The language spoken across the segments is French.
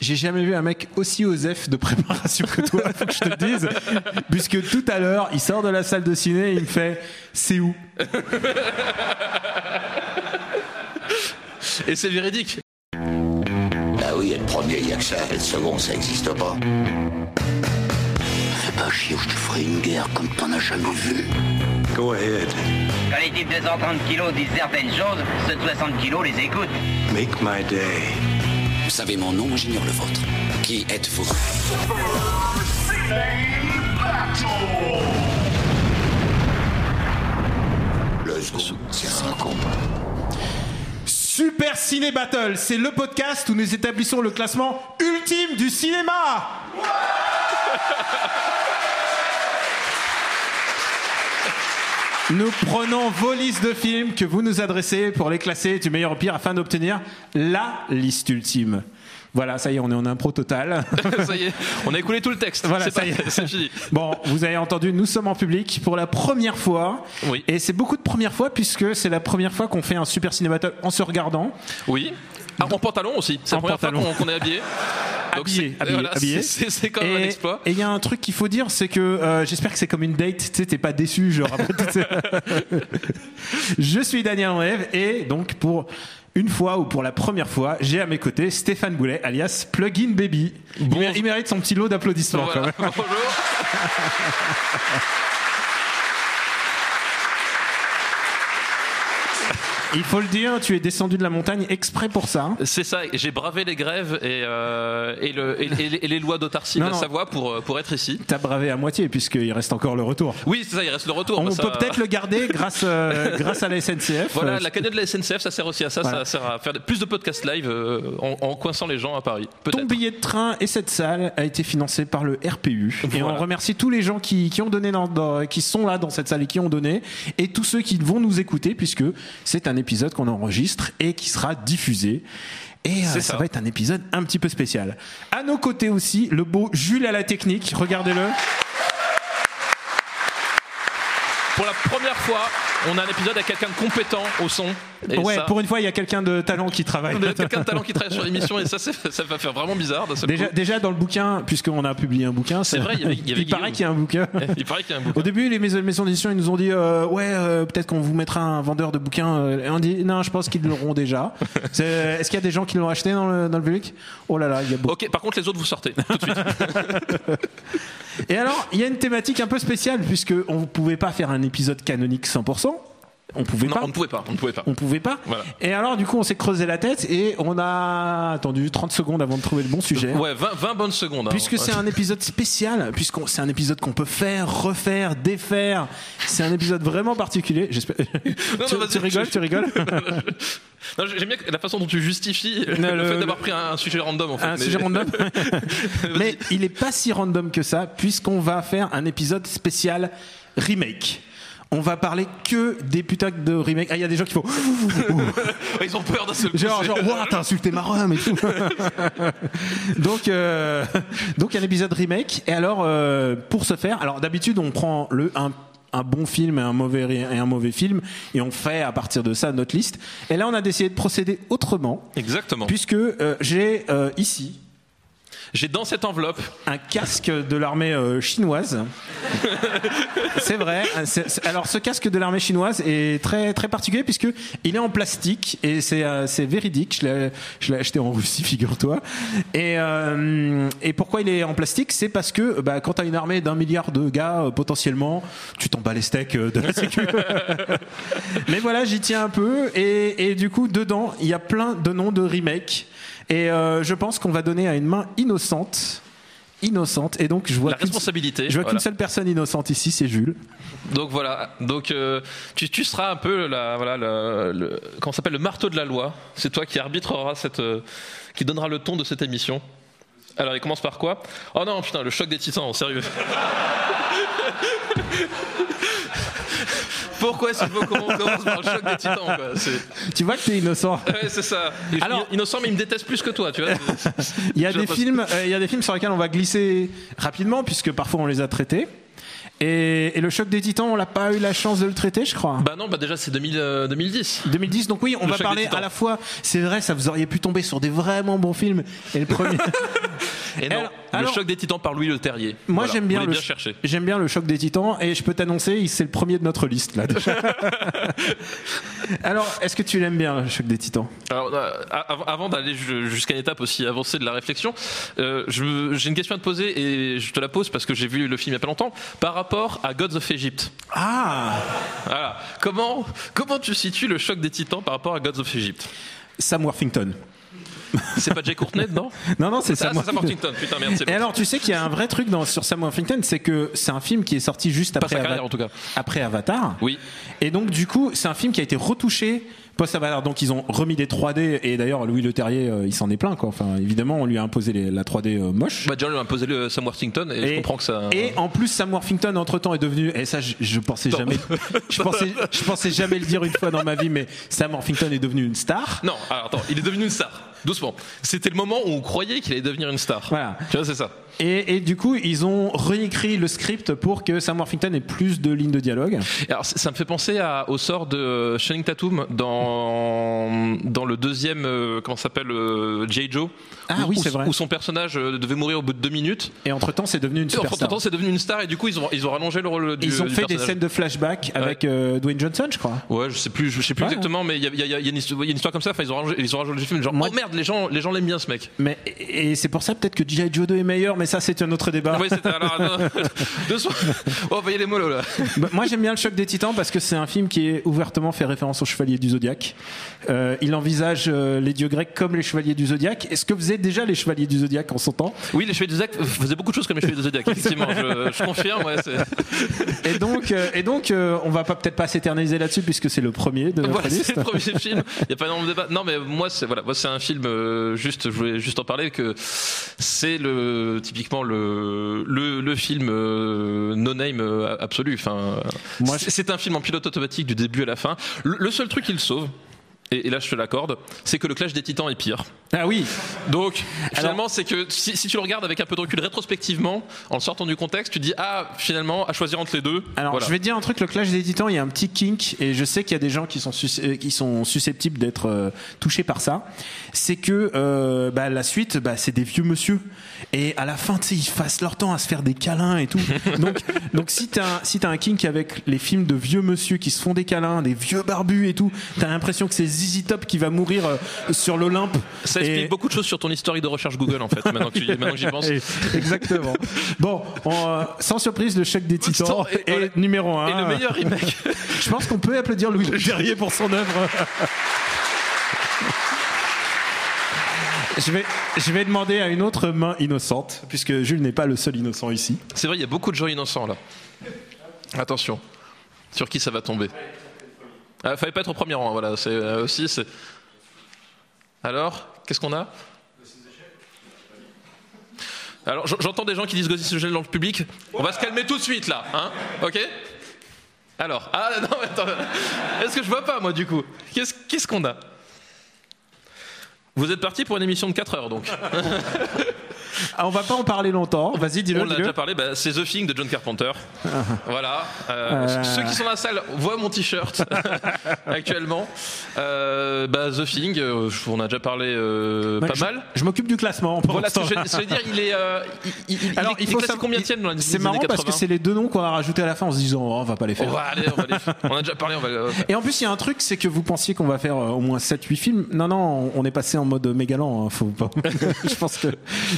j'ai jamais vu un mec aussi osef de préparation que toi, faut que je te le dise. Puisque tout à l'heure, il sort de la salle de ciné et il me fait C'est où Et c'est véridique. Ah oui, et le premier, il n'y a que ça. Et le second, ça n'existe pas. Fais pas chier ou je te ferai une guerre comme t'en as jamais vu. Go ahead. Quand les types de 130 kilos disent certaines choses, ceux de 60 kilos les écoutent. Make my day. Vous savez mon nom, j'ignore le vôtre. Qui êtes-vous Le second, c'est un con. Super Ciné Battle, c'est le podcast où nous établissons le classement ultime du cinéma Nous prenons vos listes de films que vous nous adressez pour les classer du meilleur au pire afin d'obtenir la liste ultime. Voilà, ça y est, on est en impro total. ça y est, on a écoulé tout le texte. Voilà, c'est ça pas- y est. c'est fini. Bon, vous avez entendu, nous sommes en public pour la première fois. Oui. Et c'est beaucoup de premières fois puisque c'est la première fois qu'on fait un super ciné battle en se regardant. Oui. Ah, en pantalon aussi. C'est la En première pantalon. fois qu'on- qu'on est habillé. Habillé, c'est- habillé, voilà, habillé. c'est- C'est c'est quand même et, un exploit. Et il y a un truc qu'il faut dire, c'est que euh, j'espère que c'est comme une date. Tu sais, t'es pas déçu, genre. après toutes ces- Je suis Daniel Enlève et donc pour une fois ou pour la première fois, j'ai à mes côtés Stéphane Boulet, alias Plugin Baby. Il Bon- mé- Il mérite son petit lot d'applaudissements. quand Voilà. même. Bonjour. Il faut le dire, tu es descendu de la montagne exprès pour ça. C'est ça, j'ai bravé les grèves et, euh, et, le- et- et les- et les lois d'autarcie de Non, la non. Savoie pour, euh, pour être ici. T'as bravé à moitié puisqu'il reste encore le retour. Oui, c'est ça, il reste le retour. On bah, ça- peut peut-être le garder grâce, euh, grâce à la SNCF. Voilà, Euh, la cagnotte de la SNCF, ça sert aussi à ça, Voilà. ça sert à faire plus de podcasts live euh, en, en coinçant les gens à Paris. Ton Peut-être. billet de train et cette salle a été financé par le RPU. Et on Voilà. remercie tous les gens qui, qui ont donné dans- dans- qui sont là dans cette salle et qui ont donné, et tous ceux qui vont nous écouter, puisque c'est un épisode qu'on enregistre et qui sera diffusé. Et euh, ça. C'est ça. va être un épisode un petit peu spécial. À nos côtés aussi, le beau Jules à la technique. Regardez-le. Pour la première fois, on a un épisode avec quelqu'un de compétent au son. Et Ouais, ça- pour une fois, il y a quelqu'un de talent qui travaille. on a quelqu'un de talent qui travaille sur l'émission et ça, c'est- ça va faire vraiment bizarre. d'un seul Déjà, coup. déjà dans le bouquin, puisqu'on a publié un bouquin, c'est vrai, il y avait- il y avait il paraît Guillaume. qu'il y a un bouquin. il paraît qu'il y a un bouquin. Au début, les maisons, maisons d'édition, ils nous ont dit euh, ouais, euh, peut-être qu'on vous mettra un vendeur de bouquins. euh, Et on dit non, je pense qu'ils l'auront déjà. C'est- Est-ce qu'il y a des gens qui l'ont acheté dans le, dans le public Oh là là, il y a beaucoup. Ok, par contre, les autres, vous sortez tout de suite. Et alors, il y a une thématique un peu spéciale puisque on ne pouvait pas faire un épisode canonique 100%. On pouvait Non, pas. on ne pouvait pas. On ne pouvait pas. On pouvait pas. Voilà. Et alors, du coup, on s'est creusé la tête et on a attendu 30 secondes avant de trouver le bon sujet. Ouais, 20, 20 bonnes secondes. hein. Puisque c'est un épisode spécial, puisque c'est un épisode qu'on peut faire, refaire, défaire, c'est un épisode vraiment particulier. J'espère. tu, vas-y, tu rigoles, je- tu rigoles. Non, J'aime bien la façon dont tu justifies le, Non, le- fait le- d'avoir pris un, un sujet random en fait. un mais- sujet random. Vas-y. Mais il est pas si random que ça, puisqu'on va faire un épisode spécial remake. On va parler que des putains de remake. Ah, il y a des gens qui font. Ils ont peur d'un seul coup. Genre, c'est- genre, Ouah, t'as insulté ma rhum et tout. donc, euh, donc un épisode remake. Et alors, euh, pour ce faire, alors d'habitude, on prend le un, un bon film et un mauvais et un mauvais film, et on fait à partir de ça notre liste. Et là, on a décidé de procéder autrement, Exactement. puisque euh, j'ai euh, ici J'ai dans cette enveloppe un casque de l'armée euh, chinoise. c'est vrai. Euh, C'est- c'est- alors, ce casque de l'armée chinoise est très très particulier puisque il est en plastique et c'est euh, c'est véridique. Je l'ai je l'ai acheté en Russie, figure-toi. Et euh, et pourquoi il est en plastique C'est parce que bah, quand t'as une armée d'un milliard de gars euh, potentiellement, tu t'en bats les steaks euh, de la sécu. Mais voilà, j'y tiens un peu. Et, et du coup, dedans, il y a plein de noms de remakes. Et euh, je pense qu'on va donner à une main innocente. Innocente. Et donc, je vois la qu'une- responsabilité. Je vois voilà. qu'une seule personne innocente ici, c'est Jules. Donc voilà. Donc euh, tu, tu seras un peu la, voilà, le, le- comment ça s'appelle le marteau de la loi. C'est toi qui arbitreras cette, euh, qui donnera le ton de cette émission. Alors il commence par quoi Oh non putain le choc des titans sérieux. Pourquoi est-ce qu'il faut qu'on commence par le choc des titans quoi C'est- Tu vois que t'es innocent. Ouais, c'est ça. Et je- Alors- innocent, mais il me déteste plus que toi, tu vois. Il y a Je des pense- films, euh, il y a des films sur lesquels on va glisser rapidement puisque parfois on les a traités. Et, et le choc des titans, on n'a pas eu la chance de le traiter, je crois. Bah non, bah déjà c'est 2000, euh, 2010. 2010, donc oui, on va Le choc des parler Titans. à la fois. C'est vrai, ça vous auriez pu tomber sur des vraiment bons films. Et le premier. Et non, Alors- le alors- choc des titans par Louis Le Terrier. Moi, Voilà, j'aime bien, on le l'a bien cherché. J'aime bien le choc des titans et je peux t'annoncer, il- c'est le premier de notre liste là. déjà. Alors, est-ce que tu l'aimes bien le choc des titans Alors, euh, av- avant d'aller ju- jusqu'à une étape aussi avancée de la réflexion, euh, je- j'ai une question à te poser et je te la pose parce que j'ai vu le film il y a pas longtemps. Par rapport à Gods of Egypt, Ah, voilà. comment, comment tu situes le choc des titans par rapport à Gods of Egypt Sam Worthington. C'est pas Jay Courtney dedans Non, non, c'est Ah, Sam c'est Sam Worthington. Worthington, putain merde, c'est Et bon. alors, tu sais qu'il y a un vrai truc dans, sur Sam Worthington, c'est que c'est un film qui est sorti juste Pas après, sa carrière Ava- en tout cas. après Avatar. Oui. Et donc, du coup, c'est un film qui a été retouché post-Avatar. Donc, ils ont remis des 3D. Et d'ailleurs, Louis Leterrier, euh, il s'en est plaint, quoi. Enfin, évidemment, on lui a imposé les- la 3D euh, moche. Bah, John lui a imposé le Sam Worthington et, je comprends que ça. et en plus, Sam Worthington, entre temps, est devenu. Et ça, je, je pensais jamais. Je pensais, je pensais jamais le dire une fois dans ma vie, mais Sam Worthington est devenu une star. Non, alors attends, il est devenu une star. Doucement. C'était le moment où on croyait qu'il allait devenir une star. Voilà. Tu vois, c'est ça. Et, et du coup, ils ont réécrit le script pour que Sam Worthington ait plus de lignes de dialogue. Et Alors, c- ça me fait penser à- au sort de euh, Channing Tatum dans, dans le deuxième, euh, comment ça s'appelle, euh, G.I. Joe. Ah où, oui, où- c'est vrai. Où son personnage euh, devait mourir au bout de deux minutes. Et entre temps, c'est devenu une Et en superstar. temps, c'est devenu une star et du coup, ils ont, ils ont rallongé le rôle du ils ont du fait des personnage. scènes de flashback avec euh, Dwayne Johnson, je crois. Ouais, je sais plus, je sais plus Ouais. exactement, mais il y a, il y a- il y a une histoire il y a une histoire comme ça. Enfin, ils ont rallongé, ils ont rallongé le film. Genre, Moi- oh merde, les gens, les gens l'aiment bien ce mec. Mais et c'est pour ça peut-être que G.I. Joe 2 est meilleur, mais ça c'est un autre débat. Ouais, c'était alors. attends, deux secondes. Oh, bah, il y a les mollo là. Bah, moi j'aime bien le choc des Titans parce que c'est un film qui est ouvertement fait référence aux Chevaliers du Zodiaque. Euh, il envisage euh, les dieux grecs comme les Chevaliers du Zodiaque. Et ce que faisaient déjà les Chevaliers du Zodiaque en son temps. Oui, les chevaliers du Zodiac faisaient beaucoup de choses comme les chevaliers du Zodiac. Effectivement, je, je confirme. Ouais, c'est- Et donc euh, et donc euh, on va pas peut-être pas s'éterniser là-dessus puisque c'est le premier de notre Voilà, liste. c'est le premier film. Il n'y a pas énormément de débat. Non, mais moi, c'est voilà, moi, c'est un film. euh, juste, je voulais juste en parler que c'est le typiquement le le, le film euh, no name euh, absolu. Enfin, Moi, c'est c'est un film en pilote automatique du début à la fin. Le, le seul truc qui le sauve. Et et là, je te l'accorde, c'est que le Clash des Titans est pire. Ah oui. Donc, finalement, c'est que si, si tu le regardes avec un peu de recul rétrospectivement, en le sortant du contexte, tu dis ah, finalement, à choisir entre les deux. Alors, voilà. je vais te dire un truc, le Clash des Titans, il y a un petit kink, et je sais qu'il y a des gens qui sont, sus- euh, qui sont susceptibles d'être euh, touchés par ça. C'est que euh, bah, la suite, bah, c'est des vieux monsieur. Et à la fin, tu sais, ils passent leur temps à se faire des câlins et tout. donc, donc si t'as un- si t'as un kink avec les films de vieux monsieur qui se font des câlins, des vieux barbus et tout, t'as l'impression que c'est Zizi Top qui va mourir euh, sur l'Olympe. Ça Et- explique beaucoup de choses sur ton historique de recherche Google, en fait, maintenant que, tu- maintenant que j'y pense. Et- Exactement. Bon, on, euh, sans surprise, le choc des titans Sans- et- est voilà. numéro un. Et le meilleur remake. Je pense qu'on peut applaudir Louis Le Terrier pour son œuvre. Je vais, je vais demander à une autre main innocente, puisque Jules n'est pas le seul innocent ici. C'est vrai, il y a beaucoup de gens innocents là. Attention. Sur qui ça va tomber ah, Fallait pas être au premier rang, voilà. C'est euh, aussi. c'est- Alors, qu'est-ce qu'on a Alors, j- j'entends des gens qui disent Gossip Gel dans le public. On va se calmer tout de suite là, hein Ok Alors, ah non, mais attends. Est-ce que je vois pas moi du coup Qu'est-ce qu'est-ce qu'on a vous êtes parti pour une émission de 4 heures donc. Ah, on va pas en parler longtemps. Vas-y, dis-le. On l'a dis-le. déjà parlé, bah, c'est The Thing de John Carpenter. voilà. euh, Euh. Ceux qui sont dans la salle voient mon t-shirt actuellement. Euh, bah, The Thing, euh, je- on a déjà parlé euh, Bah, pas je- mal. Je m'occupe du classement. pour Voilà ce l'instant. que je je veux dire, il est. euh, il, il- il- il est- il est classé savoir- combien tienne dans les C'est années marrant parce 80? que c'est les deux noms qu'on a rajoutés à la fin en se disant oh, on va pas les On faire. va aller, on va aller. On a déjà parlé, on va. euh, Et en plus, il y a un truc, c'est que vous pensiez qu'on va faire euh, au moins 7-8 films. Non, non, on est passé en mode mégalan. hein, faut pas. je pense que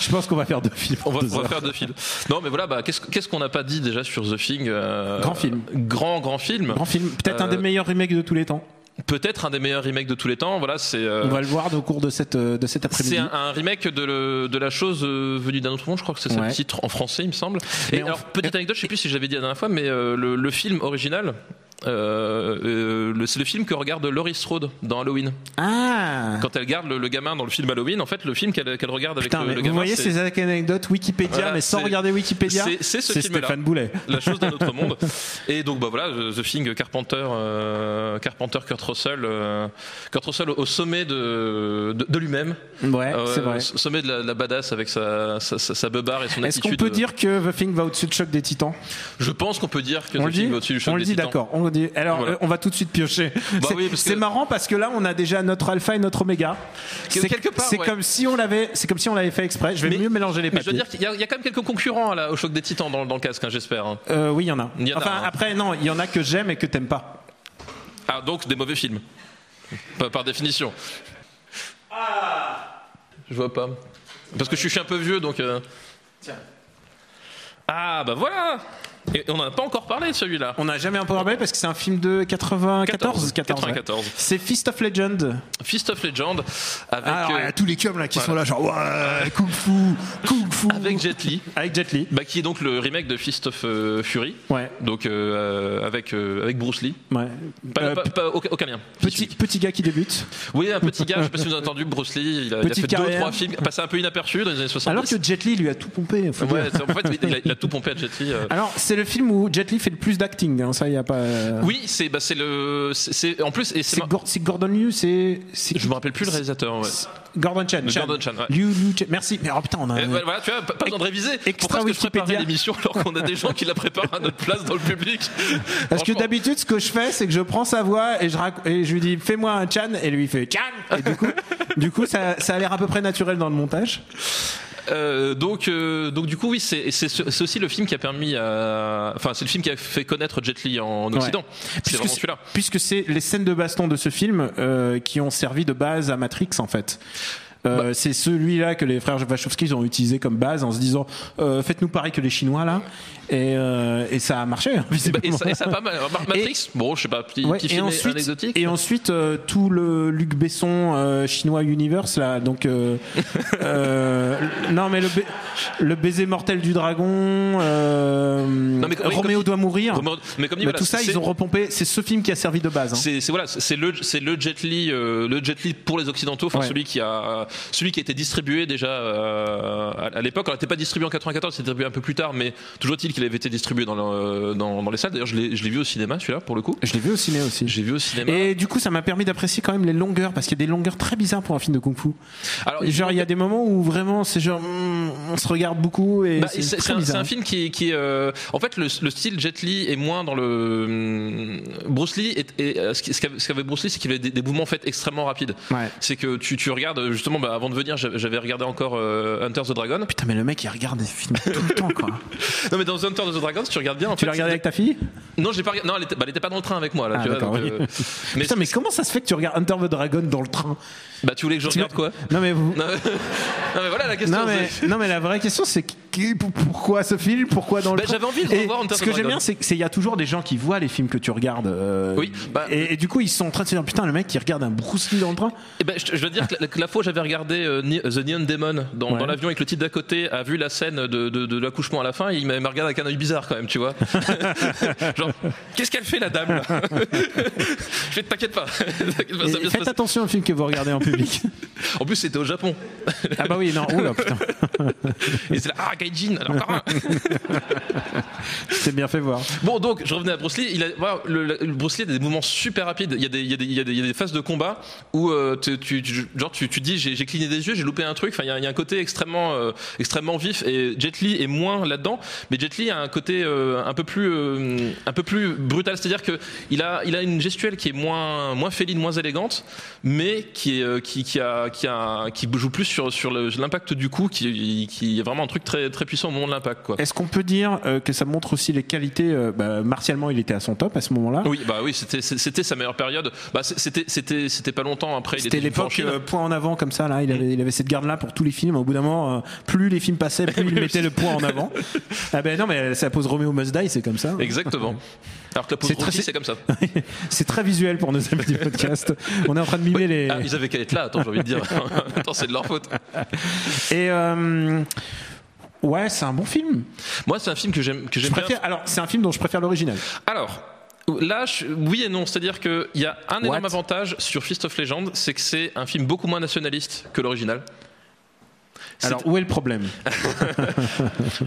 je pense qu'on va faire deux films. On en va, deux on va heures. faire deux films. Non, mais voilà, bah, qu'est-ce qu'est-ce qu'on n'a pas dit déjà sur The Thing euh, Grand film. Grand, grand film. Grand film, peut-être un des Euh, meilleurs remakes de tous les temps. Peut-être un des meilleurs remakes de tous les temps. Voilà, c'est. euh, On va le voir au cours de cette euh, de cet après-midi. C'est un, un remake de, le- de la chose euh, venue d'un autre monde, je crois que c'est ça Ouais. le titre en français, il me semble. Mais Et en- alors, petite anecdote, je sais plus si j'avais dit la dernière fois, mais euh, le, le film original euh, euh, le- c'est le film que regarde Laurie Road dans Halloween. Ah Quand elle garde le, le gamin dans le film Halloween, en fait, le film qu'elle qu'elle regarde avec Putain, le, mais le vous gamin, voyez c'est ces anecdotes Wikipédia, Voilà, mais sans c'est- regarder Wikipédia c'est- c'est ce film-là. Stéphane Boulet. la chose d'un autre monde. Et donc, bah voilà, The Thing, Carpenter, euh, Carpenter, Kurt Russell, euh, Kurt Russell au- au sommet de, de, de lui-même, Ouais, Euh, c'est vrai. au sommet de la, de la badass avec sa, sa, sa, sa beubare et son Est-ce attitude. euh, qu'on peut dire que The Thing va au-dessus de Choc des Titans Je pense qu'on peut dire que On The le dit Thing va au-dessus du choc On le dit, des Titans. d'accord. On le dit. Alors, Voilà. Bah euh, on va tout de suite piocher. c'est oui, parce que- c'est marrant parce que là, on a déjà notre alpha et notre oméga. Que- C'est quelque part, c'est ouais. comme si on l'avait. C'est comme si on l'avait fait exprès. Je vais Mais- mieux mélanger les Mais je papiers. veux dire qu'il y, a- il y a quand même quelques concurrents là, au choc des titans dans, dans le casque, hein, j'espère. hein. Euh, oui, il y en a. Il y en a, enfin, hein. après, non, il y en a que j'aime et que t'aimes pas. Ah, donc des mauvais films. Par, par définition. Je vois pas. Parce que je suis un peu vieux, donc. euh. Ah, bah voilà Et on n'en a pas encore parlé de celui-là. On n'a jamais un Power Play parce que c'est un film de 94. 14, ouais. 94. C'est Fist of Legend. Fist of Legend avec, Ah, alors, il y a euh, tous les cums là qui voilà. sont là, genre ouais, kung fu, kung fu. avec Jet Li, Avec Jet Li. bah, qui est donc le remake de Fist of euh, Fury. Ouais, Donc euh, euh, avec, euh, avec Bruce Lee. ouais. Pas- Euh, pas- p- pas- aucun, aucun lien. petit, petit gars qui débute. hein. Oui, un petit gars, je sais pas si vous avez entendu, Bruce Lee, il a, il a Petite fait deux carrière. trois films, passé un peu inaperçu dans les années 70. Alors que Jet Li lui a tout pompé. faut Ouais, dire. c'est- en fait, il a, il a tout pompé à Jet Li. euh. Alors, c'est le film où Jet Li fait le plus d'acting, hein, ça, il n'y a pas. euh, Oui, c'est bah, c'est le. c'est- c'est- en plus, et c'est C'est mar- Gor- c'est Gordon Liu, c'est. c'est- je me rappelle plus le réalisateur. ouais. c'est- Gordon Chan. Le Gordon Chan, ouais. Liu, Liu Chan. Merci. Mais alors, putain, on a. Et euh, voilà, voilà, tu vois, pas pas besoin de réviser. Pourquoi est-ce que je préparais Wikipédia. l'émission alors qu'on a des gens qui la préparent à notre place dans le public Parce que Franchement. d'habitude, ce que je fais, c'est que je prends sa voix et je, rac- et je lui dis fais-moi un Chan et lui il fait Chan et du coup, du coup, ça, ça a l'air à peu près naturel dans le montage. Euh, donc, euh, donc du coup, oui, c'est c'est ce- c'est aussi le film qui a permis, à- enfin, c'est le film qui a fait connaître Jet Li en Occident. C'est Puisque vraiment c'est- celui-là. Puisque c'est les scènes de baston de ce film euh, qui ont servi de base à Matrix en fait. Euh, Bah. c'est celui-là que les frères Wachowski ont utilisé comme base en se disant euh, faites-nous pareil que les Chinois là et, euh, et ça a marché. Et, bah, et visiblement. ça, et ça a pas mal. Alors, Mar- Matrix, bon, je sais pas, petit, Ouais, petit et film ensuite, anecdotique. et ensuite euh, tout le Luc Besson euh, chinois Universe là donc euh, euh, non mais le, ba- le baiser mortel du dragon euh, mais oui, Roméo comme- doit mourir Roméo- mais comme dit, Mais voilà, tout ça c'est- ils ont repompé c'est ce film qui a servi de base hein. C'est c'est- voilà, c'est le c'est le Jet Li, euh, le Jet Li pour les occidentaux, enfin Ouais. celui qui a celui qui a été distribué déjà euh, à, à l'époque. Alors, il n'était pas distribué en 94, c'était distribué un peu plus tard, mais toujours est-il qu'il avait été distribué dans le- dans, dans les salles. D'ailleurs, je l'ai je l'ai vu au cinéma, celui-là pour le coup. je l'ai vu au ciné aussi J'ai vu au cinéma. et du coup, ça m'a permis d'apprécier quand même les longueurs, parce qu'il y a des longueurs très bizarres pour un film de kung fu. Alors, Genre, il y a des moments où vraiment, c'est genre, hmm, on se regarde beaucoup et Bah, c'est c'est très c'est un, c'est bizarre. un film qui, est- qui est, euh, en fait le, le style Jet Li est moins dans le hum, Bruce Lee est, est- euh, ce qui- ce qu'avait ce qu'avait Bruce Lee c'est qu'il avait des, des mouvements en fait extrêmement rapides Ouais. c'est que tu, tu regardes justement bah, avant de venir j'avais j'avais regardé encore euh, Hunter the Dragon Putain, mais le mec, il regarde des films tout le temps, quoi. non mais dans Hunter the Dragon si tu regardes bien en Tu fait, l'as regardé avec ta fille non j'ai pas regardé- non elle était, bah, elle était pas dans le train avec moi là Ah, tu vois, d'accord, donc, oui. euh, mais, Putain, mais comment ça se fait que tu regardes Hunter the Dragon dans le train bah tu voulais que je regarde quoi Non, mais vous. non, non, mais voilà la question Non mais, c'est- non mais la vraie question c'est qui- pourquoi ce film pourquoi dans le Bah, train j'avais envie de Et revoir Hunter ce the que j'aime Dragon. bien c'est qu'il y a toujours des gens qui voient les films que tu regardes euh, Oui, bah- et, et du coup ils sont en train de se dire putain le mec qui regarde un Bruce Lee dans le train Eh ben, je, te- je veux dire que la, que la fois où j'avais regardé euh, Ni- The Neon Demon dans, Ouais. dans l'avion avec le titre d'à côté, a vu la scène de, de- de l'accouchement à la fin, il m'a il m'a regardé avec un œil bizarre quand même, tu vois. Genre, qu'est-ce qu'elle fait la dame là Je fais, t'inquiète pas. t'inquiète pas, ça va Et bien se faites passer. attention aux films que vous regardez en public En plus, c'était au Japon. ah bah oui non oula putain Et c'est là, ah, Gaijin, alors encore un. c'est bien fait voir Bon, donc, je revenais à Bruce Lee. Il a, voilà, le, le- Bruce Lee a des mouvements super rapides. Il y a des, il y a des, il y a des, il y a des phases de combat où euh, tu, tu- tu- genre, tu, tu dis j'ai j'ai cligné des yeux, j'ai loupé un truc. Enfin, il y, a- il y a un côté extrêmement, euh, extrêmement vif. Et Jet Li est moins là-dedans. Mais Jet Li a un côté euh, un, peu plus, euh, un peu plus brutal. C'est-à-dire qu'il a, il a une gestuelle qui est moins, moins féline, moins élégante, mais qui, est, euh, qui, qui, a, qui, a, qui joue plus sur, sur le- l'impact du coup, qui, qui est vraiment un truc très, très puissant au moment de l'impact. quoi. est-ce qu'on peut dire euh, que ça montre aussi les qualités euh, bah, martialement il était à son top à ce moment-là Oui, bah oui, c'était c'est- c'était sa meilleure période. Bah c'est- c'était c'était c'était pas longtemps après. il était Mm. C'était venu en l'époque Chine. euh, point en avant comme ça là, il avait, il avait cette garde là pour tous les films. Au bout d'un moment, euh, plus les films passaient, plus il mettait le point en avant. Ah ben non mais ça pose Romeo Must Die, c'est comme ça. Exactement. Alors que la pause euh, C'est très- rôti, c'est comme ça. c'est très visuel pour nos amis du podcast. On est en train de mimer les. Ah, ils avaient qu'à être là. Attends, j'ai envie de dire. Attends, c'est de leur faute. Et euh, ouais, c'est un bon film. Moi, c'est un film que j'aime que Je j'aime bien. préfère. Alors c'est un film dont je préfère l'original. Alors. Là, je- oui et non. C'est-à-dire qu'il y a un énorme avantage sur Fist of Legend, c'est que c'est un film beaucoup moins nationaliste que l'original. C'est- Ah, Alors, où est le problème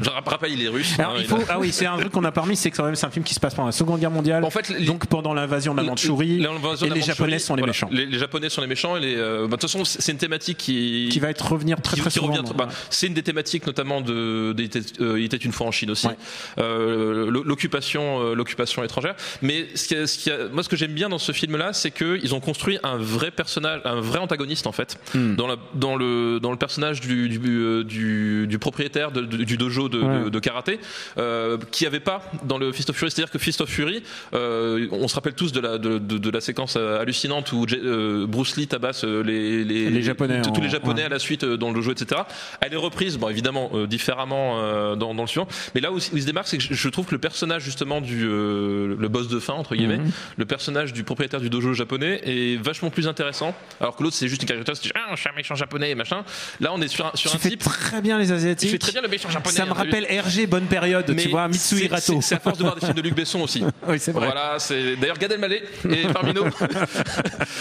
Je rappelle pas, il est russe. Alors, hein, il il faut... a- Ah oui, c'est un truc qu'on n'a pas remis, c'est que quand même c'est un film qui se passe pendant la Seconde Guerre mondiale. En fait, les- donc pendant l'invasion de la Mandchourie, les- l'invasion et de la les Japonais Mandchourie, sont les voilà. méchants. Les, les Japonais sont les méchants. Et les, euh, bah, de toute façon, c'est une thématique qui, qui va être revenir très qui- très qui souvent. euh, revient- dans- bah, c'est une des thématiques notamment de, des- euh, il était une fois en Chine aussi, Ouais. Euh, l- l'occupation, euh, l'occupation étrangère. Mais ce qui est- ce qui est- moi, ce que j'aime bien dans ce film-là, c'est que ils ont construit un vrai personnage, un vrai antagoniste en fait, Hmm. dans, la- dans le dans le personnage du du, euh, du- du propriétaire de- de- du dojo de, Ouais. de- de karaté, euh, qui avait pas dans le Fist of Fury. C'est-à-dire que Fist of Fury, euh, on se rappelle tous de la de, de- de la séquence hallucinante où J- euh, Bruce Lee tabasse euh, les les, Les Japonais tous en- les Japonais ouais. à la suite euh, dans le jeu, etc. Elle est reprise, bon, évidemment, euh, différemment euh, dans, dans le suivant. Mais là où, il se démarque, c'est que je, je trouve que le personnage, justement, du euh, le boss de fin, entre guillemets, Mhm. le personnage du propriétaire du dojo japonais est vachement plus intéressant. Alors que l'autre, c'est juste une caricature, c'est ah, je suis un méchant japonais et machin. Là, on est sur un, sur Tu un fais type. très bien les Il Asiatiques. fait très bien le méchant japonais. Ça me hein, t'as vu. rappelle RG, bonne période, Mais tu vois, Mitsui c'est- Rato. c'est- C'est à force de voir des films de Luc Besson aussi. Oui, c'est vrai. Voilà, c'est d'ailleurs Gad Elmaleh et parmi nous.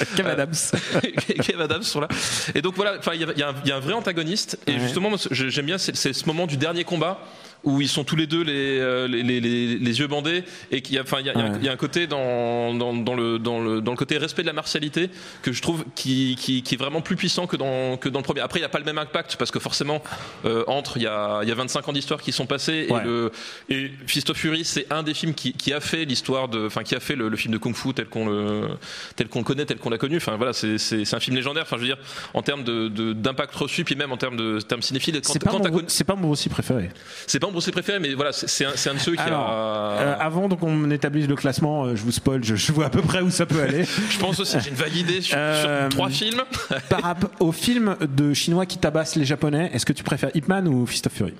Euh, Kev Adams. Kev Adams sont là. Et donc voilà, enfin, il y, a- il y a un- il y a un vrai antagoniste. Et Ouais. justement, moi, je- j'aime bien, c'est c'est ce moment du dernier combat où ils sont tous les deux les, euh, les, les- les- les yeux bandés et qu'il y a, enfin, il y a, il y a un- Ouais. il y a un côté dans, dans, dans le, dans, le, dans le côté respect de la martialité que je trouve qui, qui, qui est vraiment plus puissant que dans, que dans le premier. Après, il n'y a pas le même impact parce que forcément, euh, entre, il y a, il y a 25 ans d'histoire qui sont passés et, Ouais. le, Euh, et Fist of Fury, c'est un des films qui, qui a fait l'histoire de, enfin, qui a fait le, le film de Kung Fu tel qu'on le, tel qu'on le connaît, tel qu'on l'a connu. Enfin, voilà, c'est, c'est, c'est un film légendaire. Enfin, je veux dire, en termes de, de- d'impact reçu, puis même en termes de termes cinéphiles. Quand, C'est pas, quand mon- t'as connu- c'est pas mon aussi préféré. c'est pas mon Bruce Lee préféré, mais voilà, c'est, c'est un, c'est un de ceux qui Alors, a. Euh, avant donc on établisse le classement, euh, je vous spoil, je, je vois à peu près où ça peut aller. je pense aussi, j'ai une vague idée sur, Euh, sur trois films. Par rapport au film de chinois qui tabasse les japonais, est-ce que tu préfères Ip Man ou Fist of Fury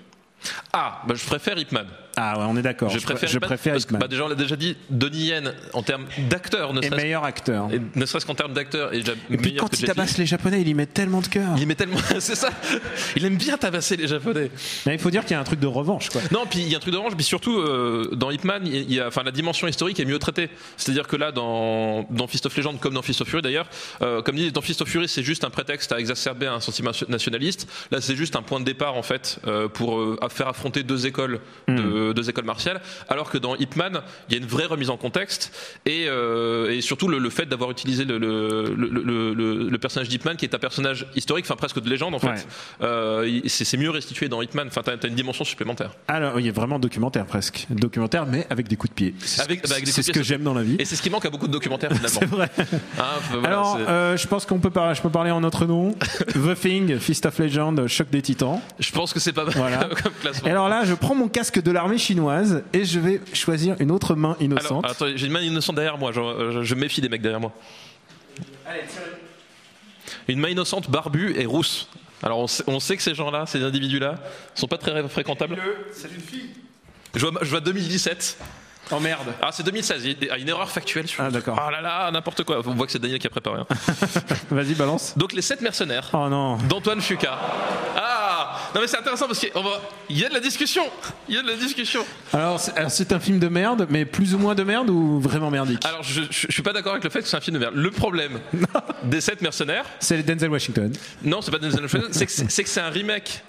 Ah, bah, je préfère Ip Man. Ah ouais, on est d'accord. je préfère, je Ip Man, préfère parce Ip que, Man. bah, déjà, on l'a déjà dit, Donnie Yen, en termes d'acteur, ne Et serait-ce, meilleur acteur. et ne serait-ce qu'en termes d'acteur, est déjà Et puis meilleur quand que il Jet Li. tabasse les japonais, il y met tellement de cœur. Il met tellement, c'est ça. Il aime bien tabasser les Japonais. Mais il faut dire qu'il y a un truc de revanche quoi. Non, puis il y a un truc d'orange, mais surtout euh, dans Hitman, il y a- il y a, enfin, la dimension historique est mieux traitée. C'est-à-dire que là, dans, dans Fist of Legend, comme dans Fist of Fury d'ailleurs, euh, comme dit, dans Fist of Fury, c'est juste un prétexte à exacerber un sentiment nationaliste. Là, c'est juste un point de départ en fait euh, pour euh, à faire affronter deux écoles, de- deux écoles martiales. Alors que dans Hitman, il y a une vraie remise en contexte et, euh, et surtout le, le fait d'avoir utilisé le, le, le, le- le- le personnage d'Hitman, qui est un personnage historique, enfin presque de légende en fait. Ouais. Euh, il- c'est c'est mieux restitué dans Hitman. Enfin, t'as t'as une dimension supplémentaire. Alors il y a vraiment documentaire presque, documentaire mais avec des coups de pied. C'est ce Avec- que- bah, avec des c'est coups de ce pied, que j'aime dans la vie. Et c'est ce qui manque à beaucoup de documentaires C'est finalement. vrai. Hein, voilà, Alors, c'est- euh, je pense qu'on peut parler, je peux parler en notre nom. The Thing, Fist of Legend, Choc des Titans. je pense que c'est pas mal Voilà. comme classement. Et alors là, je prends mon casque de l'armée chinoise et je vais choisir une autre main Alors, innocente. attendez, j'ai une main innocente derrière moi. genre, euh, je, je méfie des mecs derrière moi. Une main innocente, barbue et rousse. Alors on sait, on sait que ces gens-là, ces individus-là, sont pas très fréquentables. C'est une fille. Je vois, je vois 2017. Oh merde. Ah, c'est 2016. Il y a une erreur factuelle. sur- Ah, d'accord. Ah là là, n'importe quoi. On voit que c'est Daniel qui a préparé. hein. Vas-y, balance. Donc les sept mercenaires. Oh non. d'Antoine Fuca. Ah Non mais c'est intéressant parce qu'il va... il y a de la discussion Il y a de la discussion Alors, c'est- alors, c'est un film de merde, mais plus ou moins de merde ou vraiment merdique Alors je, je, je suis pas d'accord avec le fait que c'est un film de merde. Le problème des sept mercenaires, C'est les Denzel Washington. non c'est pas Denzel Washington, c'est que c'est- c'est que c'est un remake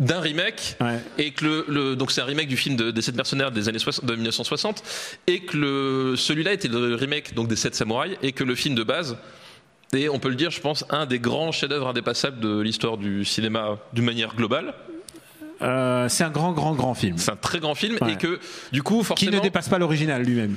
d'un remake Ouais. et que le, le- donc c'est un remake du film de- des sept mercenaires des années 60 de 1960 et que le celui-là était le remake donc des sept samouraïs et que le film de base est on peut le dire je pense un des grands chefs-d'œuvre indépassables de l'histoire du cinéma d'une manière globale Euh, c'est un grand, grand, grand film. c'est un très grand film Ouais. et que du coup Qui forcément ne dépasse pas l'original lui-même.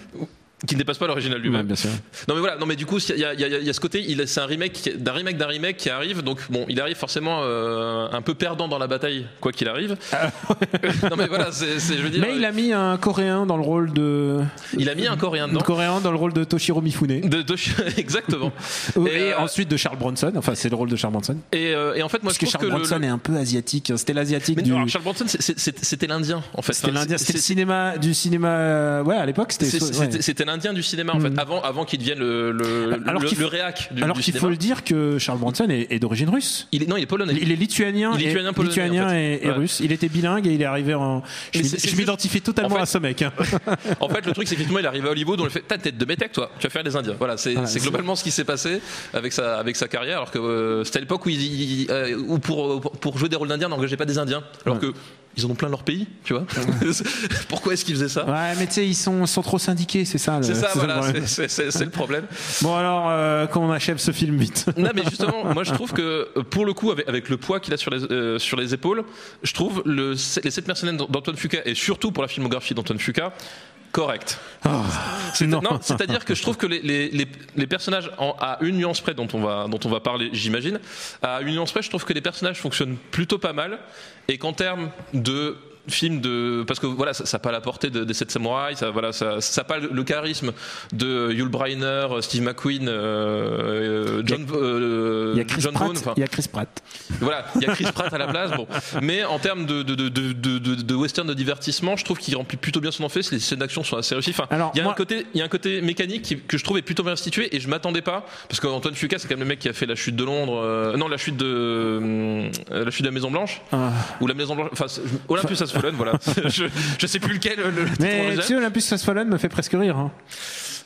qui ne dépasse pas l'original Ouais, lui-même. bien sûr. Non mais voilà, non mais du coup, il y a, il y a- il y a ce côté, il c'est un remake qui- d'un remake d'un remake qui arrive, donc bon, il arrive forcément euh, un peu perdant dans la bataille, quoi qu'il arrive. non mais voilà, c'est, c'est- je veux dire, Ah, Mais il a mis un Coréen dans le rôle de. il a mis un Coréen Un dedans. Coréen dans le rôle de Toshiro Mifune. Euh, De, de- exactement. Et, Et, euh, ensuite de Charles Bronson. Enfin, c'est le rôle de Charles Bronson. Et, euh, et en fait, moi, Parce je que trouve Charles que le- Bronson le, est un peu asiatique. hein. C'était l'asiatique mais du. non, alors, Charles Bronson, c'est- c'est- c'est- c'était l'Indien en fait. C'était Enfin, l'Indien, c'est- c'était le c'est- cinéma du cinéma. euh, Ouais, à l'époque, c'était. c'est- ouais. Mm. c'était- c'était l'Indien du cinéma en fait, avant, avant qu'il devienne le, le, Alors le- qu'il le faut- réac du, Alors du qu'il cinéma. faut le dire que Charles Bronson est, est d'origine russe. Il est- non, il est polonais. Il est lituanien, Il est et- lituanien, polonais, lituanien en fait. et, et Ouais. russe. Il était bilingue et il est arrivé en. Je Mais m'id- c'est- je c'est- m'identifie totalement en fait- à ce mec. hein. En fait, le truc, c'est qu'effectivement, il arrive à Hollywood, on lui fait T'as une tête de métèque, toi, tu vas faire les Indiens. Voilà, c'est Voilà, c'est c'est- globalement ce qui s'est passé avec sa, avec sa carrière, alors que euh, c'était à l'époque où, il- il- euh, où pour, pour- pour jouer des rôles d'Indiens, n'engageait pas des Indiens. Alors que. Ils en ont plein leur pays, tu vois. Pourquoi est-ce qu'ils faisaient ça Ouais, mais tu sais, ils sont, sont trop syndiqués, c'est ça. le- C'est ça, le voilà, problème. c'est- c'est c'est- c'est le problème. Bon alors, euh, qu'on achève ce film vite. Non, mais justement, moi je trouve que euh, pour le coup, avec, avec le poids qu'il a sur les, euh, sur les épaules, je trouve le, les 7 mercenaires d'Antoine Fuqua, et surtout pour la filmographie d'Antoine Fuqua, correct. Ah, non. Non, c'est-à-dire que je trouve que les, les, les, les personnages, en- à une nuance près dont on va, dont on va parler, j'imagine, à une nuance près, je trouve que les personnages fonctionnent plutôt pas mal et qu'en termes de film de parce que voilà ça n'a pas la portée de- des sept samouraïs ça voilà ça ça a pas le, le charisme de Yul Brynner euh, Steve McQueen euh, euh, John euh, Il y a Chris John Pratt. Boone, enfin, il y a Chris Pratt. voilà, il y a Chris Pratt à la place. Bon. Mais en termes de, de, de, de, de- de- de western de divertissement, je trouve qu'il remplit plutôt bien son office. Les scènes d'action sont assez réussies. Enfin, Alors, il y a un moi- côté, il y a un côté mécanique qui- que je trouve est plutôt bien restitué et je m'attendais pas parce qu'Antoine Fuqua, c'est quand même le mec qui a fait la chute de Londres, euh, non la chute de euh, la chute de la Maison Blanche Ah. ou la Maison Blanche, enfin c'est- Olympus Has Fallen, voilà. je, je sais plus lequel. Le, le titre Mais original. tu sais, Olympus Has Fallen me fait presque rire. hein.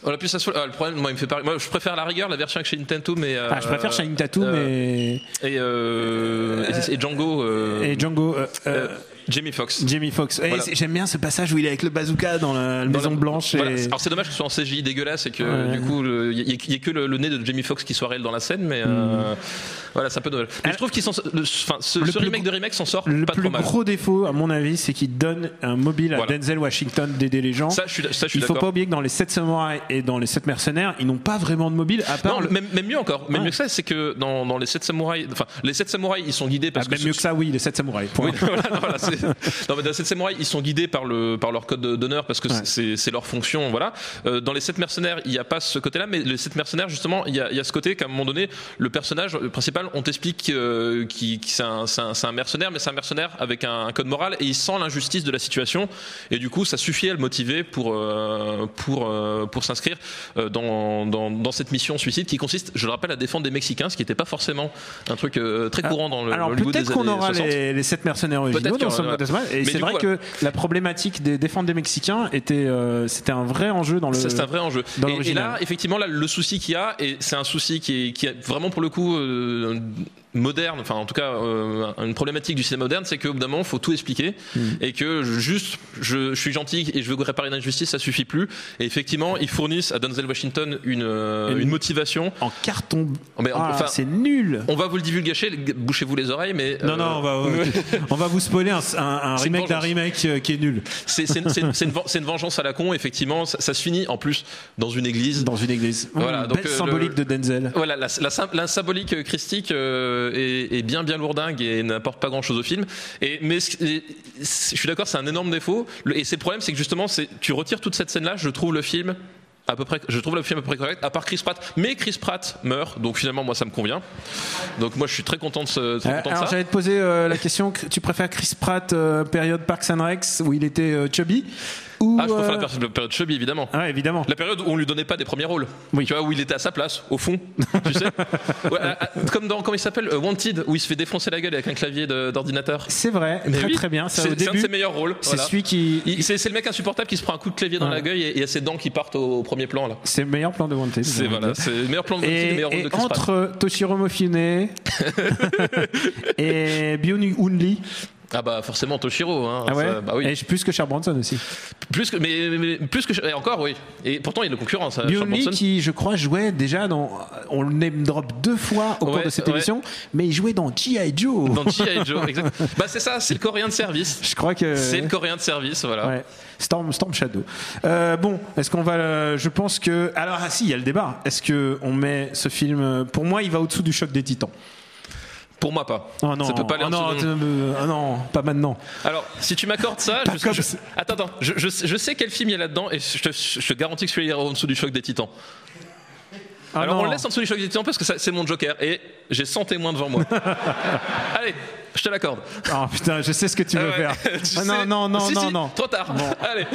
Olympus Has Fallen. Ah, le problème, moi, il me fait parler. Moi, je préfère à la rigueur la version avec Shining Tatum mais euh, Ah, je préfère Shining Tattoo, mais et, euh, et, et Django. euh, et Django, euh, euh, euh, Jamie Foxx. Jamie Fox. voilà. J'aime bien ce passage où il est avec le bazooka dans la, la Dans Maison la- Blanche. Voilà. et- Alors c'est dommage que ce soit en CGI dégueulasse et que Ouais. du coup le- il n'y ait que le, le nez de Jamie Foxx qui soit réel dans la scène, mais euh, voilà, c'est un peu dommage. Mais je trouve qu'ils s'en- le- enfin, ce, Mm. Euh, Le ce plus remake de remake s'en sort Le pas plus trop mal. gros défaut, à mon avis, c'est qu'il donne un mobile à Voilà. Denzel Washington d'aider les gens. Ça, je suis, ça, je suis il faut pas d'accord. oublier que dans les 7 samouraïs et dans les 7 mercenaires, ils n'ont pas vraiment de mobile à part. Non, le- même, même mieux encore, même Ouais. mieux que ça, c'est que dans, dans les 7 samouraïs, enfin les 7 samouraïs, ils sont guidés Ah, parce que même ce- mieux que ça, oui, les 7 samouraïs. point. Oui, voilà, non, voilà, c'est- non, mais dans 7 samouraïs, ils sont guidés par, le, par leur code d'honneur parce que Ouais. c'est c'est leur fonction. Voilà. Euh, dans les 7 mercenaires, il n'y a pas ce côté-là, mais les 7 mercenaires, justement, il y a, il y a ce côté qu'à un moment donné, le personnage principal, on t'explique euh, qu'il- qu'il- c'est un, c'est un- c'est un mercenaire, mais c'est un mercenaire avec un, un code moral et il sent l'injustice de la situation. Et du coup, ça suffit à le motiver pour, euh, pour, euh, pour s'inscrire euh, dans, dans, dans cette mission suicide qui consiste, je le rappelle, à défendre des Mexicains, ce qui n'était pas forcément un truc euh, très Ah, courant dans le Alors Hollywood peut-être des qu'on années aura 60. les, les sept mercenaires originaux Peut-être dans qu'il y en aura, Summer of the Smile. Mais Et c'est du vrai coup, que la problématique des défendre des Mexicains était euh, c'était un vrai enjeu dans le. Ça, c'est un vrai enjeu. dans Et- Et, l'original. là, effectivement, là, le souci qu'il y a, et c'est un souci qui est, qui est vraiment pour le coup euh, moderne, enfin en tout cas euh, une problématique du cinéma moderne, c'est qu'au bout d'un moment, faut tout expliquer Mm. et que je- juste je, je suis gentil et je veux réparer une injustice, ça suffit plus. Et effectivement, ils fournissent à Denzel Washington une, euh, Une- une motivation. En carton. Oh, Mais en- Ah, enfin, euh, c'est nul. on va vous le divulgacher, bouchez-vous les oreilles, mais euh, Non, non, on va, on va vous spoiler un, un- un C'est une remake d'un remake euh, qui est nul. c'est c'est- c'est- c'est une, ven- c'est une vengeance à la con. Effectivement, ça, ça se finit en plus dans une église. Dans une église. Voilà, Mmh, donc, belle euh, symbolique le- de Denzel. Voilà, la, la sym- la symbolique euh, christique euh, est, est bien bien lourdingue et n'apporte pas grand chose au film. Et mais ce- et c'est- je suis d'accord, c'est un énorme défaut. Le- et c'est le problème, c'est que justement, c'est tu retires toute cette scène-là, je trouve le film à peu près, je trouve le film à peu près correct. À part Chris Pratt, mais Chris Pratt meurt, donc finalement moi ça me convient. Donc moi je suis très content de, ce, très Euh, content de Alors ça. j'allais te poser euh, la question tu préfères Chris Pratt euh, période Parks and Recs où il était euh, chubby ou Ah, je préfère euh, la période- la période Chubby évidemment. ah, évidemment. La période où on lui donnait pas des premiers rôles. Oui. Tu vois, où il était à sa place, au fond. Tu sais Ouais, à- à- Comme dans, comment il s'appelle euh, Wanted, où il se fait défoncer la gueule avec un clavier de- d'ordinateur. C'est vrai, Mais très oui, très bien. Ça, au C'est c'est un de ses début, meilleurs rôles. c'est voilà. celui qui. Il- C'est c'est le mec insupportable qui se prend un coup de clavier dans Ouais. la gueule et et il y a ses dents qui partent au, au premier plan là. C'est le meilleur plan de Wanted. C'est voilà, c'est le meilleur plan de Monty, le Et, meilleur rôle et de Chris Pratt. entre Toshiro Mifune et Byun Hun Lee, Ah bah forcément Toshiro. Hein, ah ouais, ça- bah oui. Euh, et plus que Charles Bronson aussi. Plus que, mais, mais- mais- plus que et encore oui. Et pourtant il y a de la concurrence. hein, Byun Charles Lee Bronson. qui, je crois, jouait déjà dans, on le name drop deux fois au Ouais, cours de cette ouais. émission, mais il jouait dans G.I. Joe. Dans G.I. Joe, exact. Bah c'est ça, c'est le Coréen de service. Je crois que C'est le hein. Coréen de service, voilà. Ouais. Storm, Storm Shadow. Euh, bon, est-ce qu'on va. euh, je pense que. Alors, ah si, il y a le débat. Est-ce que on met ce film. euh, Pour moi, il va au-dessous du choc des titans. Pour moi pas. Oh non, ça peut pas aller oh non, en dessous de- euh, ah non, pas maintenant. Alors, si tu m'accordes ça, Pas je, comme je- ça. attends, attends, je, je, je sais quel film il y a là-dedans et je te, je te garantis que celui-là ira en dessous du choc des titans. Ah Alors on non. le laisse en dessous du choc des titans parce que ça, c'est mon joker et j'ai 100 témoins devant moi. Allez, je te l'accorde. Ah putain, je sais ce que tu veux Ah ouais. faire. Tu Ah sais- non, non, non, Si, non, si, non. Trop tard. Allez.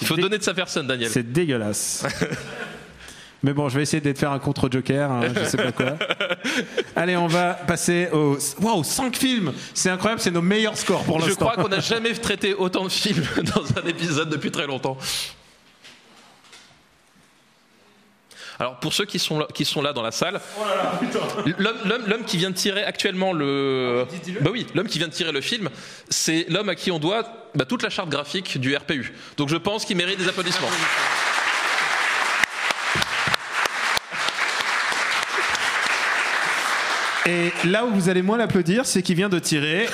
Il faut dé- donner de sa personne, Daniel. C'est dégueulasse. Mais bon, je vais essayer de te faire un contre-joker, hein, je sais pas quoi. Allez, on va passer au. Waouh, 5 films C'est incroyable, c'est nos meilleurs scores pour Je l'instant. crois qu'on n'a jamais traité autant de films dans un épisode depuis très longtemps. Alors pour ceux qui sont là, qui sont Oh là dans la salle, l'homme- l'homme l'homme qui vient de tirer actuellement le, bah oui, l'homme qui vient de tirer le film, c'est l'homme à qui on doit bah, toute la charte graphique du RPU. Donc je pense qu'il mérite des applaudissements. Et là où vous allez moins l'applaudir, c'est qu'il vient de tirer.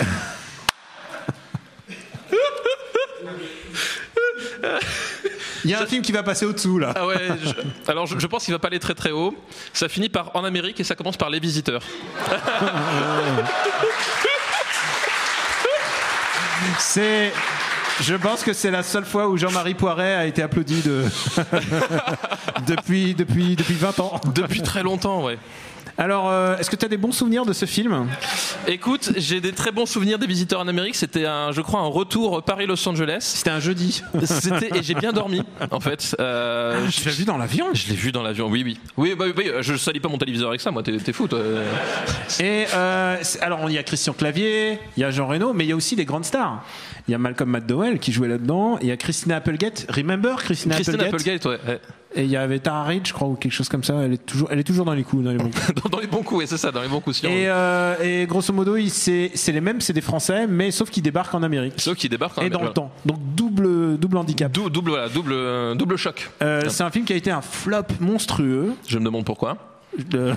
Il y a un film qui va passer au-dessous, là. Ah ouais. je- alors je, je pense qu'il va pas aller très très haut. Ça finit par en Amérique et ça commence par les visiteurs. C'est. Je pense que c'est la seule fois où Jean-Marie Poiret a été applaudi de... depuis, depuis, depuis 20 ans. Depuis très longtemps, ouais. Alors, euh, est-ce que tu as des bons souvenirs de ce film Écoute, j'ai des très bons souvenirs des visiteurs en Amérique. C'était un, je crois, un retour Paris-Los Angeles. C'était un jeudi. C'était et j'ai bien dormi en fait. Euh, Tu l'as vu dans l'avion je l'ai vu dans l'avion. Oui, oui, oui. Bah, oui, je salis pas mon téléviseur avec ça. Moi, t'es t'es fou. Toi. Et euh, c'est- alors, il y a Christian Clavier, il y a Jean Reno, mais il y a aussi des grandes stars. Il y a Malcolm McDowell qui jouait là-dedans, il y a Christina Applegate, remember Christina, Christine Applegate, Applegate, ouais. ouais. Et il y avait Tara Reid, je crois, ou quelque chose comme ça. Elle est toujours, elle est toujours dans les coups, dans les bons coups. Eh, Dans, dans les bons coups, et c'est ça, dans les bons coups. si on- Et, euh, et grosso modo, il- c'est c'est les mêmes, c'est des Français, mais sauf qu'ils débarquent en Amérique. Ceux qui débarquent. en et dans le Amérique, temps. Donc double, double handicap. voilà. Dou- double, voilà, double, euh, double choc. Euh, c'est un film qui a été un flop monstrueux. Je me demande pourquoi. Euh,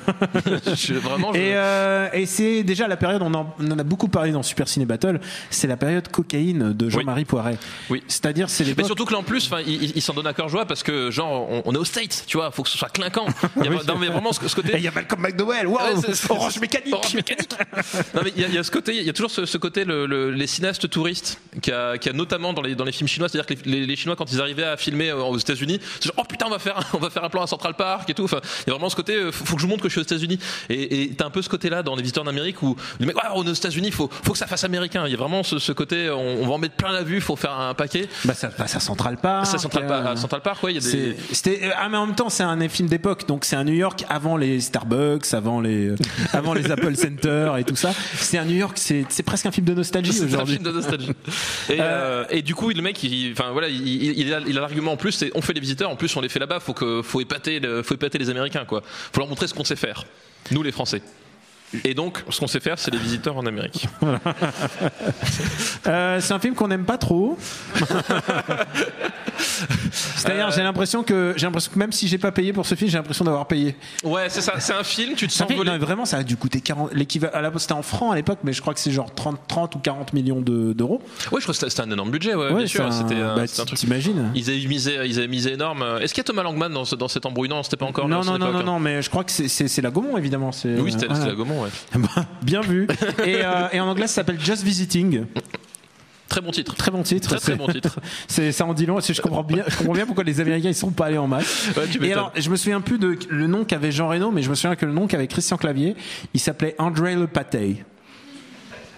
Je- vraiment. je- Et, euh, et c'est déjà la période, on en, on en a beaucoup parlé dans Super Ciné Battle, c'est la période cocaïne de Jean-Marie Poiret. Oui. C'est-à-dire, c'est les Mais surtout que là en plus, 'fin, il, il- il s'en donne à cœur joie parce que genre on, on est aux States, tu vois, faut que ce soit clinquant. Il y a, non mais vraiment ce, ce côté. Et il y a Malcolm McDowell, waouh, Ouais, c'est- c'est- Orange Mécanique. Orange Mécanique. Non, mais il y, a- il y a ce côté, il y a toujours ce, ce côté le- le- les cinéastes touristes qui a, qui a notamment dans les dans les films chinois, c'est-à-dire que les, les- les Chinois quand ils arrivaient à filmer euh, aux États-Unis, c'est genre oh putain on va faire un- on va faire un plan à Central Park et tout. Enfin, il y a vraiment ce côté, euh, faut, faut que je vous montre que je suis aux États-Unis. Et et t'as un peu ce côté-là dans les visiteurs d'Amérique où les mecs, Ah, on est aux États-Unis, faut faut que ça fasse américain. Il y a vraiment ce, ce côté, on, on va en mettre plein la vue, faut faire un paquet. Bah ça passe à Central Park. ça Central, Park- euh, à Central Park, Ah, ouais, il y a des c'est- C'était, euh, ah mais en même temps c'est un film d'époque donc c'est un New York avant les Starbucks avant les euh, avant les Apple Center et tout ça c'est un New York c'est c'est presque un film de nostalgie C'est un aujourd'hui film de nostalgie. Et, euh, et du coup, le mec, il, enfin voilà, il, il- il a il a l'argument en plus. C'est on fait les visiteurs, en plus on les fait là-bas. Faut que, faut épater, le- faut épater les Américains, quoi. Faut leur montrer ce qu'on sait faire, nous les Français. Et donc, ce qu'on sait faire, c'est les visiteurs en Amérique. Euh, c'est un film qu'on n'aime pas trop. C'est-à-dire, Euh. j'ai l'impression que j'ai l'impression que même si j'ai pas payé pour ce film, j'ai l'impression d'avoir payé. Ouais, c'est ça. C'est un film. Tu te Ça sens fait- volé. non, vraiment, ça a dû coûter 40 l'équivalent. à la- C'était en francs à l'époque, mais je crois que c'est genre 30, 30 ou 40 millions de- d'euros. Ouais, je crois que c'était- c'était un énorme budget. Ouais, bien c'est sûr. un- C'était un, bah, c'était un truc. T'imagines Ils avaient misé, ils avaient misé énorme. Est-ce qu'il y a Thomas Langman dans, ce- dans cet embrouille Non, c'était pas encore. Non, c'était non, non, pas non, encore. non, mais je crois que c'est- c'est c'est la Gaumont, évidemment. c'est- hein. Oui, c'était ouais. c'était la Gaumont, ouais. Bien vu. Et, euh, et en anglais, ça s'appelle Just Visiting. Très bon titre. Très bon titre. Très, très C'est- bon titre. C'est ça en dit long. parce que Je comprends bien, je comprends bien pourquoi les Américains ils sont pas allés en masse. Ouais, tu Et m'étonnes. alors, je me souviens plus de le nom qu'avait Jean Reno, mais je me souviens que le nom qu'avait Christian Clavier, il s'appelait André Le Pâté.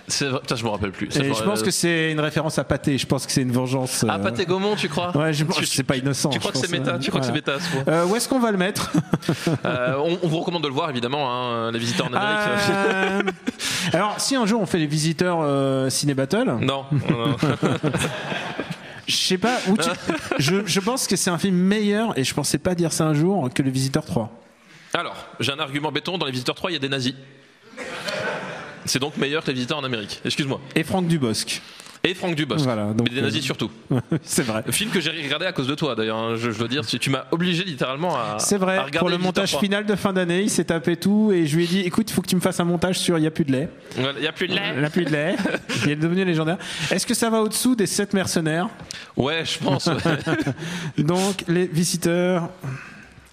C'est vrai- Putain, je me rappelle plus. Ça Et je fera- pense que c'est euh, une référence à Pâté. Je pense que c'est une vengeance. Ah, euh, Pathé Gaumont, tu crois Ouais, je pense Tu- que c'est pas innocent. Tu crois je que c'est pense, méta euh, Tu crois que c'est voilà. méta à ce point Euh, où est-ce qu'on va le mettre Euh, on, on vous recommande de le voir évidemment, hein, les visiteurs en Amérique. Euh, Alors, si un jour on fait les visiteurs euh, ciné battle, Non, non, non. je sais pas où tu- je, je pense que c'est un film meilleur et je pensais pas dire ça un jour que les visiteurs 3. Alors, j'ai un argument béton. Dans les visiteurs 3, il y a des nazis. C'est donc meilleur que les visiteurs en Amérique. Excuse-moi. Et Franck Dubosc. Et Franck Dubosc. Voilà, donc, Mais des euh, nazis surtout. c'est vrai. Film que j'ai regardé à cause de toi d'ailleurs. hein, Je, je dois dire, tu, tu m'as obligé littéralement à. C'est à vrai, regarder pour les le visiteurs montage 3. final de fin d'année, il s'est tapé tout et je lui ai dit écoute, il faut que tu me fasses un montage sur Il n'y a plus de lait. Voilà, Il n'y a plus de lait. Il n'y a plus de lait. Il est devenu légendaire. Est-ce que ça va au-dessous des 7 mercenaires Ouais, je pense. Donc, les visiteurs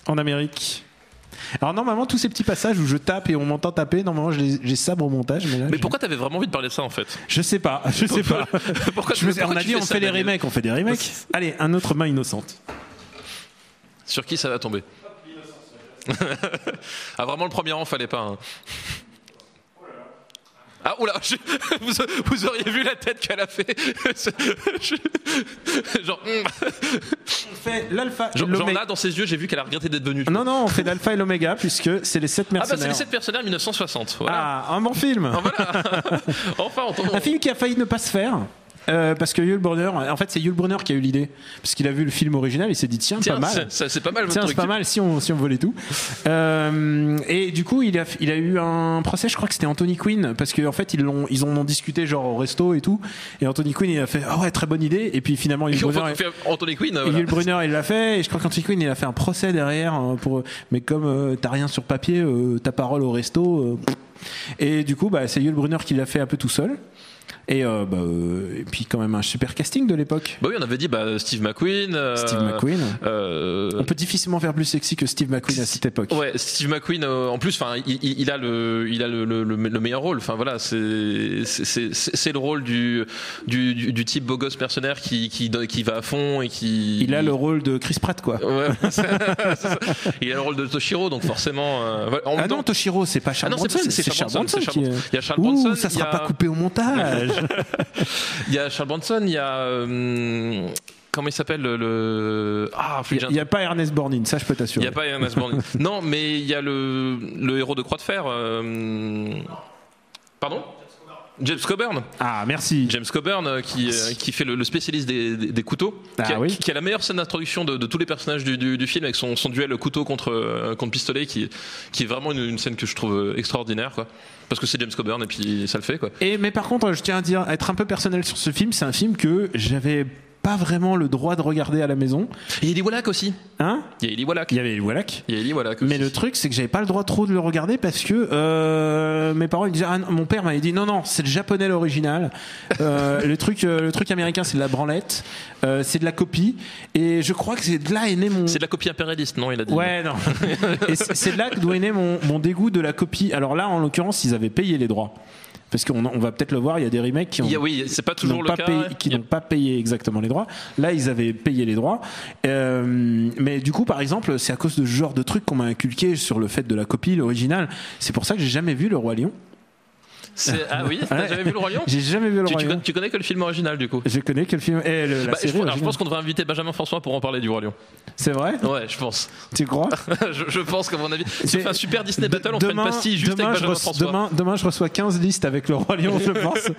en Amérique. Alors, normalement, tous ces petits passages où je tape et on m'entend taper, normalement, je les, je les sabre au montage. Mais, là, Mais je- pourquoi t'avais vraiment envie de parler de ça en fait Je sais pas, je sais pas. Pourquoi Je me- pourquoi on a tu dit fais on ça, fait des Daniel remakes, on fait des remakes. Allez, un autre main innocente. Sur qui ça va tomber Ah vraiment le premier rang fallait pas. hein. Ah, oula, je- vous, vous auriez vu la tête qu'elle a fait. Je- genre, hmm. On fait l'alpha. et genre, genre l'oméga. là, dans ses yeux, j'ai vu qu'elle a regretté d'être venue. Ah Non, non, on fait l'alpha et l'oméga puisque c'est les 7 ah, bah, c'est mercenaires. les 7 personnages 1960. Voilà. Ah, un bon film. Ah. Enfin, on tombe. Un film qui a failli ne pas se faire. euh, parce que Yul Brynner, en fait, c'est Yul Brynner qui a eu l'idée. Parce qu'il a vu le film original, il s'est dit tiens, Tiens, pas mal. c'est- c'est pas mal votre Tiens, c'est truc. pas mal si on, si on volait tout. Euh, et du coup, il a, il a eu un procès, je crois que c'était Anthony Quinn, parce qu'en fait, ils, l'ont, ils en ont discuté genre au resto et tout. Et Anthony Quinn, il a fait Ah ouais, très bonne idée. Et puis finalement, il Et on fait- on fait Anthony Quinn. et voilà. Yul Brynner, il l'a fait, et je crois qu'Anthony Quinn, il a fait un procès derrière, hein, pour, mais comme euh, t'as rien sur papier, euh, ta parole au resto. euh, pff. et du coup, bah, c'est Yul Brynner qui l'a fait un peu tout seul. Et, euh, bah, euh, et puis, quand même, un super casting de l'époque. Bah oui, on avait dit bah, Steve McQueen. euh, Steve McQueen. euh, On peut difficilement faire plus sexy que Steve McQueen à cette époque. Ouais, Steve McQueen. euh, en plus, enfin, il, il- il a le, il a le, le, le- le meilleur rôle. Enfin voilà, c'est c'est- c'est c'est le rôle du du, du- du type beau gosse mercenaire qui qui donne- qui va à fond et qui. Il a le rôle de Chris Pratt, quoi. Ouais, c'est ça. il a le rôle de Toshiro, donc forcément. euh, voilà. En Ah même temps- non, Toshiro, c'est pas Charles Ah non, c'est Bronson, pas- c'est c'est Charles Charles Bronson, Bronson. qui c'est Charles est- Bronson. Il y a Charles Bronson, Ouh, ça il sera y a- pas coupé au montage. Il y a Charles Bronson, il y a. euh, comment il s'appelle le- le. Ah, Il n'y a pas Ernest Borgnine, ça je peux Il t'assurer. n'y a pas Ian Asborn. non, mais il y a le, le héros de Croix de Fer. euh, Pardon James Coburn, Ah, merci. James Coburn euh, qui, euh, qui fait le, le spécialiste des, des- des couteaux, Ah qui, a, oui. qui- qui a la meilleure scène d'introduction de, de tous les personnages du, du- du film avec son, son duel couteau contre, euh, contre pistolet, qui, qui est vraiment une, une scène que je trouve euh, extraordinaire, quoi. Parce que c'est James Coburn et puis ça le fait, quoi. Et mais par contre, je tiens à dire, à être un peu personnel sur ce film, c'est un film que j'avais pas vraiment le droit de regarder à la maison, Et il y a Eli Wallach aussi. hein Il y a Eli Wallach. Il y avait Wallach. Il y a Eli Wallach Mais aussi. le truc, c'est que j'avais pas le droit trop de le regarder parce que euh, mes parents, ils disaient, ah non, mon père m'avait dit non non, c'est le japonais l'original. Euh, le truc, euh, le truc américain, c'est de la branlette, euh, c'est de la copie, et je crois que c'est de là est né mon. C'est de la copie impérialiste, non Il a dit. Ouais, non. Et c'est c'est de là que doit naître mon, mon dégoût de la copie. Alors là, en l'occurrence, ils avaient payé les droits. Parce qu'on on va peut-être le voir, il y a des remakes qui ont, Il y a- oui, c'est pas qui toujours n'ont le pas cas. payé- ouais. qui Il y a- n'ont pas payé exactement les droits. Là, ils avaient payé les droits. Euh, mais du coup, par exemple, c'est à cause de ce genre de truc qu'on m'a inculqué sur le fait de la copie, l'original. C'est pour ça que j'ai jamais vu le Roi Lion. c'est- Ah oui, t'as Ouais. jamais vu le Roi Lion J'ai jamais vu le tu, Roi tu Lion. connais, tu connais que le film original du coup Je connais quel film. Eh, le- la Bah, série. je, pense- alors, je originale. pense qu'on devrait inviter Benjamin François pour en parler du Roi Lion. C'est vrai Ouais, je pense. Tu crois je, je pense qu'à mon avis. C'est- C'est un super Disney Ah, Battle, on fait une pastille juste demain, avec je Benjamin reçois, François. demain, demain, je reçois 15 listes avec le Roi Lion, je pense.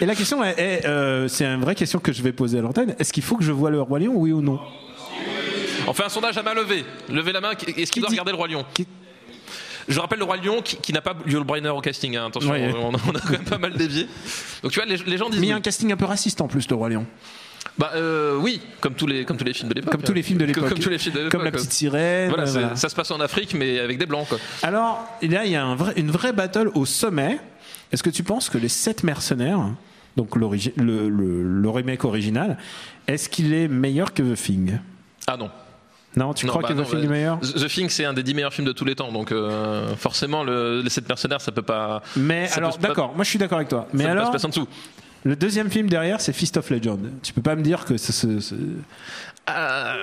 Et la question est, est, euh, c'est une vraie question que je vais poser à l'antenne. Est-ce qu'il faut que je voie le Roi Lion, oui ou non On fait un sondage à main levée. Levez la main, qui- est-ce qu'il doit dit- regarder le Roi Lion qui- Je rappelle le Roi Lion qui, qui n'a pas Yul Brynner au casting, hein, attention, Ouais. on, on a quand même pas mal dévié. Donc tu vois, les, les gens disent. Mais il y a oui. un casting un peu raciste en plus, le Roi Lion. Bah euh, oui, comme tous les, comme tous les films de l'époque. Comme tous les films de Comme- l'époque. Comme, tous les films de l'époque. hein. Comme la petite sirène. Voilà, euh, c'est- voilà. ça se passe en Afrique, mais avec des blancs, quoi. Alors, là, il y a un vrai- une vraie battle au sommet. Est-ce que tu penses que les sept mercenaires, donc l'origi- le, le- le remake original, est-ce qu'il est meilleur que The Thing Ah non. Non, tu Non, crois bah que non, The Thing bah, est meilleur The Thing, c'est un des dix meilleurs films de tous les temps, donc euh, forcément, le, les sept mercenaires, ça peut pas. Mais ça alors, peut pas- d'accord, moi je suis d'accord avec toi. Mais ça peut pas alors, se passer en dessous. Le deuxième film derrière, c'est Fist of Legend. Tu peux pas me dire que ce. ce- ce- Ah,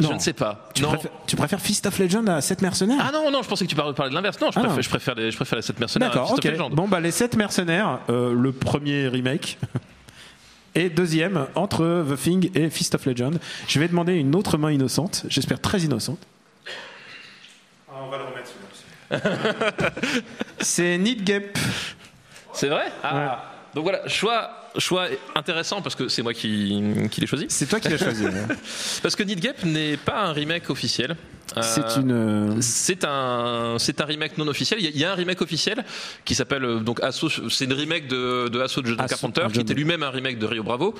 Non. Je ne sais pas. Tu, Non. préfères, tu préfères Fist of Legend à 7 mercenaires Ah non, non, je pensais que tu parlais parlais de l'inverse. Non, je Ah préfère, non. Je, préfère les, je préfère les sept mercenaires. à D'accord, Fist ok. of Legend. Bon, bah, les 7 mercenaires, euh, le premier remake. Et deuxième, entre The Thing et Fist of Legend. Je vais demander une autre main innocente, j'espère très innocente. C'est Need Gap. C'est vrai Ah. Donc voilà, choix, choix intéressant parce que c'est moi qui, qui l'ai choisi. C'est toi qui l'as choisi. hein. Parce que Need Gap n'est pas un remake officiel. Euh, C'est une. euh, C'est un, c'est un remake non officiel. Il y, a- il y a un remake officiel qui s'appelle euh, donc Asso. C'est une remake de, de Asso de John Asso Carpenter, de qui John. était lui-même un remake de Rio Bravo.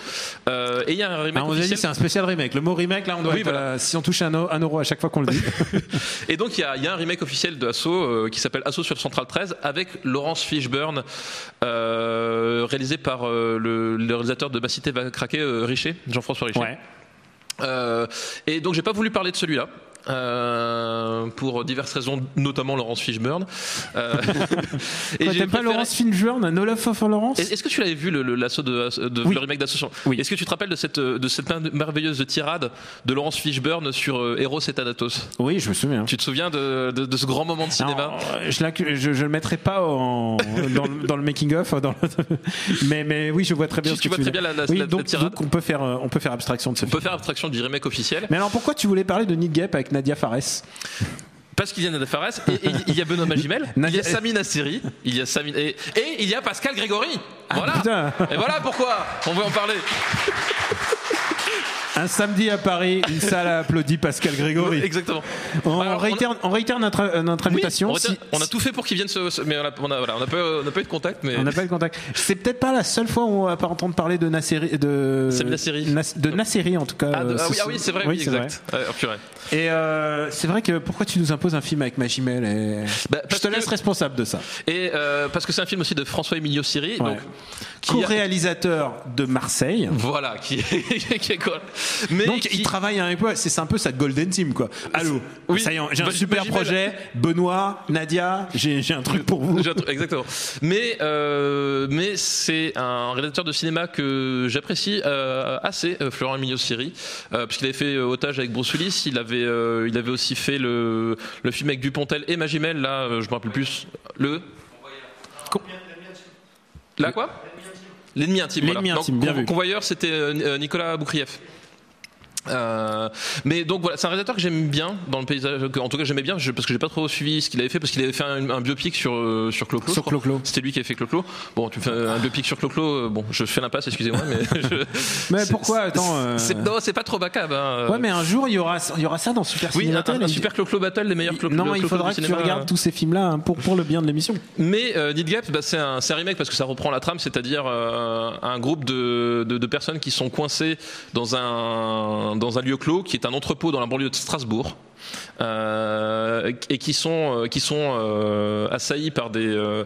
Euh, et il y a un remake Ah, on vous a dit, officiel. c'est un spécial remake. Le mot remake, là, on doit. Oui, être, voilà. euh, si on touche un, o- un euro à chaque fois qu'on le dit. Et donc il y a, il y a un remake officiel de Asso euh, qui s'appelle Asso sur Central 13 avec Laurence Fishburne, euh, réalisé par euh, le, le réalisateur de Bah, Ma Cité va craquer, euh, Richer, Jean-François Richer. Euh, et donc j'ai pas voulu parler de celui-là. euh, pour diverses raisons, notamment Laurence Fishburne. Euh, et Quoi, j'ai T'aimes pas préféré- Laurence Finjorn, un Olaf of Laurence Est- Est-ce que tu l'avais vu le, le- l'assaut de, de Oui. le remake d'Association Oui. Est-ce que tu te rappelles de cette euh, de cette mer- merveilleuse tirade de Laurence Fishburne sur euh, Eros et Thanatos Oui, je me souviens. Tu te souviens de, de, de ce grand moment de cinéma Alors, euh, je, l'accu- je, je le mettrai pas en- dans, le- dans le making of, dans le- mais mais oui, je vois très bien. Tu- ce tu que vois très bien la- la- Oui, la- la donc, tirade. donc on peut faire euh, on peut faire abstraction de ce On film. peut faire abstraction du remake officiel Mais alors pourquoi tu voulais parler de Need Gap avec Nadia Fares parce qu'il y a Nada Fares et, et il y a Benoît Magimel, il y Nadia- a Samina Seri, il y a Samina et, et il y a Pascal Grégory. Ah, Voilà. putain. Et voilà pourquoi on veut en parler. Un samedi à Paris, une salle applaudit Pascal Grégory. Exactement. On, Bah, Alors, on a- réitère, on réitère notre, euh, notre Oui, invitation. on, retient- Si- on a tout fait pour qu'il vienne, se, se- mais on a, on a- voilà, on a pas, on a pas eu de contact, mais On n'a pas le contact. C'est peut-être pas la seule fois où on va pas entendre parler de Nasseri, de Sami Nasseri. Nas- de Nasseri en tout cas. Ah, de- euh, ah ce- oui, ah oui, c'est vrai, oui, c'est exact. Ouais, oh, purée. vrai. Et euh, c'est vrai que pourquoi tu nous imposes un film avec Magimel et... Bah, Je parce te laisse que- responsable de ça. Et euh, parce que c'est un film aussi de François Emilio Siri, Ouais. donc qui a- Co-réalisateur de Marseille. voilà, qui, qui est quoi Mais Donc qui- il travaille avec moi, c'est c'est un peu sa golden team quoi. Allô, Oui. ça y est, j'ai un Bah, super Magimel. projet. Benoît, Nadia, j'ai j'ai un truc pour vous. J'ai un truc- Exactement. Mais, euh, mais c'est un réalisateur de cinéma que j'apprécie euh, assez, euh, Florent Emilio Siri, euh, puisqu'il avait fait euh, Otage avec Bruce Willis, il avait, euh, il avait aussi fait le, le film avec Dupontel et Magimel, là, euh, je me rappelle plus, le... Con- Là quoi L'ennemi intime. L'ennemi voilà. intime, Donc, bien Con- vu. Convoyeur, c'était euh, euh, Nicolas Boukrieff. Euh, mais donc voilà, c'est un réalisateur que j'aime bien dans le paysage. que- En tout cas, j'aimais bien je- parce que j'ai pas trop suivi ce qu'il avait fait parce qu'il avait fait un, un biopic sur euh, sur Clo-Clo, Sur je crois. Clo-Clo. C'était lui qui avait fait Clo-Clo. Bon, tu fais un biopic sur Clo-Clo. euh, Bon, je fais l'impasse, excusez-moi, mais. je- Mais c'est- pourquoi c'est- Attends. euh, c'est- Non, c'est pas trop bacab. hein. Ouais, mais un jour il y aura, il y aura ça dans Super Oui, un, Cinémathèque. un super Clo-Clo battle, les meilleurs Clo-Clo. Non, il Clo-Clo faudra du que tu cinéma. euh. regardes tous ces films-là hein, pour, pour le bien de l'émission. Mais euh, Need Gap, bah, c'est un, c'est un remake parce que ça reprend la trame, c'est-à-dire euh, un groupe de, de, de personnes qui sont coincées dans un, dans un lieu clos qui est un entrepôt dans la banlieue de Strasbourg. euh, et qui sont euh, qui sont euh, assaillis par des euh,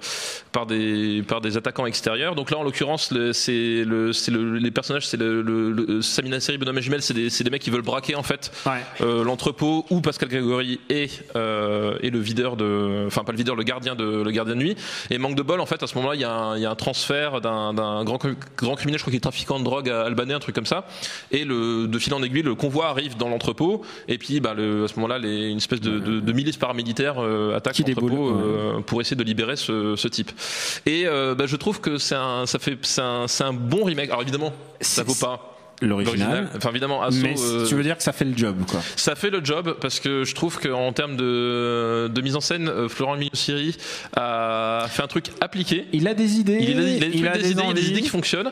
par des par des attaquants extérieurs donc là en l'occurrence le- c'est le c'est le- les personnages c'est le, le, le Samina Seri Benoît Magimel c'est des c'est des mecs qui veulent braquer en fait Ouais. euh, l'entrepôt où Pascal Grégory est euh, et le videur de enfin pas le videur le gardien de le gardien de nuit et manque de bol en fait à ce moment-là il y, a un- il y a un transfert d'un d'un grand cri- grand criminel je crois qu'il est trafiquant de drogue euh, albanais un truc comme ça et le de fil en aiguille le convoi arrive dans l'entrepôt et puis bah le, à ce moment-là les- une espèce de, de, de milice paramilitaire euh, attaque Qui l'entrepôt déboule, ouais. euh, pour essayer de libérer ce, ce type et euh, bah, je trouve que c'est un ça fait c'est un, c'est un bon remake alors évidemment ça C'est- vaut pas L'original. enfin évidemment Asso, Mais euh, tu veux dire que ça fait le job, quoi. ça fait le job parce que je trouve qu'en termes de, de mise en scène, euh, Florent Miliosiri a fait un truc appliqué. Il a des idées. Il a, il a des, trucs, des idées, il a des envies. idées qui fonctionnent.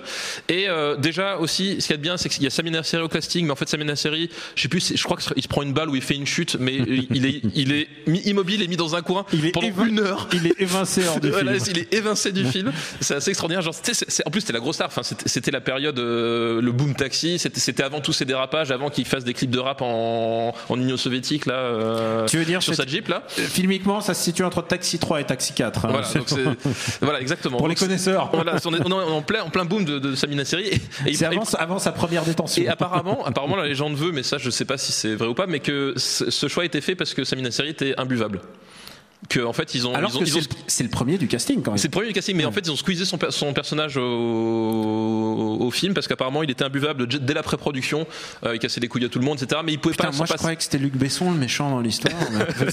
Et euh, déjà aussi, ce qu'il y a de bien, c'est qu'il y a Samina Seri au casting, mais en fait Samina Seri, je sais plus, c'est- je crois qu'il se prend une balle ou il fait une chute, mais il est, il est mis immobile et mis dans un coin Il est pendant évin- une heure. Il est évincé hors du Voilà, film. il est évincé du film. C'est assez extraordinaire. Genre, c'était- c'est- c'est- en plus, c'était la grosse star. Enfin, c'était c'était la période, euh, le boom taxi. C'était c'était avant tous ces dérapages, avant qu'il fasse des clips de rap en, en Union soviétique, là. euh, Tu veux dire sur c'est- sa Jeep, là. Euh, Filmiquement, ça se situe entre Taxi 3 et Taxi 4. hein. Voilà, C'est- donc c'est- voilà, exactement. pour les Donc, c'est- connaisseurs. Voilà, on est, on est en plein, en plein boom de, de Samina Seri. Et, et il- C'est avant, avant sa première détention. Et apparemment, apparemment, la légende veut, mais ça, je sais pas si c'est vrai ou pas, mais que ce ce choix a été fait parce que Samina Seri était imbuvable. Que, en fait, ils ont. Alors ils ont- que ils ont- c'est le- c'est le premier du casting, quand même. C'est le premier du casting, mais en fait ils ont squeezé son, per- son personnage au, au film parce qu'apparemment il était imbuvable dès dès la pré-production, euh, il cassait les couilles à tout le monde, etc. Mais il pouvait Putain, pas s'en moi je passer. croyais que c'était Luc Besson le méchant dans l'histoire. mais-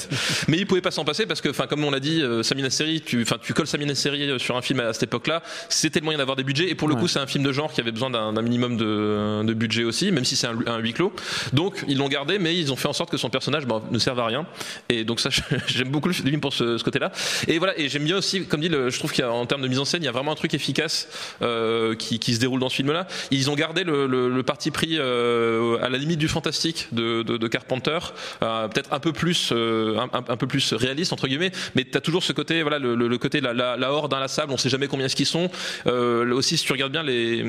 Mais il pouvait pas s'en passer parce que, enfin, comme on l'a dit, euh, Samina Seri, tu, enfin, tu colles Samina Seri sur un film à, cette époque-là, c'était le moyen d'avoir des budgets. Et pour le Ouais. coup, c'est un film de genre qui avait besoin d'un d'un minimum de, de budget aussi, même si c'est un, un huis clos. Donc ils l'ont gardé, mais ils ont fait en sorte que son personnage ben, ne serve à rien. Et donc ça, je- j'aime beaucoup le film pour ce, ce côté-là. Et voilà, et j'aime bien aussi, comme dit, le- je trouve qu'en termes de mise en scène, il y a vraiment un truc efficace euh, qui, qui se déroule dans ce film-là. Ils ont gardé le, le- le parti pris euh, à la limite du fantastique de, de- de Carpenter, euh, peut-être un peu plus, euh, un, un- un peu plus réaliste entre guillemets, mais t'as toujours ce côté, voilà, le, le- le côté la, la, la horde inlassable. On sait jamais combien ce qu'ils sont. Euh, là aussi, si tu regardes bien, les,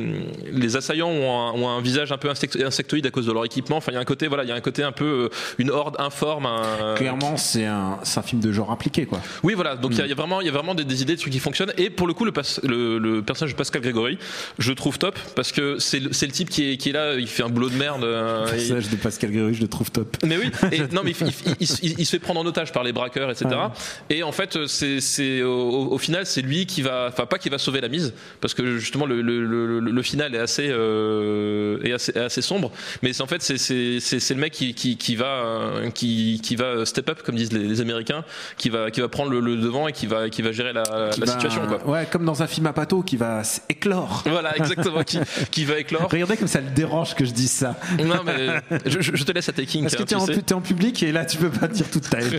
les assaillants ont un, ont un visage un peu insecto- insectoïde à cause de leur équipement. Enfin, il y a un côté, voilà, il y a un côté un peu euh, une horde informe. un- Clairement, c'est un, c'est un film de genre appliquées, quoi. Oui, voilà. Donc il y Mm. a- il y, a vraiment, il y a vraiment des, des idées, des trucs qui fonctionnent. Et pour le coup, le, pas- le, le personnage de Pascal Grégory, je le trouve top parce que c'est le, c'est le type qui est, qui est là, il fait un boulot de merde. euh, Le il- personnage de Pascal Grégory, je le trouve top. Mais oui, et- non, mais il, il- il- il- il se fait prendre en otage par les braqueurs, etc. Ah Et en fait, euh, c'est, c'est- au, au final, c'est lui qui va, enfin pas qui va sauver la mise, parce que justement le, le- le- le final est assez, euh, est assez, est assez sombre. Mais c'est en fait c'est, c'est, c'est- c'est le mec qui, qui, qui va, euh, qui, qui va step up comme disent les, les Américains, qui va, qui va prendre le, le devant et qui va, qui va gérer la, Qui la va- situation. Quoi. Ouais, comme dans un film à pato qui va s- éclore. Voilà, exactement, qui, qui va éclore. Regardez comme ça le dérange que je dise ça. Non mais je, je- je te laisse à tes kinks, Parce que hein, t'es tu en, sais. pu- t'es en public et là tu peux pas dire toute ta haine.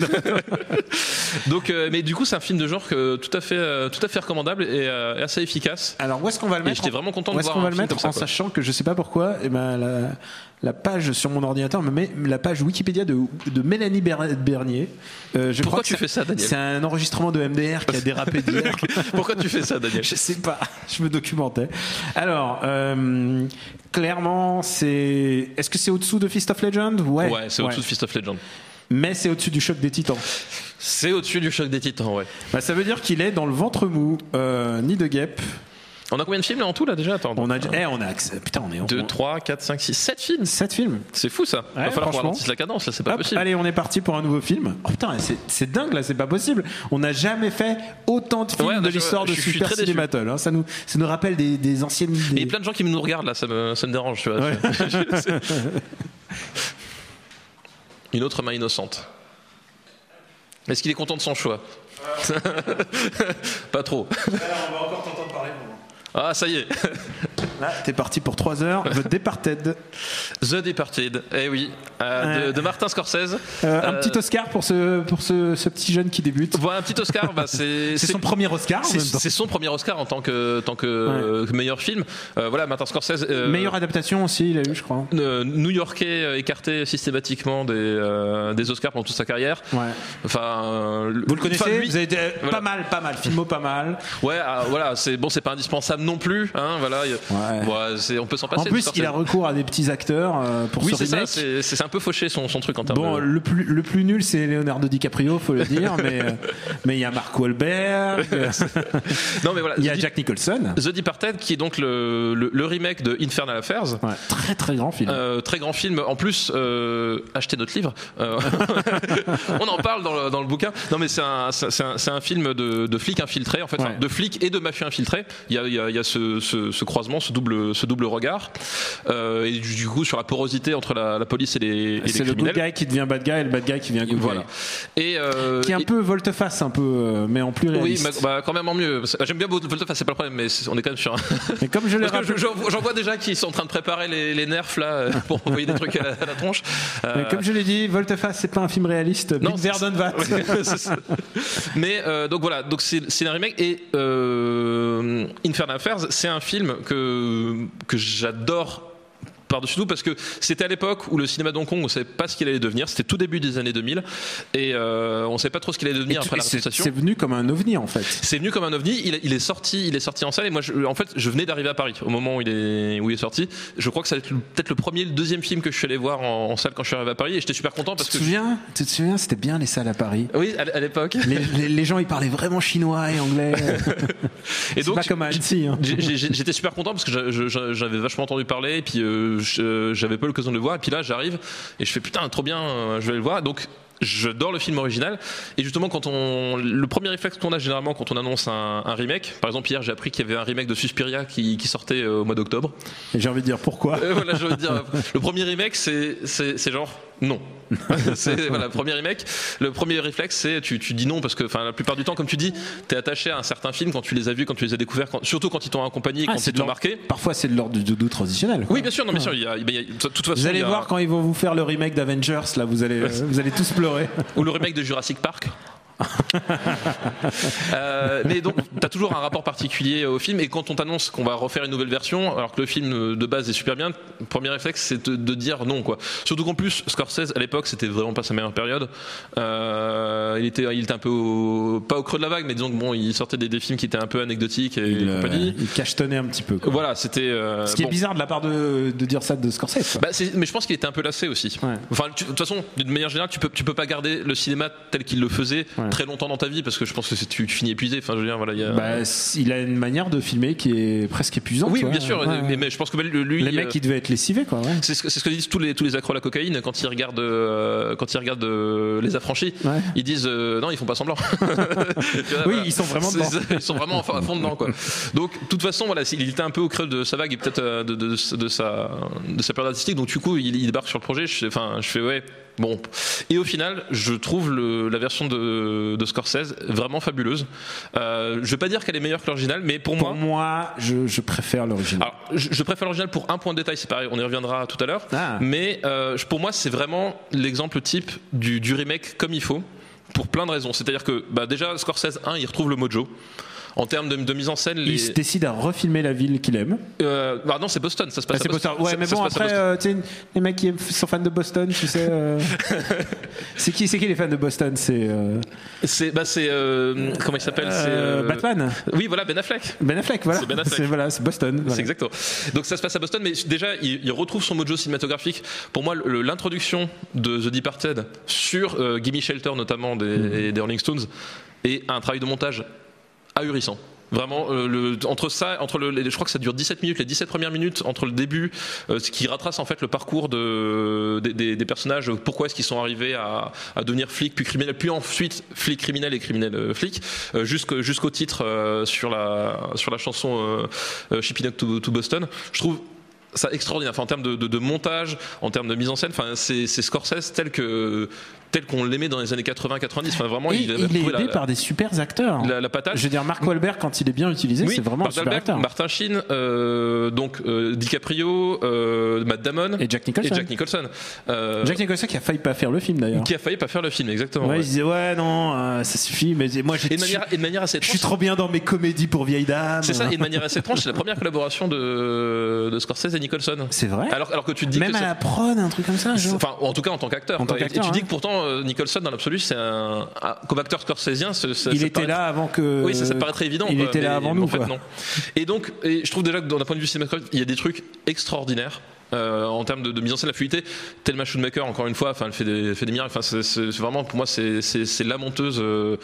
Donc, euh, mais du coup, c'est un film de genre que tout à fait, euh, tout à fait recommandable et euh, assez efficace. Alors où est-ce qu'on va le Et mettre j'étais vraiment content de Où est-ce voir qu'on un va le film mettre comme ça, en quoi. sachant que je sais pas pourquoi et ben la, la page sur mon ordinateur me met la page Wikipédia de, de Mélanie Ber- Bernier. Euh, je crois Pourquoi que tu c'est- fais ça, Daniel C'est un enregistrement de MDR qui a dérapé d'hier. Pourquoi tu fais ça, Daniel Je sais pas, je me documentais. Alors, euh, clairement, c'est. Est-ce que c'est au-dessous de Fist of Legend Ouais, Ouais, c'est au-dessus de Fist of Legend. Mais c'est au-dessus du choc des titans. C'est au-dessus du choc des titans, ouais. Bah, ça veut dire qu'il est dans le ventre mou, euh, ni de guêpe. On a combien de films là en tout là déjà Attends. On a, eh, on a accès- Putain, on est en. 2, 3, 4, 5, 6, 7 films 7 films. C'est fou ça Ouais, Va falloir qu'on franchement. ralentisse la cadence là, c'est pas Hop, possible. allez, on est parti pour un nouveau film. Oh putain, c'est- c'est dingue là, c'est pas possible. On n'a jamais fait autant de films Ouais, on a de jamais- l'histoire de je suis- je suis Super très déçu. Cinématol. hein. Ça, nous, ça nous rappelle des, des anciennes. Et il y Des... a plein de gens qui nous regardent là, ça me, ça me dérange, tu vois. Ouais. Une autre main innocente. Est-ce qu'il est content de son choix Pas trop. Ah, ça y est. Là, T'es parti pour 3 heures. The Departed. The Departed, eh oui, euh, Ouais. de, de Martin Scorsese. Euh, Euh, un petit Oscar pour ce, pour ce, ce petit jeune qui débute. voilà, un petit Oscar, bah, c'est C'est son premier Oscar en c'est- même temps. c'est son premier Oscar en tant que, tant que euh, meilleur film. Euh, voilà, Martin Scorsese. euh, Meilleure adaptation aussi, il a eu, je crois. euh, New-Yorkais euh, écarté systématiquement des, euh, des Oscars pendant toute sa carrière. Ouais. Enfin, euh, le- Vous le connaissez enfin, lui- Vous avez été- euh, voilà. pas mal, pas mal. Filmo, pas mal. Ouais, ah, voilà, c'est bon, c'est pas indispensable non plus. Hein, voilà, il- Ouais. ouais, c'est- on peut s'en En passer. de plus, Scorsese. il a recours à des petits acteurs euh, pour oui, ce c'est ça. remake. C'est c'est un peu fauché son, son truc en termes. Bon, de- le plus, le plus nul, c'est Leonardo DiCaprio, faut le dire, mais euh, mais il y a Mark Wahlberg, non, mais voilà. il y a The Jack Nicholson. The Departed, qui est donc le, le- le remake de Infernal Affairs. Ouais, très très grand film. Euh, très grand film. En plus, euh, achetez notre livre. Euh, on en parle dans le, dans le bouquin. Non, mais c'est un, c'est c'est un, c'est un film de, de flic infiltré, en fait, Ouais. enfin, de flic et de mafieux infiltré. Il y a, il y a, il y a ce, ce, ce croisement, ce double, ce double regard, Euh, et du, du coup sur la porosité entre la, la police et les, et les Ah, c'est le good criminels. guy qui devient bad guy et le bad guy qui devient good Voilà. guy. Et euh, Qui est un et- peu volte-face, un peu, euh, mais en plus oui, réaliste. mais, bah, quand même en mieux. J'aime bien Bolt- Voltaf, c'est pas le problème, mais c'est- on est quand même sur un, Mais comme je l'ai Parce que rappelé, je- j'en j'en vois déjà qui sont en train de préparer les, les nerfs là euh, pour envoyer des trucs à la, à la tronche. Euh, mais comme je l'ai dit, volte-face, c'est pas un film réaliste. Non, Big c'est- Verdun va. C'est ça. Mais euh, donc voilà, donc c'est c'est un remake et euh, Infernal Affairs, c'est un film que que j'adore par-dessus tout parce que c'était à l'époque où le cinéma d'Hong Kong on savait pas ce qu'il allait devenir c'était tout début des années 2000 et euh, on savait pas trop ce qu'il allait devenir après la C'est représentation c'est venu comme un ovni en fait. c'est venu comme un ovni. Il, il est sorti, il est sorti en salle. Et moi, je, en fait, je venais d'arriver à Paris au moment où il est, où il est sorti. Je crois que ça va être le- peut-être le premier, le deuxième film que je suis allé voir en, en salle quand je suis arrivé à Paris. Et j'étais super content parce tu te que souviens Tu te souviens C'était bien les salles à Paris. oui, à, à l'époque. Les, les- les gens ils parlaient vraiment chinois et anglais. Et c'est donc, pas comme à Annecy. hein. j'ai- j'ai- j'ai- j'étais super content parce que j'a- je- j'a- j'avais vachement entendu parler. Et puis, euh, je- j'avais pas l'occasion de le voir. Et puis là, j'arrive et je fais putain, trop bien, euh, je vais le voir. Donc. J'adore le film original et justement quand on le premier réflexe qu'on a généralement quand on annonce un, un remake par exemple hier j'ai appris qu'il y avait un remake de Suspiria qui- qui sortait euh, au mois d'octobre Et J'ai envie de dire pourquoi. Euh, voilà, je veux dire, le premier remake, c'est, c'est, c'est genre non. c'est, voilà, le premier remake, le premier réflexe, c'est tu, tu dis non parce que, enfin, la plupart du temps, comme tu dis, t'es attaché à un certain film quand tu les as vus, quand tu les as découverts, quand- surtout quand ils t'ont accompagné, et Ah, quand c'est ils t'ont de l'ordre- marqué. Parfois, c'est de l'ordre du doudou traditionnel. quoi. Oui, bien sûr, non, bien sûr. Il y a, il y a- de toute façon, Vous allez il y a- voir quand ils vont vous faire le remake d'Avengers, là, vous allez, euh, vous allez tous pleurer. ou le remake de Jurassic Park. Euh, mais donc, t'as toujours un rapport particulier au film, et quand on t'annonce qu'on va refaire une nouvelle version, alors que le film euh, de base est super bien, le premier réflexe c'est de, de dire non, quoi. Surtout qu'en plus, Scorsese à l'époque c'était vraiment pas sa meilleure période. Euh, il était, il était un peu au- pas au creux de la vague, mais disons que bon, il sortait des, des films qui étaient un peu anecdotiques et Il, compagnie. cachetonnait un petit peu. quoi. Voilà, c'était. euh, Ce qui bon. est bizarre de la part de, de dire ça de Scorsese. quoi. Bah, c'est- mais je pense qu'il était un peu lassé aussi. Ouais. Enfin, tu- de toute façon, d'une manière générale, tu peux, tu peux pas garder le cinéma tel qu'il le faisait Ouais. très longtemps dans ta vie parce que je pense que c'est- tu, tu finis épuisé. Enfin, je veux dire, voilà, il y a- Bah, s- il a une manière de filmer qui est presque épuisante. euh, oui, ouais. bien sûr. Ouais, ouais. Mais, mais je pense que lui, les euh, mecs, ils devaient être lessivés, quoi. ouais. C'est ce, que- c'est ce que disent tous les, tous les accros à la cocaïne quand ils regardent, euh, quand ils regardent euh, les affranchis. Ouais. Ils disent euh, non, ils font pas semblant. Tu vois, Oui, voilà. ils sont vraiment C'est- dedans. c'est- Ils sont vraiment à fond- à fond dedans. Quoi. Donc, de toute façon, voilà, il était un peu au creux de sa vague et peut-être euh, de, de, de sa, de sa période artistique. Donc, du coup, il, il débarque sur le projet. Je, fais- enfin, je fais ouais. Bon. Et au final, je trouve le- la version de, de Scorsese vraiment fabuleuse. Euh, je vais pas dire qu'elle est meilleure que l'original, mais pour moi. Pour moi, je, je préfère l'original. Alors, je, je préfère l'original pour un point de détail, c'est pareil, on y reviendra tout à l'heure. Ah. Mais euh, je- pour moi, c'est vraiment l'exemple type du, du remake comme il faut, pour plein de raisons. C'est-à-dire que bah, déjà, Scorsese 1, il retrouve le mojo. En termes de, de mise en scène, Il les, se décide à refilmer la ville qu'il aime. euh, bah non, c'est Boston, ça se Ah, passe à c'est Boston. Boston. Ouais, Ça- mais ça bon, se passe à après, Boston. euh, tu sais, les mecs qui aiment- sont fans de Boston, tu sais. euh, c'est qui, c'est qui les fans de Boston C'est euh, c'est bah, c'est, euh, comment il s'appelle C'est, euh, euh, Batman, Oui, voilà, Ben Affleck. Ben Affleck, voilà. c'est Ben Affleck. voilà, c'est Boston. voilà. C'est exactement. Donc ça se passe à Boston, mais déjà il, il retrouve son mojo cinématographique. Pour moi, le- l'introduction de The Departed sur euh, Gimme Shelter notamment des, des Rolling Stones est un travail de montage ahurissant. Vraiment, euh, le- entre ça, entre le, les- je crois que ça dure 17 minutes, les 17 premières minutes, entre le début, euh, ce qui retrace en fait le parcours de, des, des- des personnages, pourquoi est-ce qu'ils sont arrivés à, à devenir flics, puis criminels, puis ensuite flics criminels et criminels euh, flics, euh, jusqu'au jusqu'au titre euh, sur, la, sur la chanson euh, euh, Shipping Up to, to Boston. Je trouve ça extraordinaire. Enfin, en termes de, de- de montage, en termes de mise en scène, enfin, c'est c'est Scorsese tel que tel qu'on l'aimait dans les années 80-90. Enfin, vraiment, Et il, a il, est trouvé aidé la, par des super acteurs. la, la patate. Je veux dire, Mark Wahlberg, quand il est bien utilisé, c'est vraiment un Mark super Wahlberg, acteur. Martin Sheen, euh, donc euh, DiCaprio, euh, Matt Damon Et Jack Nicholson. et Jack Nicholson. Euh, Jack Nicholson qui a failli pas faire le film d'ailleurs. qui a failli pas faire le film, exactement. Ouais, ouais. Il disait ouais non euh, ça suffit mais moi j'ai- Et, de manière, et de manière je assez étrange. suis trop bien dans mes comédies pour vieilles dames. C'est ça, et de manière assez étrange, c'est la première collaboration de, de Scorsese et Nicholson. C'est vrai. Alors, alors que tu te dis Même que à c'est- la prod un truc comme ça. genre. Enfin, en tout cas en tant qu'acteur. En tant quoi. Et- et, qu'acteur, tu dis hein. que pourtant euh, Nicholson, dans l'absolu, c'est un, un- comme acteur scorsésien, c'est- c'est- il ça était paraît- là avant que. Oui, ça, ça paraît très évident. Il quoi, était là mais- avant mais nous. En fait, quoi. non. Et donc, et je trouve déjà que d'un point de vue cinématographique, il y a des trucs extraordinaires. euh, en termes de, de mise en scène, la fluidité, Thelma Schoonmaker, encore une fois, enfin, elle fait des, elle fait des miracles. Enfin, c'est- c'est c'est vraiment, pour moi, c'est- c'est c'est la monteuse euh,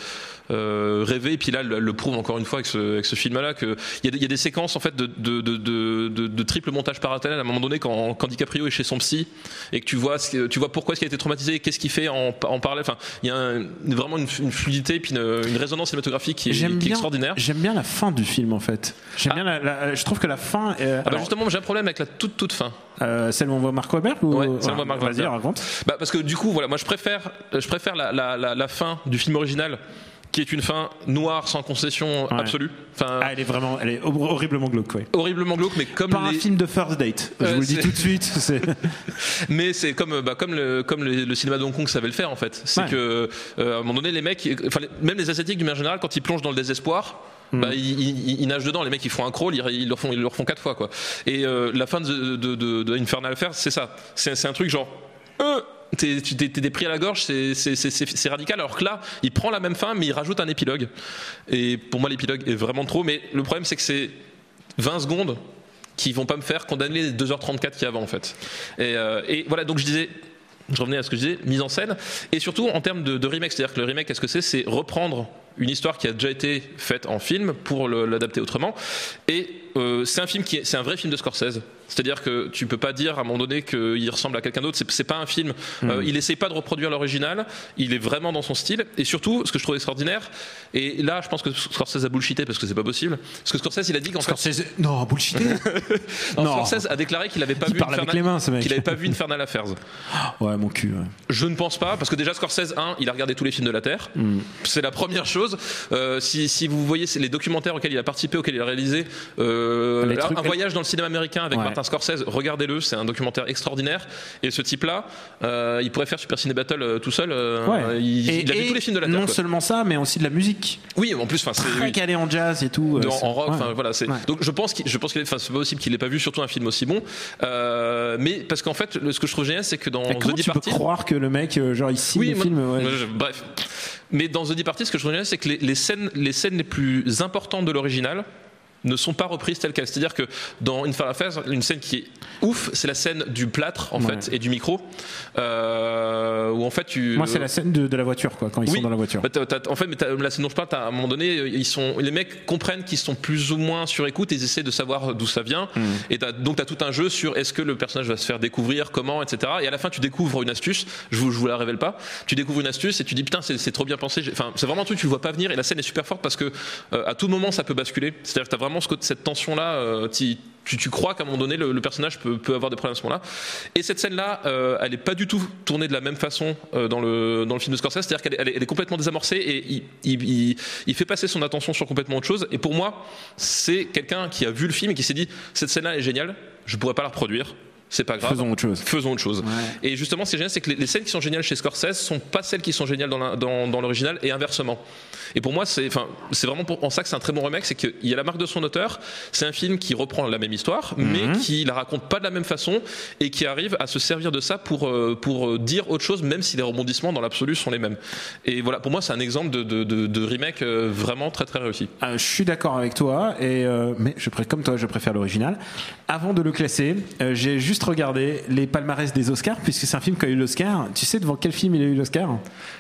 euh, rêvée. Et puis là, elle le prouve encore une fois avec ce, avec ce film-là. que Il y, a des- il y a des séquences en fait de, de, de, de, de- de triple montage parallèle. À un moment donné, quand, quand DiCaprio est chez son psy et que tu vois, ce que- tu vois pourquoi est-ce qu'il a été traumatisé, qu'est-ce qu'il fait en, en parallèle. Enfin, il y a un- vraiment une, une fluidité et puis une, une résonance cinématographique qui est, J'aime qui est bien- extraordinaire. J'aime bien la fin du film en fait. J'aime Ah. bien la, la- Je trouve que la fin. est- Ah bah alors, justement, j'ai un problème avec la toute toute fin. euh, celle où on voit Mark Wahlberg ou Ouais, celle où on voit Mark Vas-y, Wahlberg. raconte. Bah parce que du coup, voilà, moi je préfère, je préfère la, la, la, la fin du film original, qui est une fin noire sans concession Ouais. absolue. Enfin, Ah, elle est vraiment, elle est hor- horriblement glauque. Ouais. horriblement glauque, mais comme Pas un les- film de first date. je Euh, vous le dis c'est- tout de suite. c'est- mais c'est comme bah, comme le comme le, le cinéma de Hong Kong savait le faire en fait. C'est Ouais. que euh, à un moment donné, les mecs, enfin les- même les asiatiques du manière générale, quand ils plongent dans le désespoir. Bah, ils, ils- ils nagent dedans, les mecs ils font un crawl, ils, ils le font, ils le font quatre fois quoi. Et euh, la fin de, de, de, de Infernal Affair, c'est ça. C'est c'est un truc genre, euh, t'es tu- t'es- t'es pris à la gorge, c'est- c'est c'est- c'est- c'est radical. Alors que là, il prend la même fin, mais il rajoute un épilogue. Et pour moi, l'épilogue est vraiment trop. Mais le problème, c'est que c'est 20 secondes qui vont pas me faire condamner les 2h34 qu'il y a avant en fait. Et, euh, et voilà, donc je disais. Je revenais à ce que je disais, mise en scène, et surtout en termes de, de remake, c'est-à-dire que le remake, qu'est-ce que c'est C'est reprendre une histoire qui a déjà été faite en film pour le- l'adapter autrement. Et euh, c'est un film qui, est- c'est un vrai film de Scorsese. C'est-à-dire que tu peux pas dire à un moment donné qu'il ressemble à quelqu'un d'autre. C'est- C'est pas un film. Euh, il essaye pas de reproduire l'original. Il est vraiment dans son style. Et surtout, ce que je trouve extraordinaire, et là, je pense que Scorsese a bullshité parce que c'est pas possible. Parce que Scorsese, il a dit qu'en fait, Scorsese- Non, bullshité. non, Non. Scorsese a déclaré qu'il n'avait pas, Il vu parle avec Infernal- les mains, ce mec. qu'il avait pas vu Infernal Affairs. Ah, Ouais, mon cul. ouais. Je ne pense pas, parce que déjà Scorsese, un, il a regardé tous les films de la Terre. Mm. C'est la première chose. Euh, si, si vous voyez c'est les documentaires auxquels il a participé, auxquels il a réalisé, euh, Les un- trucs- un voyage dans le cinéma américain avec Ouais. Martin Scorsese, regardez-le, c'est un documentaire extraordinaire. Et ce type-là, euh, il pourrait faire Super Ciné Battle euh, tout seul. euh, Ouais. il, Et- il a vu et tous les films de la Terre. Non quoi. seulement ça, mais aussi de la musique. Oui, en plus, enfin, c'est Très oui. calé en jazz et tout. De- euh, en, c'est- en rock. ouais. enfin, voilà, c'est- Ouais. Donc je pense qu'il, je pense qu'il est, enfin, c'est pas possible qu'il n'ait pas vu surtout un film aussi bon. Euh, mais parce qu'en fait, le- ce que je trouve génial, c'est que dans Mais The comment tu peux Departed, croire que le mec, euh, genre, il signe le moi- film ouais. moi, je- bref. Mais dans The Departed, ce que je trouve génial, c'est que les, les scènes, les scènes les plus importantes de l'original ne sont pas reprises telles quelles. C'est-à-dire que dans une phase, une scène qui est ouf, c'est la scène du plâtre en Ouais. fait et du micro, euh, où en fait tu. Moi, c'est la scène de, de la voiture, quoi, quand ils Oui. sont dans la voiture. Bah, t'as- t'as- en fait, mais t'as- la scène dont je parle, t'as- à un moment donné, euh, ils sont, les mecs comprennent qu'ils sont plus ou moins sur écoute et ils essaient de savoir d'où ça vient. Hmm. Et t'as- donc, tu as tout un jeu sur est-ce que le personnage va se faire découvrir, comment, etc. Et à la fin, tu découvres une astuce, je vous, je vous la révèle pas, tu découvres une astuce et tu dis putain, c'est c'est trop bien pensé. J'ai- Enfin, c'est vraiment un truc, que tu vois pas venir et la scène est super forte parce que euh, à tout moment, ça peut basculer. C'est-à-dire que tu as vraiment ce côté- cette tension-là. euh, t'y- tu, tu crois qu'à un moment donné, le, le personnage peut, peut avoir des problèmes à ce moment-là. Et cette scène-là, euh, elle est pas du tout tournée de la même façon euh, dans, le, dans le film de Scorsese. C'est-à-dire qu'elle est- elle est, elle est complètement désamorcée et il, il, il- il fait passer son attention sur complètement autre chose. Et pour moi, c'est quelqu'un qui a vu le film et qui s'est dit cette scène-là elle est géniale, je pourrais pas la reproduire, c'est pas grave. Faisons autre chose. Faisons autre chose. Et justement, ce qui est génial, c'est que les, les scènes qui sont géniales chez Scorsese sont pas celles qui sont géniales dans la- dans dans l'original et inversement. Et pour moi, c'est enfin, c'est vraiment pour, en ça que c'est un très bon remake, c'est qu'il y a la marque de son auteur. C'est un film qui reprend la même histoire, mais qui la raconte pas de la même façon et qui arrive à se servir de ça pour euh, pour euh, dire autre chose, même si les rebondissements dans l'absolu sont les mêmes. Et voilà, pour moi, c'est un exemple de, de, de- de remake euh, vraiment très très réussi. Euh, je suis d'accord avec toi, et euh, mais je pré- comme toi, je préfère l'original. Avant de le classer, euh, j'ai juste regardé les palmarès des Oscars, puisque c'est un film qui a eu l'Oscar. Tu sais devant quel film il a eu l'Oscar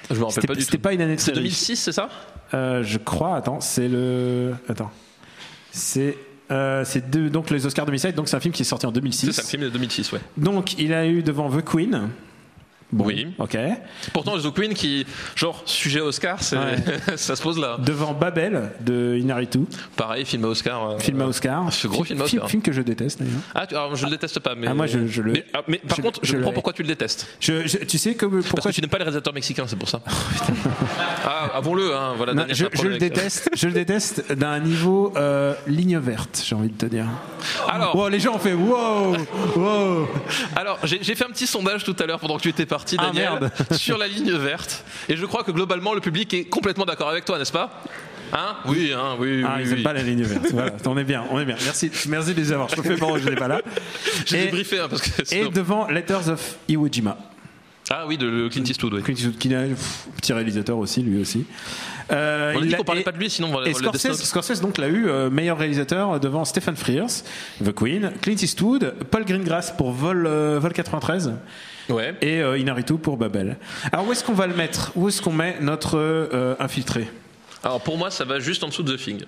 Je me rappelle C'était pas du c'était tout. pas une année de C'est série. 2006, c'est ça Euh, je crois. Attends, c'est le. Attends, c'est. euh, c'est deux- donc les Oscars 2007, donc c'est un film qui est sorti en 2006. C'est ça, le film de 2006, ouais. Donc il a eu devant The Queen. Bon, Oui. Ok. Pourtant, The Queen, qui, genre, sujet Oscar, c'est- Ouais. ça se pose là. Devant Babel de Inaritu, Pareil, film à Oscar. euh, film à Oscar. Ce gros film à Oscar. Film que je déteste d'ailleurs. Ah, tu- alors, je le déteste pas, mais. Ah, moi, je- je le- Mais, ah, mais par je- contre, je, je comprends le- pourquoi tu le détestes. Je- je- tu sais que Parce pourquoi Oh, que tu n'aimes pas les réalisateurs mexicains, c'est pour ça. ah, avons-le, hein, voilà. Non, dernière je, je problème le avec- déteste. Je le déteste d'un niveau euh, ligne verte, j'ai envie de te dire. Alors, Wow, les gens ont fait wow, wow. alors j'ai j'ai fait un petit sondage tout à l'heure pendant que tu étais parti, Ah, Daniel, merde. sur la ligne verte. Et je crois que globalement, le public est complètement d'accord avec toi, n'est-ce pas Hein Oui, hein, oui, Ah, oui. ils oui. aiment pas la ligne verte. Voilà, on est bien, on est bien. Merci, merci de les avoir. Je me fais bon, je n'ai pas là. J'ai Et- débriefé, hein, parce que. Et sinon- devant Letters of Iwo Jima, Ah oui, de le Clint Eastwood, oui. Clint Eastwood, qui est un pff, petit réalisateur aussi, lui aussi. Euh, On a il dit a- qu'on parlait et- pas de lui, sinon on va Et on le déteste. Scorsese, Scorsese, donc l'a eu euh, meilleur réalisateur devant Stephen Frears, The Queen, Clint Eastwood, Paul Greengrass pour Vol, euh, Vol 93 Ouais. et euh, Inaritu pour Babel. Alors où est-ce qu'on va le mettre Où est-ce qu'on met notre euh, infiltré Alors pour moi, ça va juste en dessous de The Thing.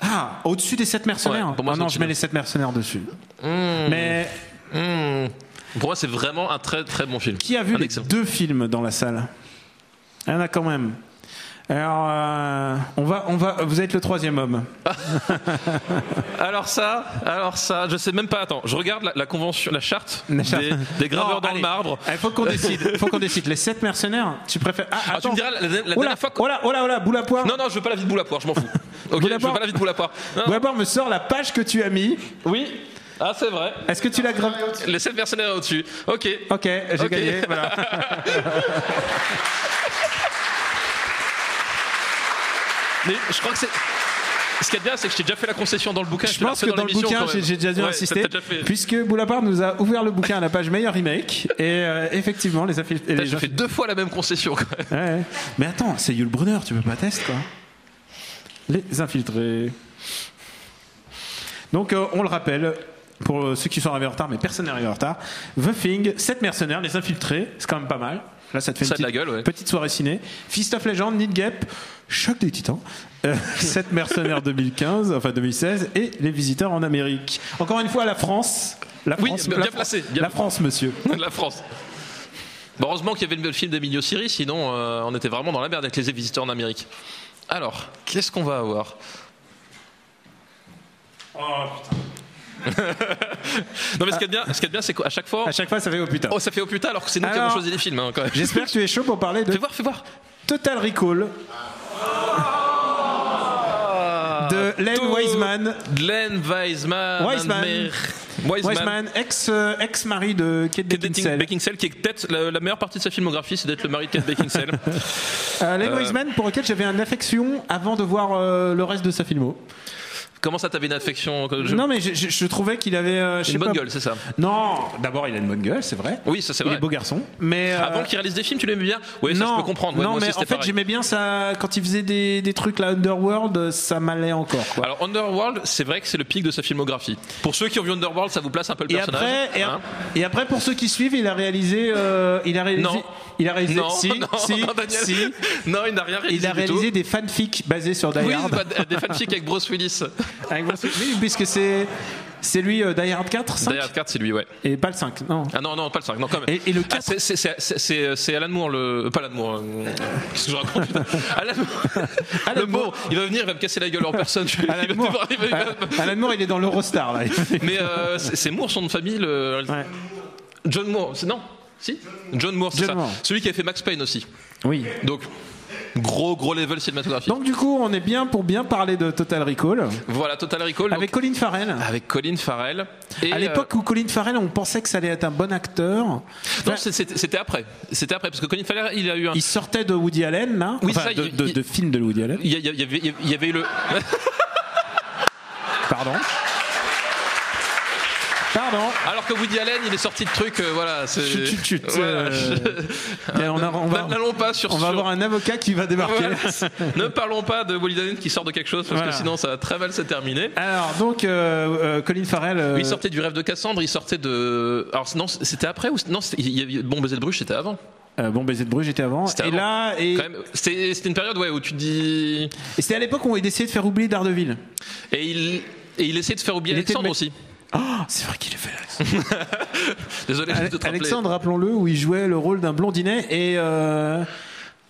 Ah, au-dessus des 7 mercenaires Ouais, pour moi, Ah c'est Mmh. Non, au-dessus je mets de- les 7 mercenaires dessus. Mais Hmm. Pour moi, c'est vraiment un très très bon film. qui a vu Un les excellent. deux films dans la salle Il y en a quand même. Alors, euh, on va, on va, vous êtes le troisième homme. Alors ça, alors ça, je sais même pas. Attends, je regarde la, la convention, la charte La des, charte. des graveurs Non, dans allez. le marbre. Il faut qu'on décide. faut qu'on décide. Les 7 mercenaires, tu préfères. Ah, Ah, tu attends. me diras la, la- la Oh dernière là, fois. que- oh là, oh là, oh là, boule à poire. Non non, je veux pas la vie de boule à poire, je m'en fous. Ok, Boule à je veux poire. pas la vie de boule à poire. Non, Boule à poire me sort la page que tu as mis. Oui. Ah c'est vrai. Est-ce que tu l'as gravée Les sept mercenaires au-dessus. Ok. Ok, j'ai Ok. gagné. Voilà. Mais je crois que c'est. Ce qu'il y a de bien, c'est que je t'ai déjà fait la concession dans le bouquin. Je te l'ai pense refait que dans le l'émission, bouquin, quand j'ai même. j'ai déjà dû Ouais, insister, t'as déjà fait- puisque Boulapart nous a ouvert le bouquin à la page meilleur remake, et euh, effectivement, les affiches. et T'as les déjà fait deux fois la même concession. Quand même. Ouais, ouais. Mais attends, c'est Yul Brunner, tu peux pas tester quoi. Les infiltrés. Donc euh, on le rappelle pour euh, ceux qui sont arrivés en retard, mais personne n'est arrivé en retard. The Thing, 7 mercenaires, les infiltrés, c'est quand même pas mal. Là, ça te fait Ça a une de la petite, gueule, ouais. petite soirée ciné. Feast of Legend, Need Gap, Choc des Titans, euh, 7 mercenaires 2015, enfin 2016, et Les Visiteurs en Amérique. Encore une fois, la France. La Oui, France, bien la, placé, bien- la France, monsieur. de la France. Bon, heureusement qu'il y avait le film d'Emilio Siri, sinon euh, on était vraiment dans la merde avec les visiteurs en Amérique. Alors, qu'est-ce qu'on va avoir Oh, Non, mais ce qu'il y a de bien, ce qu'il y a de bien, c'est qu'à chaque fois, À chaque fois, ça fait au putain. oh, ça fait au plus tard alors que c'est nous qui Ah, Alors- avons choisi les films. hein, quand même. J'espère que tu es chaud pour parler de Fais voir, fais voir. Total Recall de Len Ah, Tout- Wiseman. Glenn Weisman. Wiseman. Weisman. Wiseman, ex, euh, ex-mari de Kate Kate Beckinsale. Beckinsale. Beckinsale, qui est peut-être la, la meilleure partie de sa filmographie, c'est d'être le mari de Kate Beckinsale. Euh, Len Wiseman, pour lequel j'avais une affection avant de voir euh, le reste de sa filmo. Comment ça, t'avais une affection que je- Non, mais je, je- je trouvais qu'il avait. euh, je sais Une bonne pas- gueule, c'est ça. Non, d'abord, il a une bonne gueule, c'est vrai. Oui, ça c'est il vrai. Ah, est beau garçon. Mais. euh, Avant qu'il réalise des films, tu l'aimais bien Oui, ça je peux comprendre. Ouais, non, moi mais aussi, en c'était fait, pareil. j'aimais bien ça. Quand il faisait des, des trucs là, Underworld, euh, ça m'allait encore. Quoi. Alors Underworld, c'est vrai que c'est le pic de sa filmographie. Pour ceux qui ont vu Underworld, ça vous place un peu le et personnage. après, et, hein. et après, pour ceux qui suivent, il a réalisé. euh, il a réalisé. Non. Il a réalisé. non, si, non, si, non, Daniel. si. Non, il n'a rien réalisé. Il a du tout. réalisé des fanfics basés sur Die Oui, Hard. bah, des fanfics avec Bruce Willis. Avec Bruce Willis. Oui, puisque c'est c'est lui euh, Die Hard 4, 5 Die Hard 4, c'est lui, ouais. et pas le 5. Non. Ah non, non, pas le 5, non, quand même. Et- et le Ah, quatre- c'est- c'est- c'est- c'est- c'est c'est Alan Moore, le. Pas Alan Moore. euh, Qu'est-ce que je raconte putain Alan Moore. Alan le Moore, il va venir, il va me casser la gueule en personne. Il va Alan Moore. devoir- il va- il va- Alan Moore, il est dans l'Eurostar là. Mais euh, c'est c'est Moore, son nom de famille, le- Ouais. John Moore, c'est- non Si John Moore, c'est John ça. Moore. Celui qui a fait Max Payne aussi. Oui. Donc, gros, gros level cinématographique. Donc du coup, on est bien pour bien parler de Total Recall voilà, Total Recall. donc, avec Colin Farrell. avec Colin Farrell. Et, à l'époque où Colin Farrell, on pensait que ça allait être un bon acteur. euh, Enfin, non, c'est- c'était c'était après. C'était après, parce que Colin Farrell, il a eu un. il sortait de Woody Allen, là. Oui, Enfin, ça, de, il- de- il- de film de Woody Allen. Il y, a- il y avait, il y avait eu le. Pardon. Pardon. Alors que Woody Allen, il est sorti de trucs, euh, voilà. c'est- Chut, chut, chut, Voilà, euh, je- Et on a- on va- N'allons pas sur. On va sur- avoir un avocat qui va débarquer. Voilà. ne parlons pas de Woody Allen qui sort de quelque chose, parce Voilà. que sinon, ça va très mal se terminer. Alors donc euh, euh, Colin Farrell. euh, Lui, il sortait du rêve de Cassandre, il sortait de. Alors, non, c'était après ou. Non, c'était- il y avait- Bon Baiser de Bruges, c'était avant. euh, bon baiser de Bruges j'étais avant. C'était Et avant. là et, Quand même, C'était c'était une période ouais, où tu te dis. et c'était à l'époque où on essayait de faire oublier Daredevil. Et il, et il essayait de faire oublier Il était le mec- Alexandre aussi. Ah, c'est vrai qu'il est fait. Désolé Ale- de te rappeler. Alexandre, rappelons-le, où il jouait le rôle d'un blondinet et euh,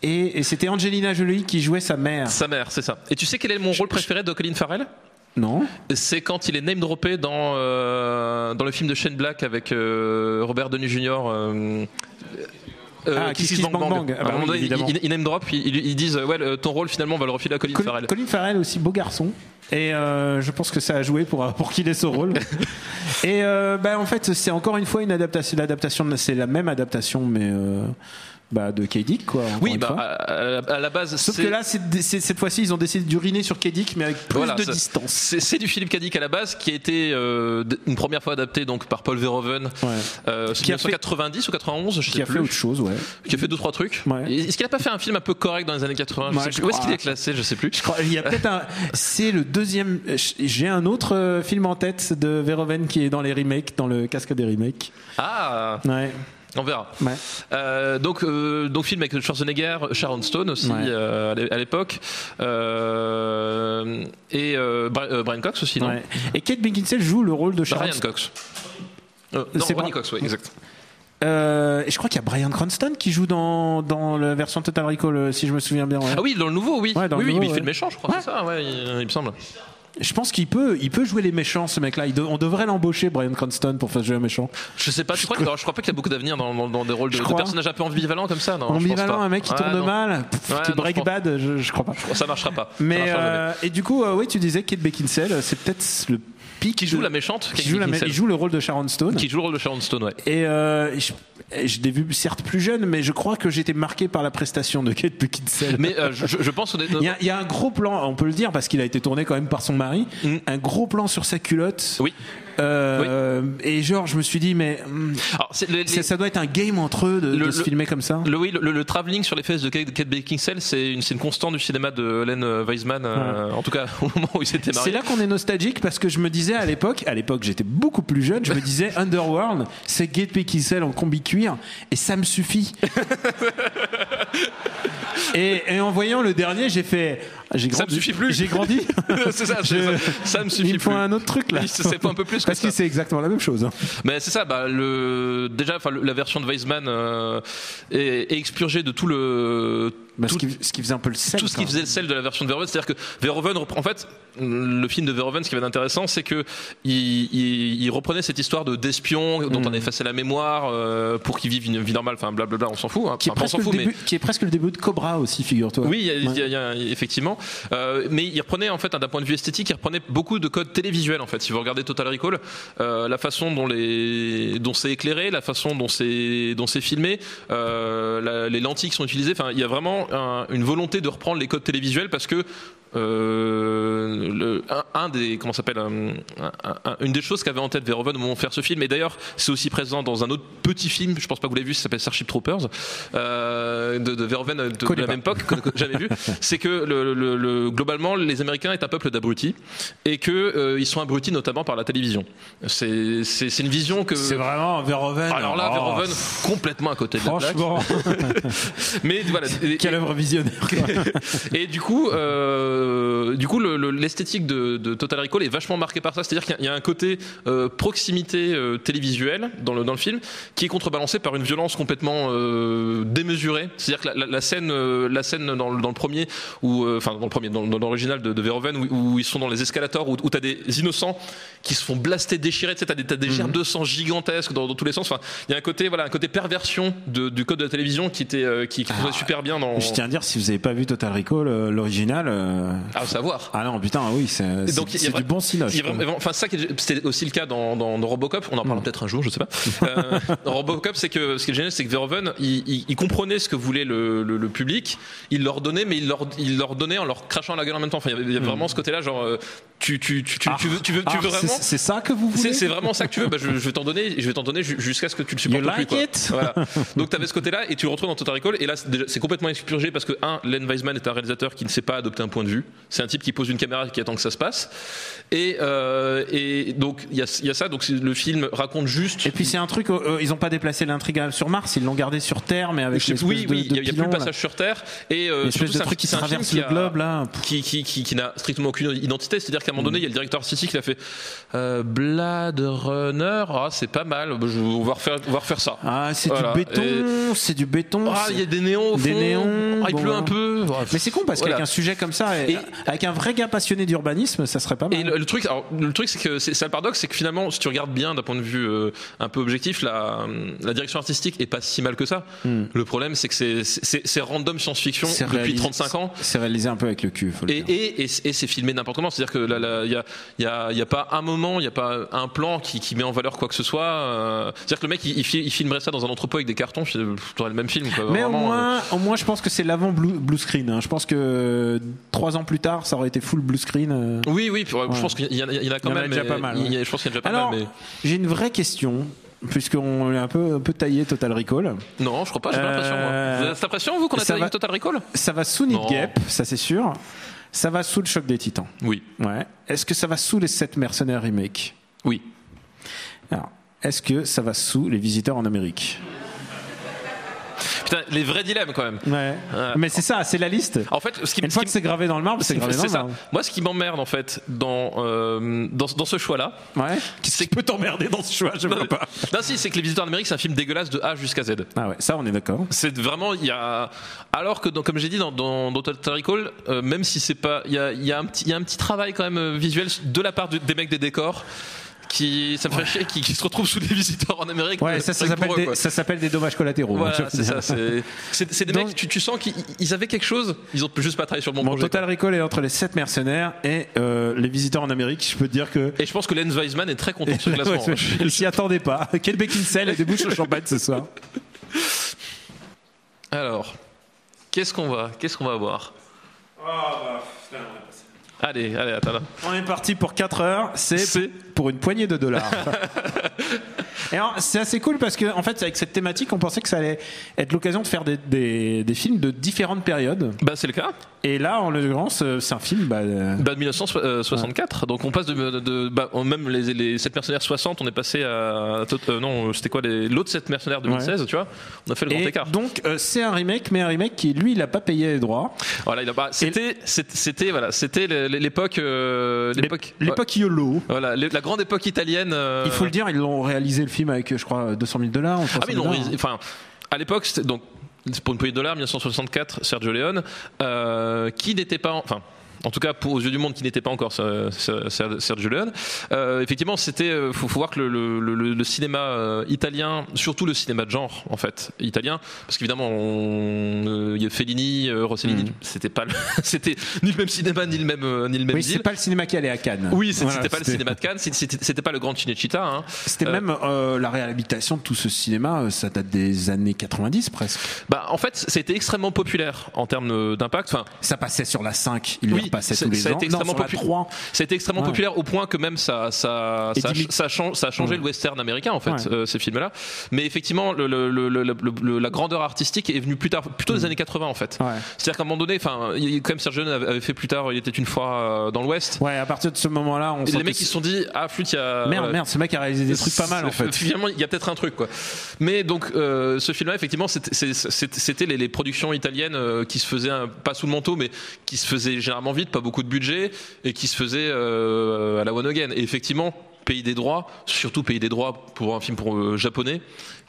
et, et c'était Angelina Jolie qui jouait sa mère. Sa mère, c'est ça. Et tu sais quel est mon rôle préféré de Colin Farrell Non. C'est quand il est name droppé dans, euh, dans le film de Shane Black avec euh, Robert Downey Jr. euh, euh, Ah, Kiss Kiss Bang Bang. Ah bah À un moment oui, donné, évidemment. il, il- il name drop, ils il, ils disent euh, ouais le- ton rôle finalement on va le refiler à Colin Colin Farrell. Colin Farrell aussi beau garçon. Et euh, je pense que ça a joué pour euh, pour qu'il ait ce rôle. et euh, bah, en fait c'est encore une fois une adaptation. L'adaptation c'est la même adaptation mais euh, bah, de K. Dick quoi. encore Oui une bah fois. à, à- à la base Sauf c'est- que là, c'est- c'est- cette fois-ci, ils ont décidé d'uriner sur Kedic, mais avec plus Voilà, de ça- distance. C'est c'est du Philippe Cadic à la base qui a été euh, d- une première fois adapté donc par Paul Verhoeven Ouais. euh, c'est Qui a fait- 1990 ou 91 je Qui sais a fait plus autre chose, ouais. qui a fait deux trois trucs Ouais. Et est-ce qu'il a pas fait un film un peu correct dans les années 80 je Ouais, sais je plus. où est-ce qu'il crois. est classé je sais plus Je crois- Il y a peut-être un. C'est le deuxième. J'ai un autre euh, film en tête de Verhoeven qui est dans les remakes, dans le casque des remakes. ah Ouais. on verra Ouais. Euh, donc euh, donc film avec Schwarzenegger Sharon Stone aussi Ouais. euh, à l'é- à l'époque Euh, et euh, Bra- euh, Brian Cox aussi non Ouais. Et Kate Beckinsale joue le rôle de Sharon. Brian Cox Euh, non, C'est Ronnie Bra- Cox, oui, exact. Euh, et je crois qu'il y a Brian Cranston qui joue dans, dans la version Total Recall, euh, si je me souviens bien. ouais. Ah oui, dans le nouveau, oui. Ouais, dans oui, le oui, nouveau, mais il ouais. fait le méchant, je crois, c'est ça, ouais, il- il me semble. Je pense qu'il peut, il peut jouer les méchants, ce mec-là. Il de- on devrait l'embaucher, Brian Cranston, pour faire jouer un méchant. Je sais pas, tu crois que- alors, je crois pas qu'il y a beaucoup d'avenir dans, dans- dans des rôles de, Je de crois. personnages un peu ambivalents comme ça. Non, en je pense bivalent, pas. un mec qui Ah, tourne non. mal, pff, Ouais, qui non, je break pense- bad, je, je crois pas. Ça marchera pas. Ça Mais marchera jamais. euh, et du coup, euh, oui, tu disais Kate Beckinsale, euh, c'est peut-être le pic qui joue de- la méchante qui joue la mé- Kinsel, il joue le rôle de Sharon Stone. qui joue le rôle de Sharon Stone, ouais. Et euh, je, je l'ai vu certes plus jeune, mais je crois que j'étais marqué par la prestation de Kate Beckinsale. Mais euh, je, je- je pense honnêtement. il y, a, il y a un gros plan, on peut le dire parce qu'il a été tourné quand même par son mari. Mm. Un gros plan sur sa culotte. Oui. Euh, Et genre, je me suis dit, mais hum, Alors, c'est les- les- ça, ça doit être un game entre eux de, Le- de se le- filmer comme ça. le, oui, le, le- le travelling sur les fesses de Kate, Kate Beckinsale, c'est une, c'est une constante du cinéma de Helen Weisman, euh, en tout cas au moment où il s'était C'est marié. là qu'on est nostalgique parce que je me disais à l'époque, à l'époque j'étais beaucoup plus jeune, je me disais Underworld, c'est Kate Beckinsale en combi cuir et ça me suffit. et, et en voyant le dernier, j'ai fait, j'ai Ça grandi, me suffit plus. j'ai grandi. c'est ça, Je- c'est ça, ça me suffit Il me faut plus. un autre truc là. Il se sait pas un peu plus que parce ça. que c'est exactement la même chose. hein. Mais c'est ça, bah, le, déjà, enfin, le- la version de Weisman euh, est, est expurgée de tout le, Bah, tout, ce, qui, ce qui faisait un peu le sel. tout ce quoi. qui faisait le sel de la version de Verhoeven. C'est-à-dire que Verhoeven, reprend- en fait, le film de Verhoeven, ce qui va être intéressant, c'est que il, il- il reprenait cette histoire de d'espion dont Hmm. on effaçait la mémoire euh, pour qu'il vive une vie normale. Enfin, blablabla, on s'en fout. hein. qui est, Enfin, on presque s'en le fout, mais début, qui est presque le début de Cobra aussi, figure-toi. oui, il y a- il y a- Ouais. il y a- effectivement. Euh, mais il reprenait, en fait, d'un point de vue esthétique, il reprenait beaucoup de codes télévisuels, en fait. Si vous regardez Total Recall, euh, la façon dont, les, dont c'est éclairé, la façon dont c'est, dont c'est filmé, euh, la- les lentilles qui sont utilisées, enfin, il y a vraiment un- une volonté de reprendre les codes télévisuels parce que euh, le- un, un des comment ça s'appelle euh, un- un- une des choses qu'avait en tête Verhoeven au moment de faire ce film et d'ailleurs c'est aussi présent dans un autre petit film je pense pas que vous l'avez vu ça s'appelle Starship Troopers euh, de, de Verhoeven euh, de, de Connais la pas. même époque que, que j'avais vu c'est que le, le- le- globalement les Américains est un peuple d'abrutis et que euh, ils sont abrutis notamment par la télévision c'est c'est c'est une vision que C'est vraiment Verhoeven. alors là Oh, Verhoeven complètement à côté de la plaque. Franchement, mais voilà et- quelle œuvre visionnaire. quoi. et du coup, euh, du coup, le- le- l'esthétique de, de Total Recall est vachement marquée par ça. C'est-à-dire qu'il y a- il y, a un côté euh, proximité euh, télévisuelle dans le dans le film qui est contrebalancé par une violence complètement euh, démesurée. C'est-à-dire que la, la- la scène, euh, la scène dans, le- dans le premier ou enfin dans le premier, dans, dans l'original de, de Verhoeven où, où ils sont dans les escalators où, où t'as des innocents qui se font blaster, déchirer. Tu sais, t'as des, t'as des gerbes de sang gigantesques dans, dans tous les sens. Enfin, il y a un côté, voilà, un côté perversion de- du code de la télévision qui était euh, qui, qui faisait super bien dans. Je tiens à dire, si vous n'avez pas vu Total Recall, euh, l'original. euh, à savoir. Ah non, putain, oui, c'est Et donc, c'est- il y a c'est vra- du bon cinoche. Il y a vraiment- vraiment- enfin, ça, qui est- c'était aussi le cas dans, dans- dans Robocop. On en parlera peut-être un jour, je sais pas. Euh, dans Robocop, c'est que ce qui est génial, c'est que Verhoeven, il, il- il comprenait ce que voulait le, le- le public. Il leur donnait, mais il leur, il leur donnait en leur crachant à la gueule en même temps. Enfin, il y avait, il y avait vraiment ce côté-là, genre, euh, tu, tu, tu, tu, Hmm. Ah, tu veux, tu veux, tu ah, veux c'est- vraiment. C'est ça que vous voulez C'est c'est vraiment ça que tu veux. Bah, je, je vais t'en donner, je vais t'en donner ju- jusqu'à ce que tu le supportes You like plus. quoi. it Voilà. Donc t'avais ce côté-là et tu le retrouves dans Total Recall. Et là, c'est déjà- c'est complètement expurgé parce que un, Len Wiseman est un réalisateur qui ne sait pas adopter un point de vue. C'est un type qui pose une caméra et qui attend que ça se passe. Et, euh, et donc il y a, il y a ça. Donc c'est- le film raconte juste. Et puis c'est un truc, euh, euh, ils n'ont pas déplacé l'intrigue sur Mars, ils l'ont gardé sur Terre, mais avec Je sais plus, l'espèce oui, de, oui, de il y a- il y a plus pilon, le là. passage sur Terre et euh, L'espèce surtout de c'est un- truc qui c'est un film traverse qui le a- globe là. qui, qui, qui, qui n'a strictement aucune identité. C'est-à-dire qu'à un moment donné, il y a le directeur artistique qui a fait euh, Blade Runner, ah, c'est pas mal, Je- on, va refaire, on va refaire ça. Ah, c'est Voilà. du béton, c'est du béton. Ah, il y a c'est- des néons au Des fond. néons, Ah, il bon, pleut hein. un peu. Bref. Mais c'est con parce Voilà. qu'avec un sujet comme ça, et- Et- avec un vrai gars passionné d'urbanisme, ça serait pas mal. Et le, le truc, alors, le truc, c'est que c'est c'est ça le paradoxe, c'est que finalement, si tu regardes bien d'un point de vue euh, un peu objectif, la, la direction artistique est pas si mal que ça. Le problème, c'est que c'est- c'est c'est random science-fiction Hmm. C'est depuis réalisé- 35 ans. C'est réalisé un peu avec le cul, faut le Et, dire. et, et, et c'est filmé n'importe comment. C'est-à-dire que là, là, il y a, il y, a, il y a pas un moment, il y a pas un plan qui, qui met en valeur quoi que ce soit. euh, C'est-à-dire que le mec, il, il, fi- il filmerait ça dans un entrepôt avec des cartons, tu aurais le même film. Quoi, Mais Vraiment, au euh, moins, au moins, je pense que c'est l'avant blue, blue screen. hein. Je pense que euh, trois ans plus tard, ça aurait été full blue screen. euh. Oui, oui, puis, ouais, je Ouais. pense qu'il y, en a- il y en a quand Il y en a même. déjà mais pas mal, il y a- Je pense qu'il y en a déjà pas Alors, mal, j'ai une vraie question, puisqu'on est un peu, un peu taillé Total Recall. mais. Non, je crois pas, j'ai pas l'impression, moi. Euh, Vous avez cette impression, vous, qu'on a ça taillé va- Total Recall Ça va sous Need Non. Gap, ça c'est sûr. Ça va sous le choc des titans. Oui. Ouais. Est-ce que ça va sous les 7 mercenaires remake Oui. Alors, est-ce que ça va sous les visiteurs en Amérique Putain, les vrais dilemmes, quand même. Ouais. Mais c'est ça, c'est la liste. Euh, En fait, ce qui, Une ce fois qui- que c'est gravé dans le marbre, c'est gravé dans c'est le ça. marbre. Moi, ce qui m'emmerde, en fait, dans, euh, dans, dans ce choix-là, Ouais. c'est que peut t'emmerder dans ce choix, je Non, mais- non, si, c'est que Les Visiteurs d'Amérique, c'est un film dégueulasse de A jusqu'à Z. Ah ouais, ça on est d'accord. C'est vraiment, il y a. Alors que, dans- comme j'ai dit, dans, dans, dans Total Recall, euh, même si c'est pas. Il y a, il y, a un petit- il y a un petit travail quand même euh, visuel de la part du- des mecs des décors. Qui, ça me fait chier, qui, qui se retrouvent sous les visiteurs en Amérique. Ouais, ça, ça Rien que pour s'appelle eux, des, quoi. ça s'appelle des dommages collatéraux. hein, je Voilà, veux c'est dire. ça. C'est c'est- c'est des Donc- mecs, tu, tu sens qu'ils ils avaient quelque chose, ils ont juste pas travaillé sur le bon, Bon, projet. Total Recall est entre les 7 mercenaires et euh, les visiteurs en Amérique. Je peux te dire que. quoi. Et je pense que Len Weisman est très content de ce classement. hein. Ouais, il s'y attendait pas. Quel Beckinsale et des bouches au champagne ce soir. Alors, qu'est-ce qu'on va, qu'est-ce qu'on va voir Allez, allez, attends là. On est parti pour 4 heures, C'est- c'est pour une poignée de dollars. Et alors, c'est assez cool parce que, en fait, avec cette thématique, on pensait que ça allait être l'occasion de faire des, des- des films de différentes périodes. Bah c'est le cas. Et là, en l'occurrence, euh, c'est un film. Bah, euh, Bah, de 1964. Donc on passe de, de- bah, on- même les, les 7 mercenaires 60, on est passé à, tot- euh, non, c'était quoi les- l'autre 7 mercenaires 2016, tu vois On a fait le grand et écart. donc, euh, c'est un remake, mais un remake qui, lui, il n'a pas payé les droits. Voilà, il a pas- c'était c'est- c'était voilà, c'était l'é- l'é- l'époque euh, l'époque L'époque YOLO. ouais, voilà, l'é- la grande époque italienne. euh, Il faut le dire, ils l'ont réalisé le film avec, euh, je crois, 200 000 dollars. Ah oui, non, ils- enfin, à l'époque, c'était donc c'est pour une poignée de dollars, 1964, Sergio Leone, euh, qui n'était pas, en- enfin. En tout cas, pour, aux yeux du monde, qui n'était pas encore Ser- Ser- Ser- Sergio Leone. Euh, effectivement, c'était. euh, faut, faut voir que le, le- le- le cinéma euh, italien, surtout le cinéma de genre, en fait, italien, parce qu'évidemment, on- euh, il y a Fellini, euh, Rossellini, c'était pas, le- c'était ni le même cinéma, ni le même, euh, ni le même Oui, c'est deal. pas le cinéma qui allait à Cannes. Oui, c'est- c'était Voilà, pas le cinéma de Cannes, c'était- c'était c'était pas le grand Cinecittà. Hein. C'était Euh, même euh, la réhabilitation de tout ce cinéma, euh, ça date des années 90 presque. Bah, en fait, c'était extrêmement populaire en termes euh, d'impact. Enfin, Ça passait sur la 5, il Oui, Oui, pas 7 ça- tous les ça a ans. été Non, extrêmement sur la populaire. 3. Ça a été extrêmement Ouais. populaire au point que même ça, ça, Et ça, Jimmy- ça, change- ça a changé Ouais. le western américain en fait, Ouais. euh, ces films-là. Mais effectivement, le- le- le- le- le- le- la grandeur artistique est venue plus tard, plutôt Mm. des années 80 en fait. Ouais. C'est-à-dire qu'à un moment donné, enfin, il- il- quand même Sergio Leone avait avait fait plus tard, il était une fois euh, dans l'Ouest. Ouais, à partir de ce moment-là, on sent les que mecs ils c'est- se sont dit, ah flûte, il y a Merde, merde, ce mec a réalisé des trucs pas mal en c'est- fait. Finalement, il y a peut-être un truc quoi. Mais donc, euh, ce film-là, effectivement, c'était- c'est- c'est- c'était les, les productions italiennes euh, qui se faisaient un- pas sous le manteau, mais qui se faisaient généralement vite, pas beaucoup de budget, et qui se faisaient euh, à la one again. Et effectivement, pays des droits, surtout pays des droits pour un film pour euh, japonais,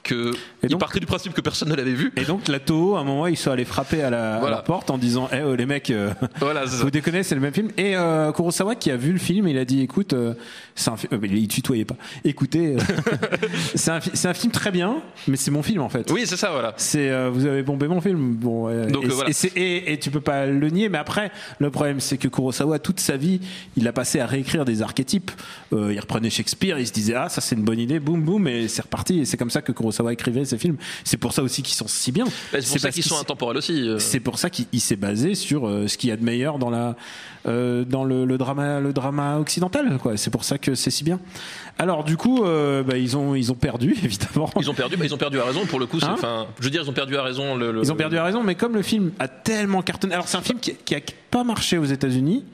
que Et il donc- partait du principe que personne ne l'avait vu. Et donc, la Toho, à un moment, ils sont allés frapper à la, à Voilà. la porte en disant Eh, euh, les mecs, euh, Voilà. c'est ça. vous déconnez, c'est le même film. Et euh, Kurosawa, qui a vu le film, il a dit Écoute, euh, c'est un film. euh, mais il tutoyait pas. Écoutez, euh, c'est un, fi- c'est un film très bien, mais c'est mon film en fait. Oui, c'est ça, voilà. C'est euh, vous avez bombé mon film. Bon, euh, Donc, et, euh, voilà. et c'est- et- et tu peux pas le nier. Mais après, le problème, c'est que Kurosawa, toute sa vie, il a passé à réécrire des archétypes. Euh, il reprenait Shakespeare, il se disait ah ça c'est une bonne idée, boum boum, et c'est reparti. Et c'est comme ça que Kurosawa écrivait ses films. C'est pour ça aussi qu'ils sont si bien. Bah, C'est pour ça parce qu'ils qu'il sont s'est- intemporels aussi. euh. c'est pour ça qu'il il s'est basé sur euh, ce qu'il y a de meilleur dans la euh, dans le, le drama le drama occidental quoi. C'est pour ça que c'est si bien. Alors du coup euh, bah, ils ont ils ont perdu évidemment. Ils ont perdu, bah, ils ont perdu à raison pour le coup. c'est- Hein Enfin, je veux dire, ils ont perdu à raison. Le, le- Ils ont perdu à raison, mais comme le film a tellement cartonné, alors c'est un film qui, qui a pas marché aux États-Unis,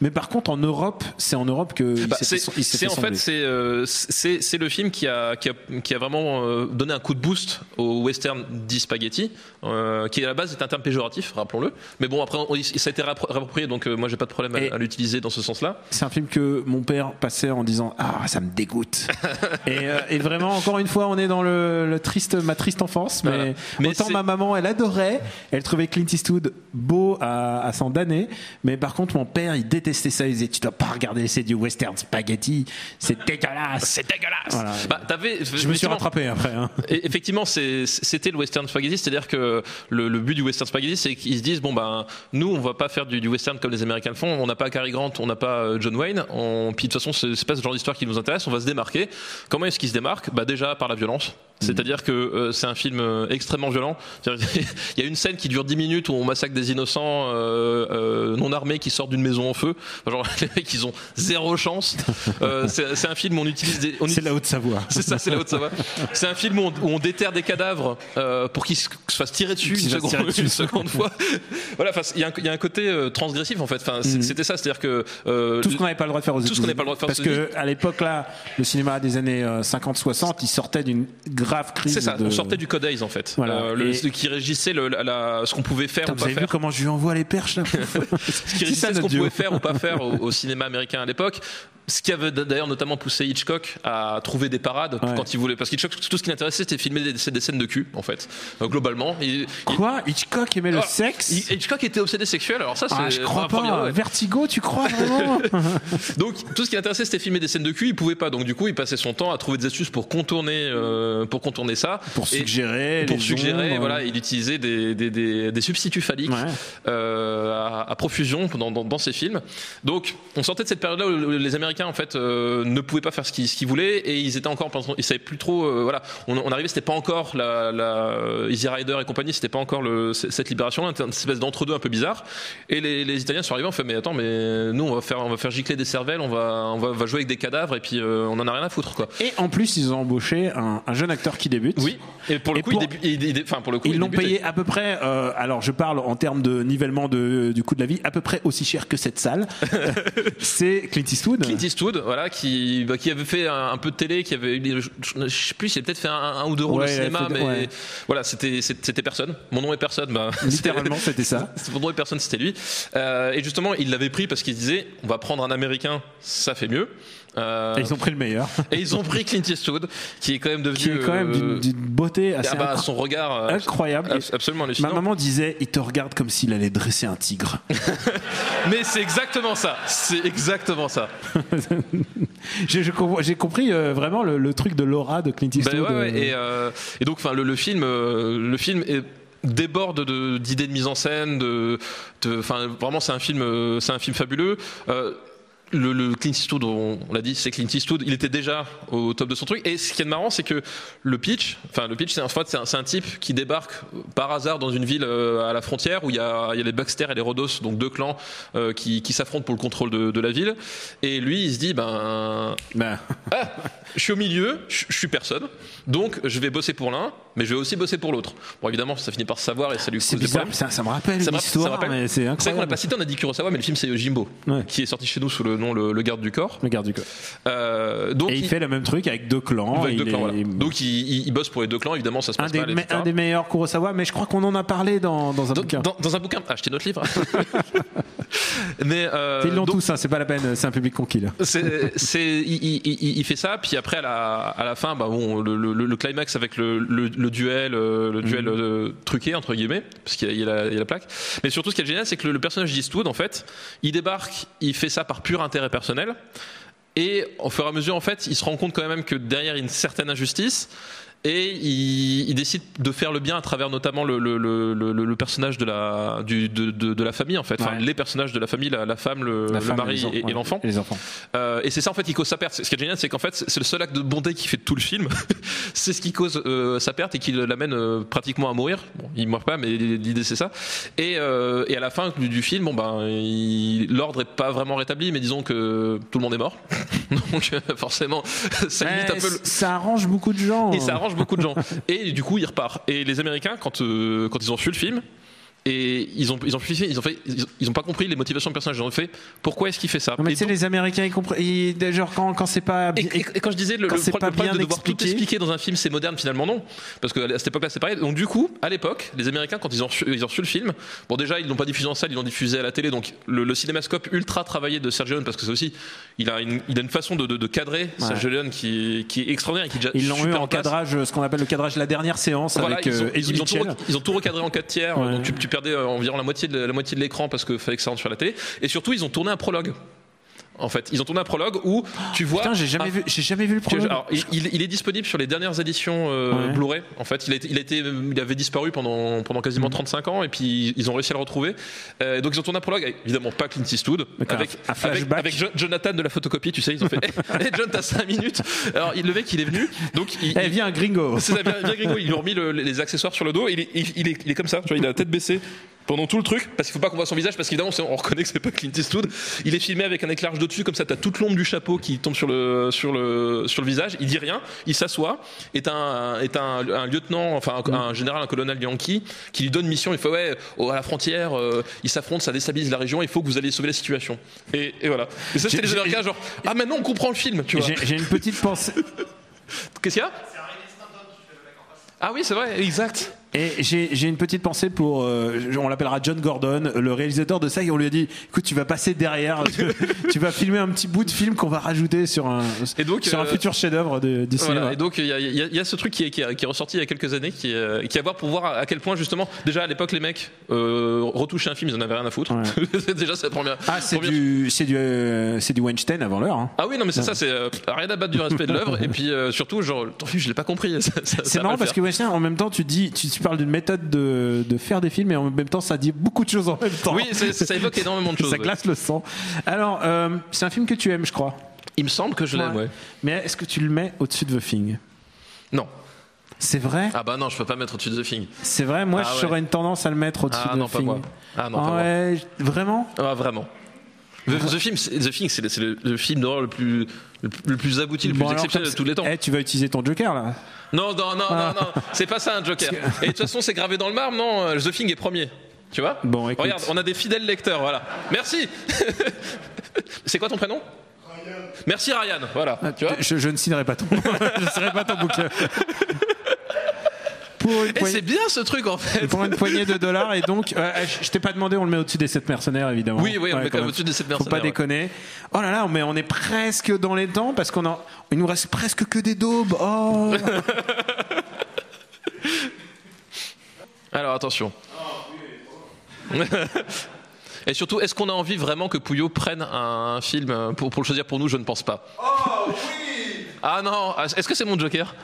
mais par contre en Europe, c'est en Europe que il Bah, s'est c'est fait son- il s'est c'est fait en fait sembler. c'est euh, c'est c'est le film qui a qui a, qui a vraiment euh, donné un coup de boost au western dit spaghetti euh, qui à la base est un terme péjoratif rappelons-le mais bon après on, il- ça a été rappro- réapproprié donc euh, moi j'ai pas de problème à- Et- à, l'utiliser dans ce sens-là C'est un film que mon père passait en disant ah ça me dégoûte. et, euh, et vraiment encore une fois on est dans le, le triste ma triste enfance, mais, Voilà. Mais autant c'est- ma maman elle adorait, elle trouvait Clint Eastwood beau à, à s'en damner, mais par contre mon père il détestait ça, il disait tu dois pas regarder c'est du western spaghetti, c'est dégueulasse. c'est dégueulasse Voilà. bah, t'avais Je me suis rattrapé après. Hein. Et effectivement, c'est- c'était le western spaghetti, c'est-à-dire que le, le but du western spaghetti, c'est qu'ils se disent bon ben, nous, on va pas faire du, du western comme les Américains le font. On n'a pas Cary Grant, on n'a pas euh, John Wayne. On, puis de toute façon, c'est c'est pas ce genre d'histoire qui nous intéresse. On va se démarquer. Comment est-ce qu'ils se démarquent Bah déjà par la violence. Mm. C'est-à-dire que euh, c'est un film euh, extrêmement violent. C'est-à-dire qu'il y a- Il y a une scène qui dure 10 minutes où on massacre des innocents euh, euh, non armés qui sortent d'une maison en feu. Enfin, genre les mecs, ils ont zéro chance. Euh, c'est c'est un film où on utilise des, on C'est la haute Savoie. c'est ça, c'est la haute Savoie. C'est un film où on, où on déterre des cadavres euh, pour qu'ils se, se fassent tirer dessus Qu'ils se une fassent seconde, tirer dessus. une seconde fois. voilà, enfin, il y, a un- il y a un côté euh, transgressif en fait. Enfin, c'est- c'était ça, c'est-à-dire que euh, Mm-hmm. tout ce qu'on n'avait pas le droit de faire aux Tout ce qu'on n'avait pas le droit de faire aux Parce que à l'époque là, le cinéma des années 50-60, il sortait d'une grave crise. c'est ça, de- on sortait du codex en fait, Voilà. Euh, le- Et- ce qui régissait le- la- la- ce qu'on pouvait faire Putain, ou vous pas avez vu faire. comment je lui envoie les perches là ce qui C'est ça, résistait à ce notre qu'on duo. pouvait faire ou pas faire au, au cinéma américain à l'époque. Ce qui avait d'ailleurs notamment poussé Hitchcock à trouver des parades Ouais. quand il voulait. Parce qu'Hitchcock, tout ce qui l'intéressait, c'était filmer des, c'est des scènes de cul, en fait. Euh, globalement. Il- il- Quoi Hitchcock aimait le Alors, sexe Hi- Hitchcock était obsédé sexuel, alors ça c'est. ah, je crois un pas. premier- ouais. Vertigo, tu crois vraiment Donc tout ce qui l'intéressait c'était filmer des scènes de cul, il pouvait pas. Donc du coup il passait son temps à trouver des astuces pour contourner, euh, pour contourner ça. Pour Et- suggérer, pour les euh. suggérer, ombres. voilà, il utilisait des, des, des, des substituts phalliques Ouais. euh, à, à profusion dans, dans, dans ses films. Donc, on sortait de cette période-là où les Américains, en fait, euh, ne pouvaient pas faire ce qu'ils, ce qu'ils voulaient et ils étaient encore, ils savaient plus trop, euh, voilà, on, on arrivait, c'était pas encore la, la Easy Rider et compagnie, c'était pas encore le, c- cette libération-là, une espèce d'entre-deux un peu bizarre. Et les, les Italiens sont arrivés, on fait, mais attends, mais nous, on va faire, on va faire gicler des cervelles, on va, on va, on va jouer avec des cadavres et puis euh, on en a rien à foutre, quoi. Et en plus, ils ont embauché un, un jeune acteur qui débute. Oui, et pour le Et coup, pour- il débu- il- il- enfin, pour le coup, Ils il l'ont débute- payé à peu près, euh, alors je parle en termes de nivellement de, du coût de la vie, à peu près aussi cher que cette salle. C'est Clint Eastwood. Clint Eastwood, voilà, qui, bah, qui avait fait un, un peu de télé, qui avait, je, je- je sais plus, il avait peut-être fait un, un ou deux rôles Ouais, au il a cinéma, fait- mais ouais. voilà, c'était c'était c'était personne. Mon nom est personne, bah, Littéralement, c'était ça. c'est- Mon nom est personne, c'était lui. Euh, et justement, il l'avait pris parce qu'il se disait, on va prendre un Américain, ça fait mieux. Euh, Et ils ont pris le meilleur. et ils ont pris Clint Eastwood, qui est quand même devenu qui est quand même d'une- euh, d'une beauté assez ah bah, incro- son regard euh, incroyable. abs- absolument Ma hallucinant. maman disait, il te regarde comme s'il allait dresser un tigre. Mais c'est exactement ça, c'est exactement ça. J'ai je comprends- j'ai compris euh, vraiment le, le truc de l'aura de Clint Bah Eastwood. ouais, ouais, euh, Et, euh, et donc, enfin, le, le film, euh, le film est- déborde de- d'idées de, mise en scène, de, de- enfin, vraiment, c'est un film, euh, c'est un film fabuleux. Euh, le, le Clint Eastwood, on, on l'a dit, c'est Clint Eastwood. Il était déjà au top de son truc. Et ce qui est marrant, c'est que le pitch, enfin le pitch, c'est un, en fait, c'est un, c'est un type qui débarque euh, par hasard dans une ville euh, à la frontière où il y a, il y a les Baxter et les Rhodos, donc deux clans euh, qui, qui s'affrontent pour le contrôle de, de la ville. Et lui, il se dit, ben, Ben, ah, je suis au milieu, je, je suis personne, donc je vais bosser pour l'un, mais je vais aussi bosser pour l'autre. Bon, évidemment, ça finit par se savoir et ça lui cause c'est des bizarre, problèmes. ça, ça me rappelle Ça une me- ça me histoire, rappelle- mais c'est C'est vrai qu'on l'a incroyable. pas cité, on a dit Kurosawa, mais le film c'est Jimbo, Ouais. qui est sorti chez nous sous le nom Le, Le Garde du Corps. Le garde du corps. Euh, donc Et il il- fait le même truc avec deux clans. avec deux il clans, est- voilà. Donc il, il- il bosse pour les deux clans, évidemment, ça se un, passe des, mal. me- etc. un des meilleurs Kurosawa, mais je crois qu'on en a parlé dans, dans un Dans, bouquin. dans- dans un bouquin, ah, achetez notre livre. mais euh, Ils l'ont donc, tous, hein, c'est pas la peine, c'est un public conquis là. c'est, c'est- il, il- il- il fait ça, puis après à la, à la fin, bah bon, le, le- le climax avec le, le- le duel, euh, le duel Mm-hmm. euh, truqué entre guillemets, parce qu'il y a, il y a la, il y a la plaque. Mais surtout, ce qui est génial, c'est que le, le personnage d'Eastwood, en fait, il débarque, il fait ça par pur intérêt personnel, et au fur et à mesure, en fait, il se rend compte quand même que derrière il y a une certaine injustice. Et il, il décide de faire le bien à travers notamment le, le- le- le- le personnage de la, du- de, de- de la famille en fait, Enfin, Ouais. les personnages de la famille, la, la femme, le, La le femme mari les enfants, et- ouais, et l'enfant. et les enfants. Euh, et c'est ça en fait qui cause sa perte. Ce qui est génial, c'est qu'en fait, c'est le seul acte de bonté qui fait tout le film. c'est ce qui cause euh, sa perte et qui l'amène euh, pratiquement à mourir. Bon, il meurt pas, mais l'idée c'est ça. Et, euh, et à la fin du, du film, bon ben, il- l'ordre est pas vraiment rétabli, mais disons que tout le monde est mort. Donc euh, forcément, ça Ouais, limite un peu. le- Ça arrange beaucoup de gens. et ça euh. arrange beaucoup de gens. Et du coup, il repart. Et les Américains, quand, euh, quand ils ont vu le film, et ils ont, ils ont, ils ont, ils ont fait, ils ont, ils ont pas compris les motivations du personnage. Ils ont fait, pourquoi est-ce qu'il fait ça Non, mais Et tu sais, les Américains, ils comprennent. ils- Genre, quand, quand c'est pas. et, et- et quand je disais le, quand le c'est pro- pas le problème bien de devoir tout expliqué- expliquer dans un film, c'est moderne finalement non, parce que à cette époque-là c'est pareil. Donc du coup, à l'époque, les Américains quand ils ont reçu, ils ont reçu le film, bon déjà ils l'ont pas diffusé en salle, ils l'ont diffusé à la télé. Donc le, le cinémascope ultra travaillé de Sergio Leone, parce que c'est aussi, il a une, il a une façon de, de- de cadrer Sergio Leone qui, est- qui est extraordinaire, et qui est déjà Ils l'ont eu super en place. cadrage, ce qu'on appelle le cadrage de la dernière séance Voilà, avec ils, ont, euh, Eddie ils ont tout, Mitchell. re- ils ont tout recadré en 4 tiers, Ouais. donc tu, tu perdais euh, environ la moitié, de, la moitié de l'écran parce que fallait que ça rentre sur la télé. Et surtout, ils ont tourné un prologue. En fait, ils ont tourné un prologue où tu vois. Putain, j'ai jamais, un- vu- j'ai jamais vu le Ah. Tu vois, problème. alors, il, il- il est disponible sur les dernières éditions euh, Ouais. Blu-ray. En fait, il, a été- il, a été- il avait disparu pendant, pendant quasiment Mm. 35 ans et puis ils ont réussi à le retrouver. Euh, donc ils ont tourné un prologue, avec, évidemment pas Clint Eastwood, D'accord, avec, un avec, flashback. avec Jo- Jonathan de la photocopie, tu sais, ils ont fait Hé John, t'as 5 minutes !» Alors il- le mec, il est venu, donc il... Eh, il- viens, gringo. c'est ça, bien, bien Gringo, ils lui ont remis le- les accessoires sur le dos, il est, il, il est, il est comme ça, tu vois, il a la tête baissée pendant tout le truc, parce qu'il faut pas qu'on voit son visage, parce qu'évidemment on reconnaît que c'est pas Clint Eastwood. Il est filmé avec un éclairage de dessus, comme ça t'as toute l'ombre du chapeau qui tombe sur le, sur le, sur le visage, il dit rien, il s'assoit, est un, est un, un lieutenant, enfin un, un général, un colonel Yankee, qui lui donne mission, il fait ouais, au- à la frontière, euh, ils s'affrontent, ça déstabilise la région, il faut que vous allez sauver la situation. Et, et voilà. Et ça c'était J'ai- les Américains, genre, ah maintenant on comprend le film, tu vois. J'ai j'ai une petite pensée. Qu'est-ce qu'il y a Ah oui, c'est vrai, exact. Et j'ai j'ai une petite pensée pour, euh, on l'appellera John Gordon, le réalisateur de ça, et on lui a dit, écoute, tu vas passer derrière, tu, tu vas filmer un petit bout de film qu'on va rajouter sur un, Et donc, sur un euh, futur chef-d'œuvre de- du Voilà, cinéma. Et donc il y a, il y a- il y a ce truc qui est, qui, est, qui est ressorti il y a quelques années, qui, est, euh, qui a à voir pour voir à quel point justement, déjà à l'époque les mecs euh, retouchaient un film, ils en avaient rien à foutre. déjà c'est la première. Ah, c'est première- du, c'est du, euh, c'est du Weinstein avant l'heure. hein. Ah oui non mais c'est ça, c'est euh, rien à battre du respect de l'œuvre et puis euh, surtout genre ton film je l'ai pas compris. ça- ça- ça C'est va marrant le parce que faire. Weinstein, en même temps, tu dis, tu, tu parles d'une méthode de, de faire des films, et en même temps, ça dit beaucoup de choses en même temps. oui c'est- ça évoque énormément de choses. ça glace le sang. Alors, euh, c'est un film que tu aimes, je crois. Il me semble que je l'aime. Ouais. ouais. Mais est-ce que tu le mets au-dessus de The Thing Non. C'est vrai Ah bah non je peux pas mettre au-dessus de The Thing. C'est vrai, moi, Ah ouais. j'aurais une tendance à le mettre au-dessus Ah de non The pas Thing. moi. Ah non pas Ah moi. ouais, je- vraiment Ah, vraiment. The, The Film, c'est- The Thing, c'est le, c'est le- le film d'horreur le plus, le, plus- le plus abouti, le plus Bon, alors, exceptionnel comme- de tous les temps. Eh, tu vas utiliser ton Joker là Non, non, non, non, Ah. non, c'est pas ça un Joker. Et de toute façon, c'est gravé dans le marbre, non euh, The Thing est premier. Tu vois Bon, écoute. Regarde, on a des fidèles lecteurs, voilà. Merci C'est quoi ton prénom Merci Ryan, voilà. Tu vois Ah, je, je ne signerai pas ton, je serai pas ton bouquin. Pour une Eh, C'est poignée. bien ce truc en fait pour une poignée de dollars et donc euh, je- je t'ai pas demandé on le met au-dessus des 7 mercenaires évidemment Oui, oui, on Ouais, le met quand quand même même. au-dessus des 7 faut mercenaires. pas déconner oh là là mais on est presque dans les temps parce qu'on en- il nous reste presque que des daubes oh ouais. Alors attention. Et surtout, est-ce qu'on a envie vraiment que Pouillot prenne un film euh, pour, pour le choisir pour nous Je ne pense pas. Oh oui Ah non, ah, est-ce que c'est mon Joker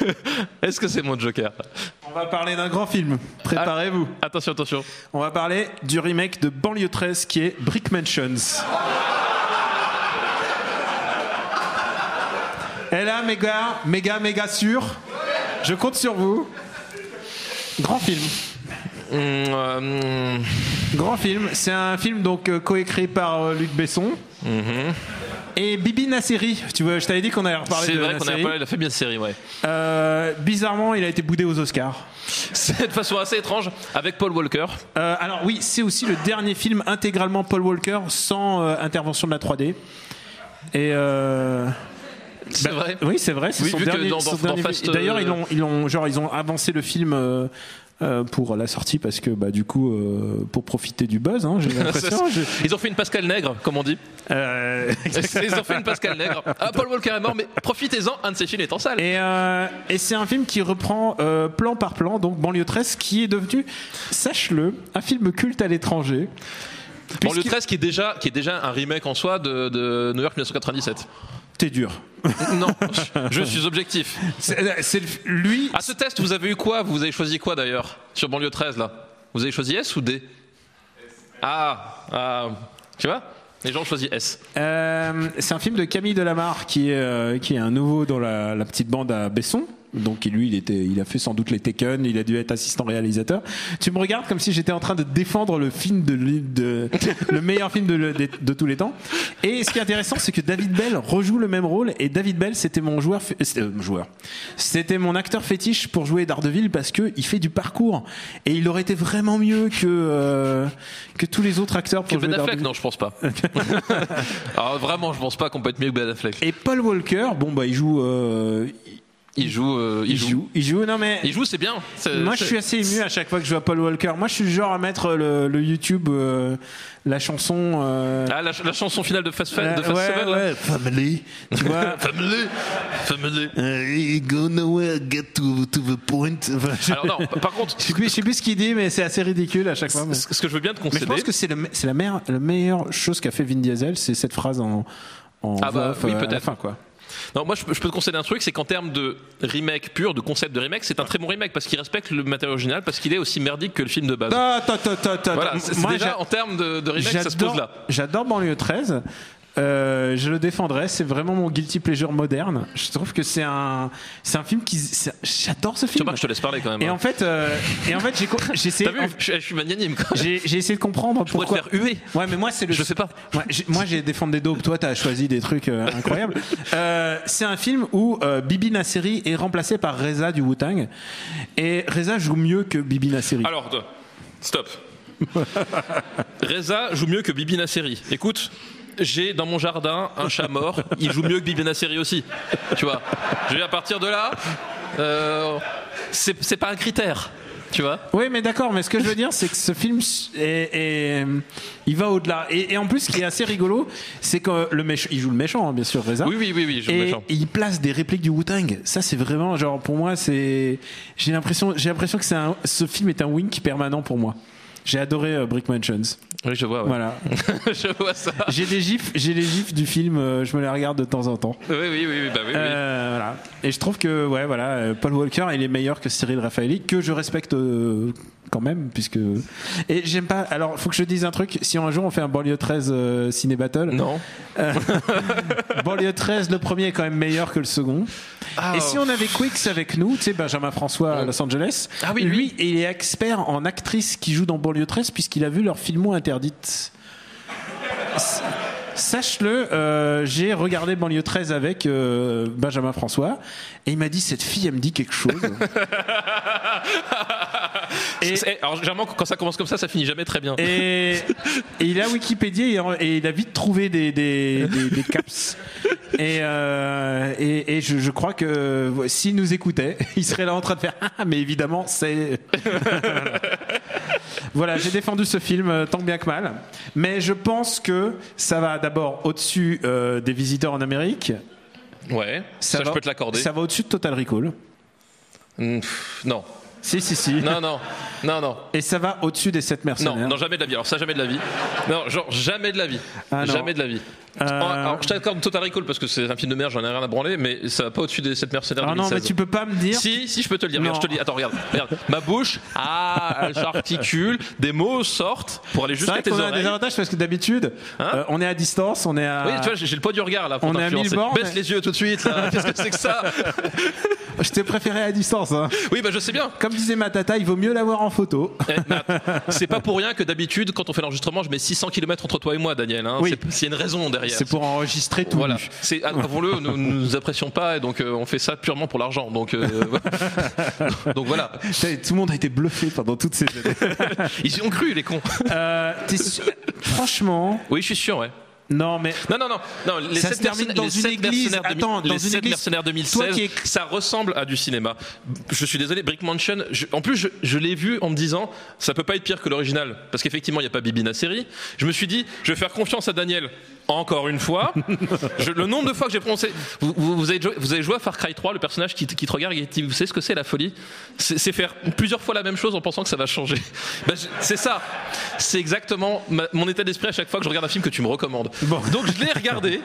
Est-ce que c'est mon Joker Ah, on va parler d'un grand film préparez-vous Attention, attention. on va parler du remake de Banlieue 13 qui est Brick Mansions Et là, méga, méga, méga sûr. Je compte sur vous. Grand film. Hum, euh, hum, Grand film. C'est un film donc euh, coécrit par euh, Luc Besson. Et Bibi Nasseri. Tu vois, je t'avais dit qu'on allait reparler Mm-hmm. c'est de vrai qu'on a Nasseri. parlé de la famille de série, ouais. Euh, bizarrement, il a été boudé aux Oscars. C'est de façon assez étrange avec Paul Walker. Euh, alors oui, c'est aussi le dernier film intégralement Paul Walker sans euh, intervention de la 3D. Et euh, C'est vrai. Bah, oui, c'est vrai. c'est Oui, son vu que dernier- dans- son dans- dernier dans film. Fast, D'ailleurs, euh, ils ont, ils ont, genre, ils ont avancé le film. euh, euh, pour la sortie parce que bah du coup euh, pour profiter du buzz hein, j'ai l'impression je- Ils ont fait une Pascal Nègre, comme on dit. Euh, Ils ont fait une Pascal Nègre. Ah, Paul Walker est mort, mais profitez-en, un de ses films est en salle. Et, euh, et c'est un film qui reprend euh, plan par plan, donc Banlieue 13, qui est devenu, sache-le, un film culte à l'étranger. Bon, le Puisqu'il- 13 qui est déjà, qui est déjà un remake en soi de, de New York 1997. T'es dur. Non, je suis objectif. C'est c'est le- lui. À ce test, vous avez eu quoi Vous avez choisi quoi d'ailleurs Sur banlieue 13 là Vous avez choisi S ou D Ah, ah, tu vois Les gens ont choisi S. euh, c'est un film de Camille Delamare qui est euh, qui est un nouveau dans la, la petite bande à Besson. Donc lui, il était, il a fait sans doute les Taken. Il a dû être assistant réalisateur. Tu me regardes comme si j'étais en train de défendre le film de, l'île de- le meilleur film de, de- de tous les temps. Et ce qui est intéressant, c'est que David Bell rejoue le même rôle. Et David Bell, c'était mon joueur, fé- c'était- euh, mon joueur. C'était mon acteur fétiche pour jouer Daredevil parce que il fait du parcours et il aurait été vraiment mieux que euh, que tous les autres acteurs Que pour jouer Ben Affleck Daredevil. Non, je pense pas. Alors vraiment, je pense pas qu'on peut être mieux que Ben Affleck. Et Paul Walker, bon bah il joue, euh, Il joue, euh, il, joue. il joue. Non mais Il joue, c'est bien. C'est- moi je c'est- suis assez ému à chaque fois que je vois Paul Walker. Moi je suis le genre à mettre le, le YouTube, euh, la chanson. euh, Ah, la, ch- la chanson finale de Fast, Fa- euh, de Fast ouais, Seven, hein. là. ouais, family, tu vois. Family, family. Euh, go nowhere, get to, to the point. Enfin, je, Alors non, par contre, je sais plus- je sais plus ce qu'il dit, mais c'est assez ridicule à chaque fois. Ah, mais- ce ce que je veux bien te Mais je concéder, pense que c'est le me- c'est la, meilleure- la meilleure chose qu'a fait Vin Diesel, c'est cette phrase en, en Ah bah, voix off, oui, euh, à la peut-être. fin, quoi. Non, moi je, peux- je peux te conseiller un truc, c'est qu'en termes de remake pur, de concept de remake, c'est un très bon remake parce qu'il respecte le matériel original, parce qu'il est aussi merdique que le film de base. Attends, attends, attends, attends. voilà, c'est c'est Moi, déjà j'a- en termes de, de remake, ça se pose là. J'adore Banlieue 13. Euh, je le défendrai, c'est vraiment mon guilty pleasure moderne. Je trouve que c'est un, c'est un film qui, c'est- j'adore ce Tu film. remarques, je te laisse parler quand même. Et hein. en fait, euh, et en fait, j'ai, co- j'ai essayé, T'as vu, je, je suis magnanime. Quoi. j'ai, j'ai essayé de comprendre Je pourrais te pourquoi. faire huer. Ouais, mais moi c'est le. Je le fais pas. Ouais, j'ai- moi j'ai défendu des daubes. Toi t'as choisi des trucs euh, incroyables. Euh, c'est un film où euh, Bibi Nasseri est remplacé par Reza du Wu Tang et Reza joue mieux que Bibi Nasseri. Alors, de- stop. Reza joue mieux que Bibi Nasseri. Écoute, j'ai dans mon jardin un chat mort, il joue mieux que Bibi Nasseri aussi. Tu vois Je vais à partir de là, euh, c'est c'est pas un critère. Tu vois Oui, mais d'accord, mais ce que je veux dire, c'est que ce film, est, est- il va au-delà. Et, et en plus, ce qui est assez rigolo, c'est que le méchant, il joue le méchant, hein, bien sûr, Reza. Oui, oui, oui, oui, je et me méchant. il place des répliques du Wu-Tang. Ça, c'est vraiment, genre, pour moi, c'est. J'ai l'impression, j'ai l'impression que c'est un- ce film est un wink permanent pour moi. J'ai adoré euh, Brick Mansions. Oui, je vois. ouais. Voilà. je vois ça. j'ai des gifs, j'ai les gifs du film. euh, je me les regarde de temps en temps. Oui, oui, oui, oui, bah oui, oui. Euh, voilà. Et je trouve que ouais, voilà, euh, Paul Walker, il est meilleur que Cyril Raffaelli, que je respecte euh, quand même, puisque. Et j'aime pas. Alors, faut que je dise un truc. Si un jour on fait un banlieue 13 euh, ciné battle, Non. banlieue 13, le premier est quand même meilleur que le second. Ah. Et si on avait Quicks avec nous, tu sais, Benjamin François à Los Angeles, Ah oui, lui, il est expert en actrices qui jouent dans Banlieue 13 puisqu'il a vu leur filmo interdite. S- Sache-le, euh, j'ai regardé Banlieue 13 avec euh, Benjamin François et il m'a dit cette fille, elle me dit quelque chose. Et... Alors, généralement, quand ça commence comme ça, ça finit jamais très bien. Et, et il a Wikipédia et, en- et il a vite trouvé des, des, des- des caps. Et, euh, et, et je, je crois que s'il nous écoutait, il serait là en train de faire Ah, mais évidemment, c'est. Voilà. voilà, j'ai défendu ce film euh, tant bien que mal. Mais je pense que ça va d'abord au-dessus euh, des visiteurs en Amérique. Ouais, ça, je va- peux te l'accorder. Ça va au-dessus de Total Recall. Mm, pff, non. Si, si, si. Non, non. Non, non. Et ça va au-dessus des 7 mercenaires. Non, non, jamais de la vie. Alors ça, jamais de la vie. Non, genre jamais de la vie. Ah, non. jamais de la vie. Euh, Alors je t'accorde Total Recall parce que c'est un film de merde, j'en ai rien à branler, mais ça va pas au-dessus des 7 mercenaires. Ah non, 2016. mais tu peux pas me dire. Si, si, je peux te le dire. Regarde, Non. je te le dis. Attends, regarde, regarde. Ma bouche, ah, elle s'articule, des mots sortent pour aller C'est vrai jusqu'à tes qu'on a oreilles. des avantages parce que d'habitude, Hein euh, on est à distance, on est à. Oui, tu vois, j'ai j'ai le poids du regard là. Pour On est à mille t'influencer. bornes. Baisse les yeux tout de suite. là. Qu'est-ce que c'est que ça Je t'ai préféré à distance. hein. Oui, bah je sais bien. Comme disait ma tata, il vaut mieux l'avoir en photo. Eh, Nat, C'est pas pour rien que d'habitude, quand on fait l'enregistrement, je mets 600 km entre toi et moi, Daniel. Hein. Oui. C'est- C'est une raison derrière. C'est pour enregistrer tout. Voilà. nu. Ah. C'est avouons-le, nous ne nous apprécions pas, et donc euh, on fait ça purement pour l'argent. Donc, euh, ouais. donc voilà. Putain, Tout le monde a été bluffé pendant toutes ces années. Ils y ont cru, les cons. Euh, t'es sûr- Franchement, Oui, je suis sûr. Ouais. non, mais Non, non, non. non les Ça se sept termine mercena- dans les une sept église. mercenaires de- Attends, les dans une sept église. mercenaires 2016. Toi qui es- Ça ressemble à du cinéma. Je suis désolé, Brick Mansion. je- en plus, je, je l'ai vu en me disant, ça peut pas être pire que l'original, parce qu'effectivement, il y a pas Bibi Nasseri. Je me suis dit, je vais faire confiance à Daniel. Encore une fois, Je- le nombre de fois que j'ai prononcé, vous, vous, vous avez joué, vous avez joué à Far Cry 3, le personnage qui, te- qui te regarde et qui dit, vous savez ce que c'est la folie C'est c'est faire plusieurs fois la même chose en pensant que ça va changer. Bah, je- c'est ça, c'est exactement ma- mon état d'esprit à chaque fois que je regarde un film que tu me recommandes. Bon. Donc je l'ai regardé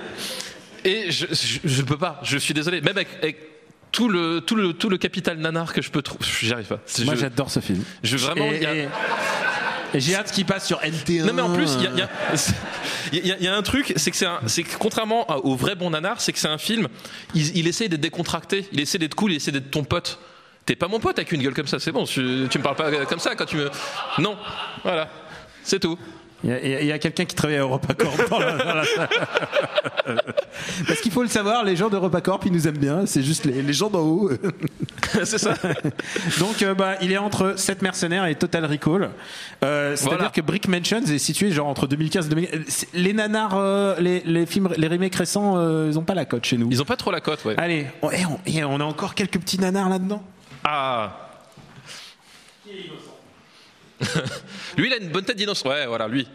et je, je, je peux pas, je suis désolé, même avec, avec tout le, tout, le, tout le capital nanar que je peux trouver, j'y arrive pas. moi je, j'adore ce film. je- vraiment, Et- il y a- et- et j'ai hâte qu'il passe sur LT1. non mais en plus, il y a, il y a- il y a- il y a un truc, c'est que c'est un- c'est que contrairement à- au vrai bon nanar, c'est que c'est un film. Il, il essaie d'être décontracté, il essaie d'être cool, il essaie d'être ton pote. T'es pas mon pote avec une gueule comme ça, c'est bon. Tu, tu me parles pas comme ça quand tu me. Non, voilà, c'est tout. Il y a- il y a, il y a quelqu'un qui travaille à EuropaCorp. dans la- dans la salle. Parce qu'il faut le savoir, les gens d'EuropaCorp, ils nous aiment bien. C'est juste les, les gens d'en haut. c'est ça. Donc, euh, bah, il est entre 7 mercenaires et Total Recall. Euh, C'est-à-dire Voilà. que Brick Mansions est situé genre entre 2015 et 2000. c'est- Les nanars, euh, les, les films, les remakes récents, euh, ils ont pas la cote chez nous. Ils ont pas trop la cote, ouais. Allez, on, eh, on- eh, on a encore quelques petits nanars là-dedans. Ah. lui, il a une bonne tête d'innocent. Ouais, voilà, lui.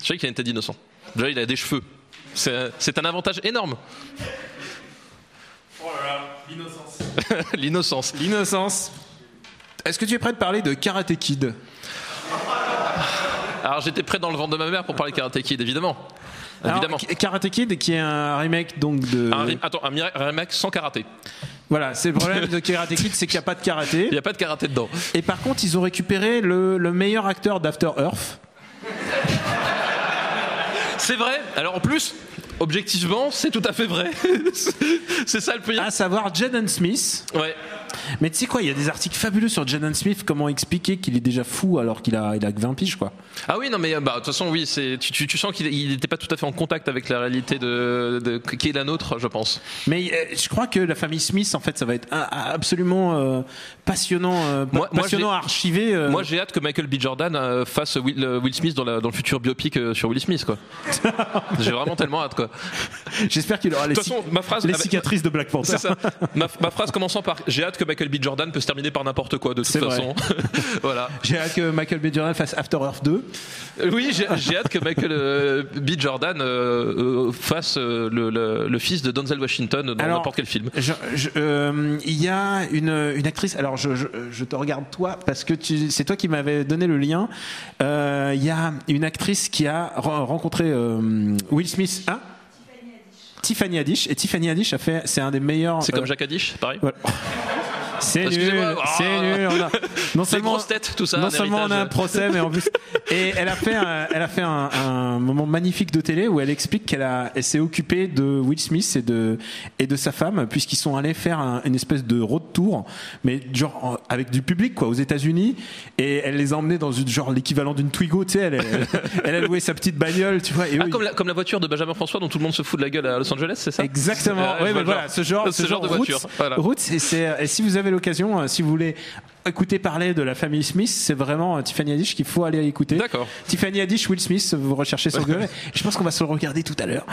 Je sais qu'il a une tête d'innocent. Déjà, il a des cheveux. C'est c'est un avantage énorme. Oh là là, l'innocence. l'innocence. L'innocence. Est-ce que tu es prêt de parler de Karate Kid Alors, j'étais prêt dans le ventre de ma mère pour parler de Karate Kid, évidemment. Alors, évidemment. K- Karate Kid, qui est un remake donc de. Un rim- attends, un mira- un remake sans karaté. Voilà, c'est le problème de Karate Kid, c'est qu'il n'y a pas de karaté. Il n'y a pas de karaté dedans. Et par contre, ils ont récupéré le, le meilleur acteur d'After Earth. C'est vrai. Alors, en plus, objectivement, c'est tout à fait vrai. c'est ça le pire. à savoir Jaden Smith. Ouais. Mais tu sais quoi, il y a des articles fabuleux sur Jaden Smith, comment expliquer qu'il est déjà fou alors qu'il a, il a que 20 piges, quoi. Ah oui, non, mais euh, bah, de toute façon, oui, c'est, tu, tu- tu sens qu'il n'était pas tout à fait en contact avec la réalité de, de- qui est la nôtre, je pense. Mais euh, je crois que la famille Smith, en fait, ça va être un- un- absolument euh, passionnant, euh, pa- Moi- moi, passionnant j'ai- à archiver. euh. Moi, j'ai hâte que Michael B. Jordan euh, fasse Will, euh, Will Smith dans, la- dans le futur biopic euh, sur Will Smith, quoi. j'ai vraiment tellement hâte, quoi. J'espère qu'il aura les, De toute façon, cic- ma phrase. les avec- cicatrices de Black Panther. c'est ça. Ma, ma phrase commençant par J'ai hâte que Michael B. Jordan peut se terminer par n'importe quoi, de toute C'est vrai. façon. voilà. J'ai hâte que Michael B. Jordan fasse After Earth 2. Oui, j'ai, j'ai hâte que Michael euh, B. Jordan euh, euh, fasse euh, le, le- le fils de Denzel Washington dans Alors, n'importe quel film. Je- je- euh, Il y a une, une actrice, alors je, je- je te regarde toi, parce que tu- c'est toi qui m'avais donné le lien. Euh, Il y a une actrice qui a re- rencontré euh, Will Smith. Hein Tiffany Haddish. Et Tiffany Haddish a fait, c'est un des meilleurs. C'est euh, comme Jacques Haddish, pareil. voilà. C'est nul, Excusez-moi. Ah. c'est nul. on a- non C'est seulement, grosse tête, tout ça, non un seulement on a un héritage. procès, mais en plus. Et elle a fait, un, elle a fait un, un moment magnifique de télé où elle explique qu'elle a, elle s'est occupée de Will Smith et de et de sa femme puisqu'ils sont allés faire un- une espèce de road tour, mais genre en- avec du public quoi, aux États-Unis. Et elle les a emmenés dans une genre l'équivalent d'une Twigo, tu sais. Elle, elle, elle a loué sa petite bagnole, tu vois. Et eux, Ah, comme, la, comme la voiture de Benjamin François dont tout le monde se fout de la gueule à Los Angeles, c'est ça Exactement. Euh, je oui, vois mais le voilà, ce genre, Ce genre de Roots- voiture. Voilà. Roots, et, c'est- euh, et si vous avez l'occasion, euh, si vous voulez écouter parler de la famille Smith, c'est vraiment euh, Tiffany Haddish qu'il faut aller écouter. D'accord. Tiffany Haddish, Will Smith, vous recherchez sur Google. Je pense qu'on va se le regarder tout à l'heure.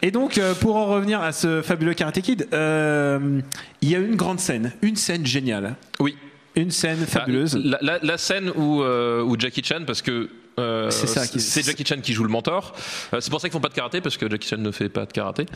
et donc, euh, pour en revenir à ce fabuleux Karate Kid, euh, il y a une grande scène, une scène géniale, Oui. Bah, une scène fabuleuse. Ah, La, la- la scène où, euh, où Jackie Chan, parce que euh, C'est ça qui- c'est Jackie Chan qui joue le mentor. Euh, c'est pour ça qu'ils font pas de karaté parce que Jackie Chan ne fait pas de karaté.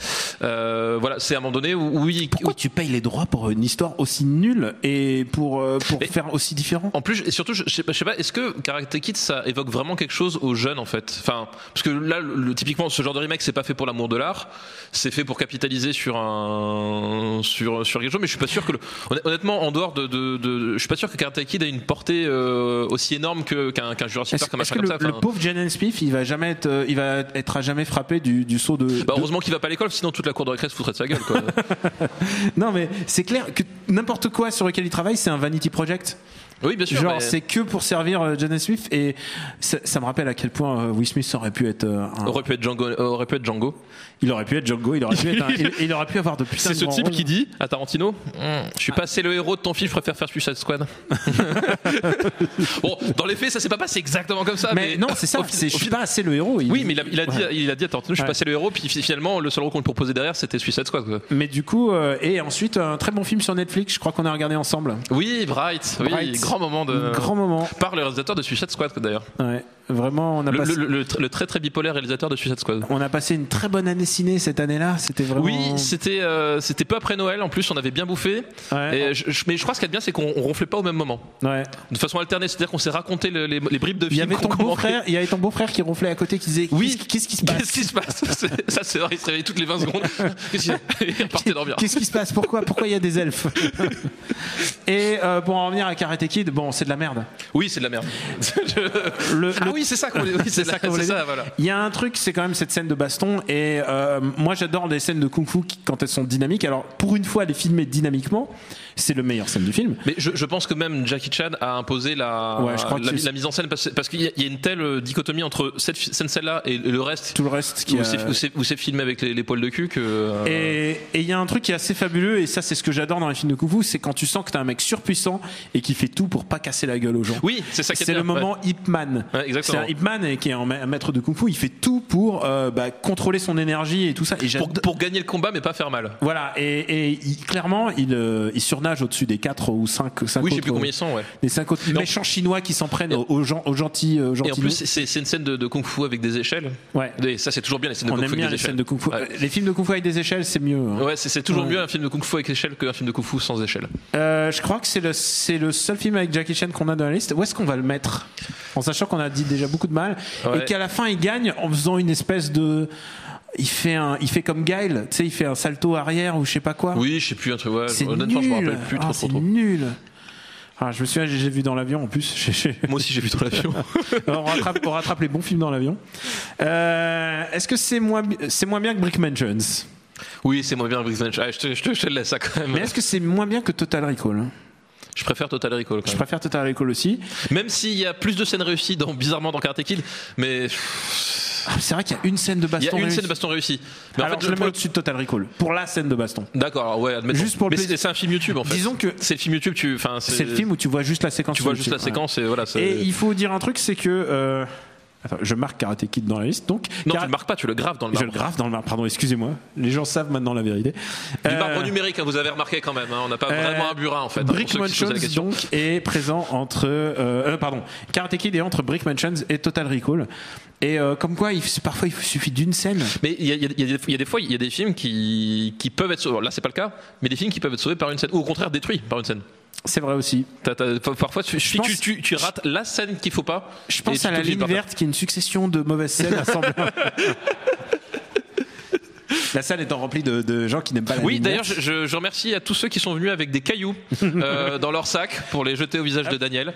Euh, voilà, c'est à un moment donné où, où il- Pourquoi tu payes les droits pour une histoire aussi nulle et pour, euh, pour Mais- faire aussi différent En plus, et surtout, je je sais pas, je sais pas, est-ce que Karate Kid ça évoque vraiment quelque chose aux jeunes en fait Enfin, parce que là, le- le- typiquement, ce genre de remake, c'est pas fait pour l'amour de l'art, c'est fait pour capitaliser sur un sur sur quelque chose. Mais je suis pas sûr que, le- honn- honnêtement, en dehors de, de, de- je suis pas sûr que Karate Kid ait une portée euh, aussi énorme que qu'un qu'un Jurassic Est-ce Park, un est-ce machin que comme le, ça. le Enfin, pauvre Jaden Smith, il va jamais être, euh, il va être à jamais frappé du, du saut de. bah, de- heureusement qu'il va pas à l'école, sinon toute la cour de récré se foutrait de sa gueule. Quoi. Non, mais c'est clair que n'importe quoi sur lequel il travaille, c'est un vanity project. oui, bien sûr. Genre, mais- c'est que pour servir euh, Jaden Smith et ça, ça me rappelle à quel point euh, Will Smith aurait pu être. euh, un- Aurait pu être Django. Aurait pu être Django. Il aurait pu être Django, il aurait pu être. un- il, il aurait pu avoir de putains C'est ce de grands type rôles. qui dit à Tarantino Hum, Je suis pas assez le héros de ton film, je préfère faire Suicide Squad. bon, dans les faits, ça s'est pas passé exactement comme ça. Mais, Mais non, c'est ça. au fi- c'est- au Je suis fi- pas assez le héros. il- Oui, mais il a, il a dit, euh, il a dit à Tarantino Je suis Ouais. pas assez le héros, puis fi- finalement, le seul rôle qu'on lui proposait derrière, c'était Suicide Squad. quoi. Mais du coup, euh, et ensuite un très bon film sur Netflix. Je crois qu'on a regardé ensemble. Oui, Bright, oui, Bright. grand moment de. Grand moment. Par le réalisateur de Suicide Squad, d'ailleurs. Ouais, vraiment, on a Le, passé. le- le- le très très bipolaire réalisateur de Suicide Squad. On a passé une très bonne année ciné cette année-là. C'était vraiment. Oui, c'était euh, c'était peu après Noël, en plus, on avait bien bouffé. Ouais. Et je- je- mais je crois ce qu'il y a de bien, c'est qu'on on ronflait pas au même moment. Ouais. De façon alternée, c'est-à-dire qu'on s'est raconté le- les, les bribes de Il y films avait ton qu'on commentait. beau-frère. Il y avait ton beau-frère qui ronflait à côté, qui disait. Oui. Qu'est-ce qu'est-ce qui se Qu'est-ce passe qui se passe C'est- Ça, c'est vrai, il se réveille toutes les 20 secondes. Qu'est-ce qu'il- Il repartait dormir. Qu'est-ce qui se passe Pourquoi Pourquoi il y a des elfes Et euh, pour en revenir à Karate Kid, bon, c'est de la merde. Oui, c'est de la merde. Je- Le- Ah le- oui, c'est ça qu'on voulait oui, C'est c'est ça ça, qu'on voulait c'est ça, dire. voilà. Il y a un truc, c'est quand même cette scène de baston. Et euh, moi, j'adore les scènes de kung-fu qui- quand elles sont dynamiques. Alors, pour une fois, les filmer dynamiquement, c'est le meilleur scène du film. Mais je, je pense que même Jackie Chan a imposé la, Ouais, je crois que la, c'est- la mise en scène parce, parce qu'il y, a- il y a une telle euh, dichotomie entre cette fi- scène là et le reste Tout le reste qui où a- c'est- où c'est où c'est filmé avec les, les poils de cul que. euh, Et et il y a un truc qui est assez fabuleux, et ça, c'est ce que j'adore dans les films de Kung Fu, c'est quand tu sens que t'as un mec surpuissant et qui fait tout pour pas casser la gueule aux gens. Oui, c'est ça qui est C'est bien, le moment Ip Man. Ouais, c'est exactement. un Ip Man et qui est un ma- un maître de Kung Fu, il fait tout pour euh, bah, contrôler son énergie et tout ça. Et Pour, j'adore- pour gagner le combat, mais pas faire mal. Voilà, et, et il- clairement, il, euh, il surnage au-dessus des 4 ou 5 cinq Oui, je sais autres- plus combien ils sont, ouais. des cinq autres Non. méchants chinois qui s'en prennent aux, aux gens, aux gentils, aux gentils. Et en plus, c'est c'est une scène de, de kung-fu avec des échelles. Ouais. Et ça, c'est toujours bien les scènes de on kung-fu aime avec bien des les échelles. scènes de Kung Fu. Ouais. Les films de Kung Fu avec des échelles, c'est mieux. hein. Ouais, c'est c'est toujours Ouais. mieux un film de kung-fu avec échelle qu'un film de kung-fu sans échelle. Euh, je crois que c'est le, c'est le seul film avec Jackie Chan qu'on a dans la liste. Où est-ce qu'on va le mettre En sachant qu'on a dit déjà beaucoup de mal. Ouais. Et qu'à la fin, il gagne en faisant une espèce de. Il fait, un, il fait comme Guile, tu sais, il fait un salto arrière ou je sais pas quoi. Oui, je sais plus un truc. Ouais, c'est honnêtement, nul. je me rappelle plus Ah, trop, c'est trop, trop. nul. Ah, je me souviens, j'ai j'ai vu dans l'avion en plus. J'ai- j'ai- Moi aussi, j'ai vu dans l'avion. on, rattrape, on rattrape les bons films dans l'avion. Euh, Est-ce que c'est moins, bi- c'est moins bien que Brick Mansions oui, c'est moins bien Briggs Bench. Ah, je, te, je, te, je te le laisse ça quand même. Mais est-ce que c'est moins bien que Total Recall Je préfère Total Recall. Quand Je même préfère Total Recall aussi. Même s'il y a plus de scènes réussies, dans, bizarrement dans Karate Kid, mais Ah, c'est vrai qu'il y a une scène de il y a baston. une réussie. scène de baston réussie. Mais Alors, en fait, je le le mets pro- au-dessus de Total Recall pour la scène de baston. D'accord, ouais, admettons. Juste pour le mais plaisir. c'est c'est un film YouTube en fait. Disons que c'est le film YouTube. Tu, enfin, c'est le film où tu vois juste la séquence. Tu vois sur juste la YouTube, ouais. séquence et voilà. c'est- Et il faut dire un truc, c'est que euh, attends, je marque Karate Kid dans la liste, donc Non, Kara- tu le marques pas, tu le graves dans le je marbre. le grave dans le marbre. Pardon, excusez-moi. Les gens savent maintenant la vérité. Du Euh, marbre numérique, hein, vous avez remarqué quand même. hein, on n'a pas euh, vraiment un burin en fait. hein, pour Brick ceux qui se posaient Mansions la question. donc est présent entre euh, euh, pardon Karate Kid est entre Brick Mansions et Total Recall et euh, comme quoi il, parfois il suffit d'une scène Mais il y a, il y a- il y a des- il y a des fois, il y a des films qui, qui peuvent être sauvés. Là, c'est pas le cas, mais des films qui peuvent être sauvés par une scène, ou au contraire détruits par une scène. c'est vrai aussi T'as- t'as- par- parfois, tu, si pense- tu, tu- tu rates la scène qu'il faut pas. je et pense tu à la t'oublies ligne par terre. verte qui est une succession de mauvaises scènes assemblées la salle étant remplie de, de gens qui n'aiment pas la Oui, ligne d'ailleurs, verte. je, je- je remercie à tous ceux qui sont venus avec des cailloux euh, dans leur sac pour les jeter au visage de Daniel.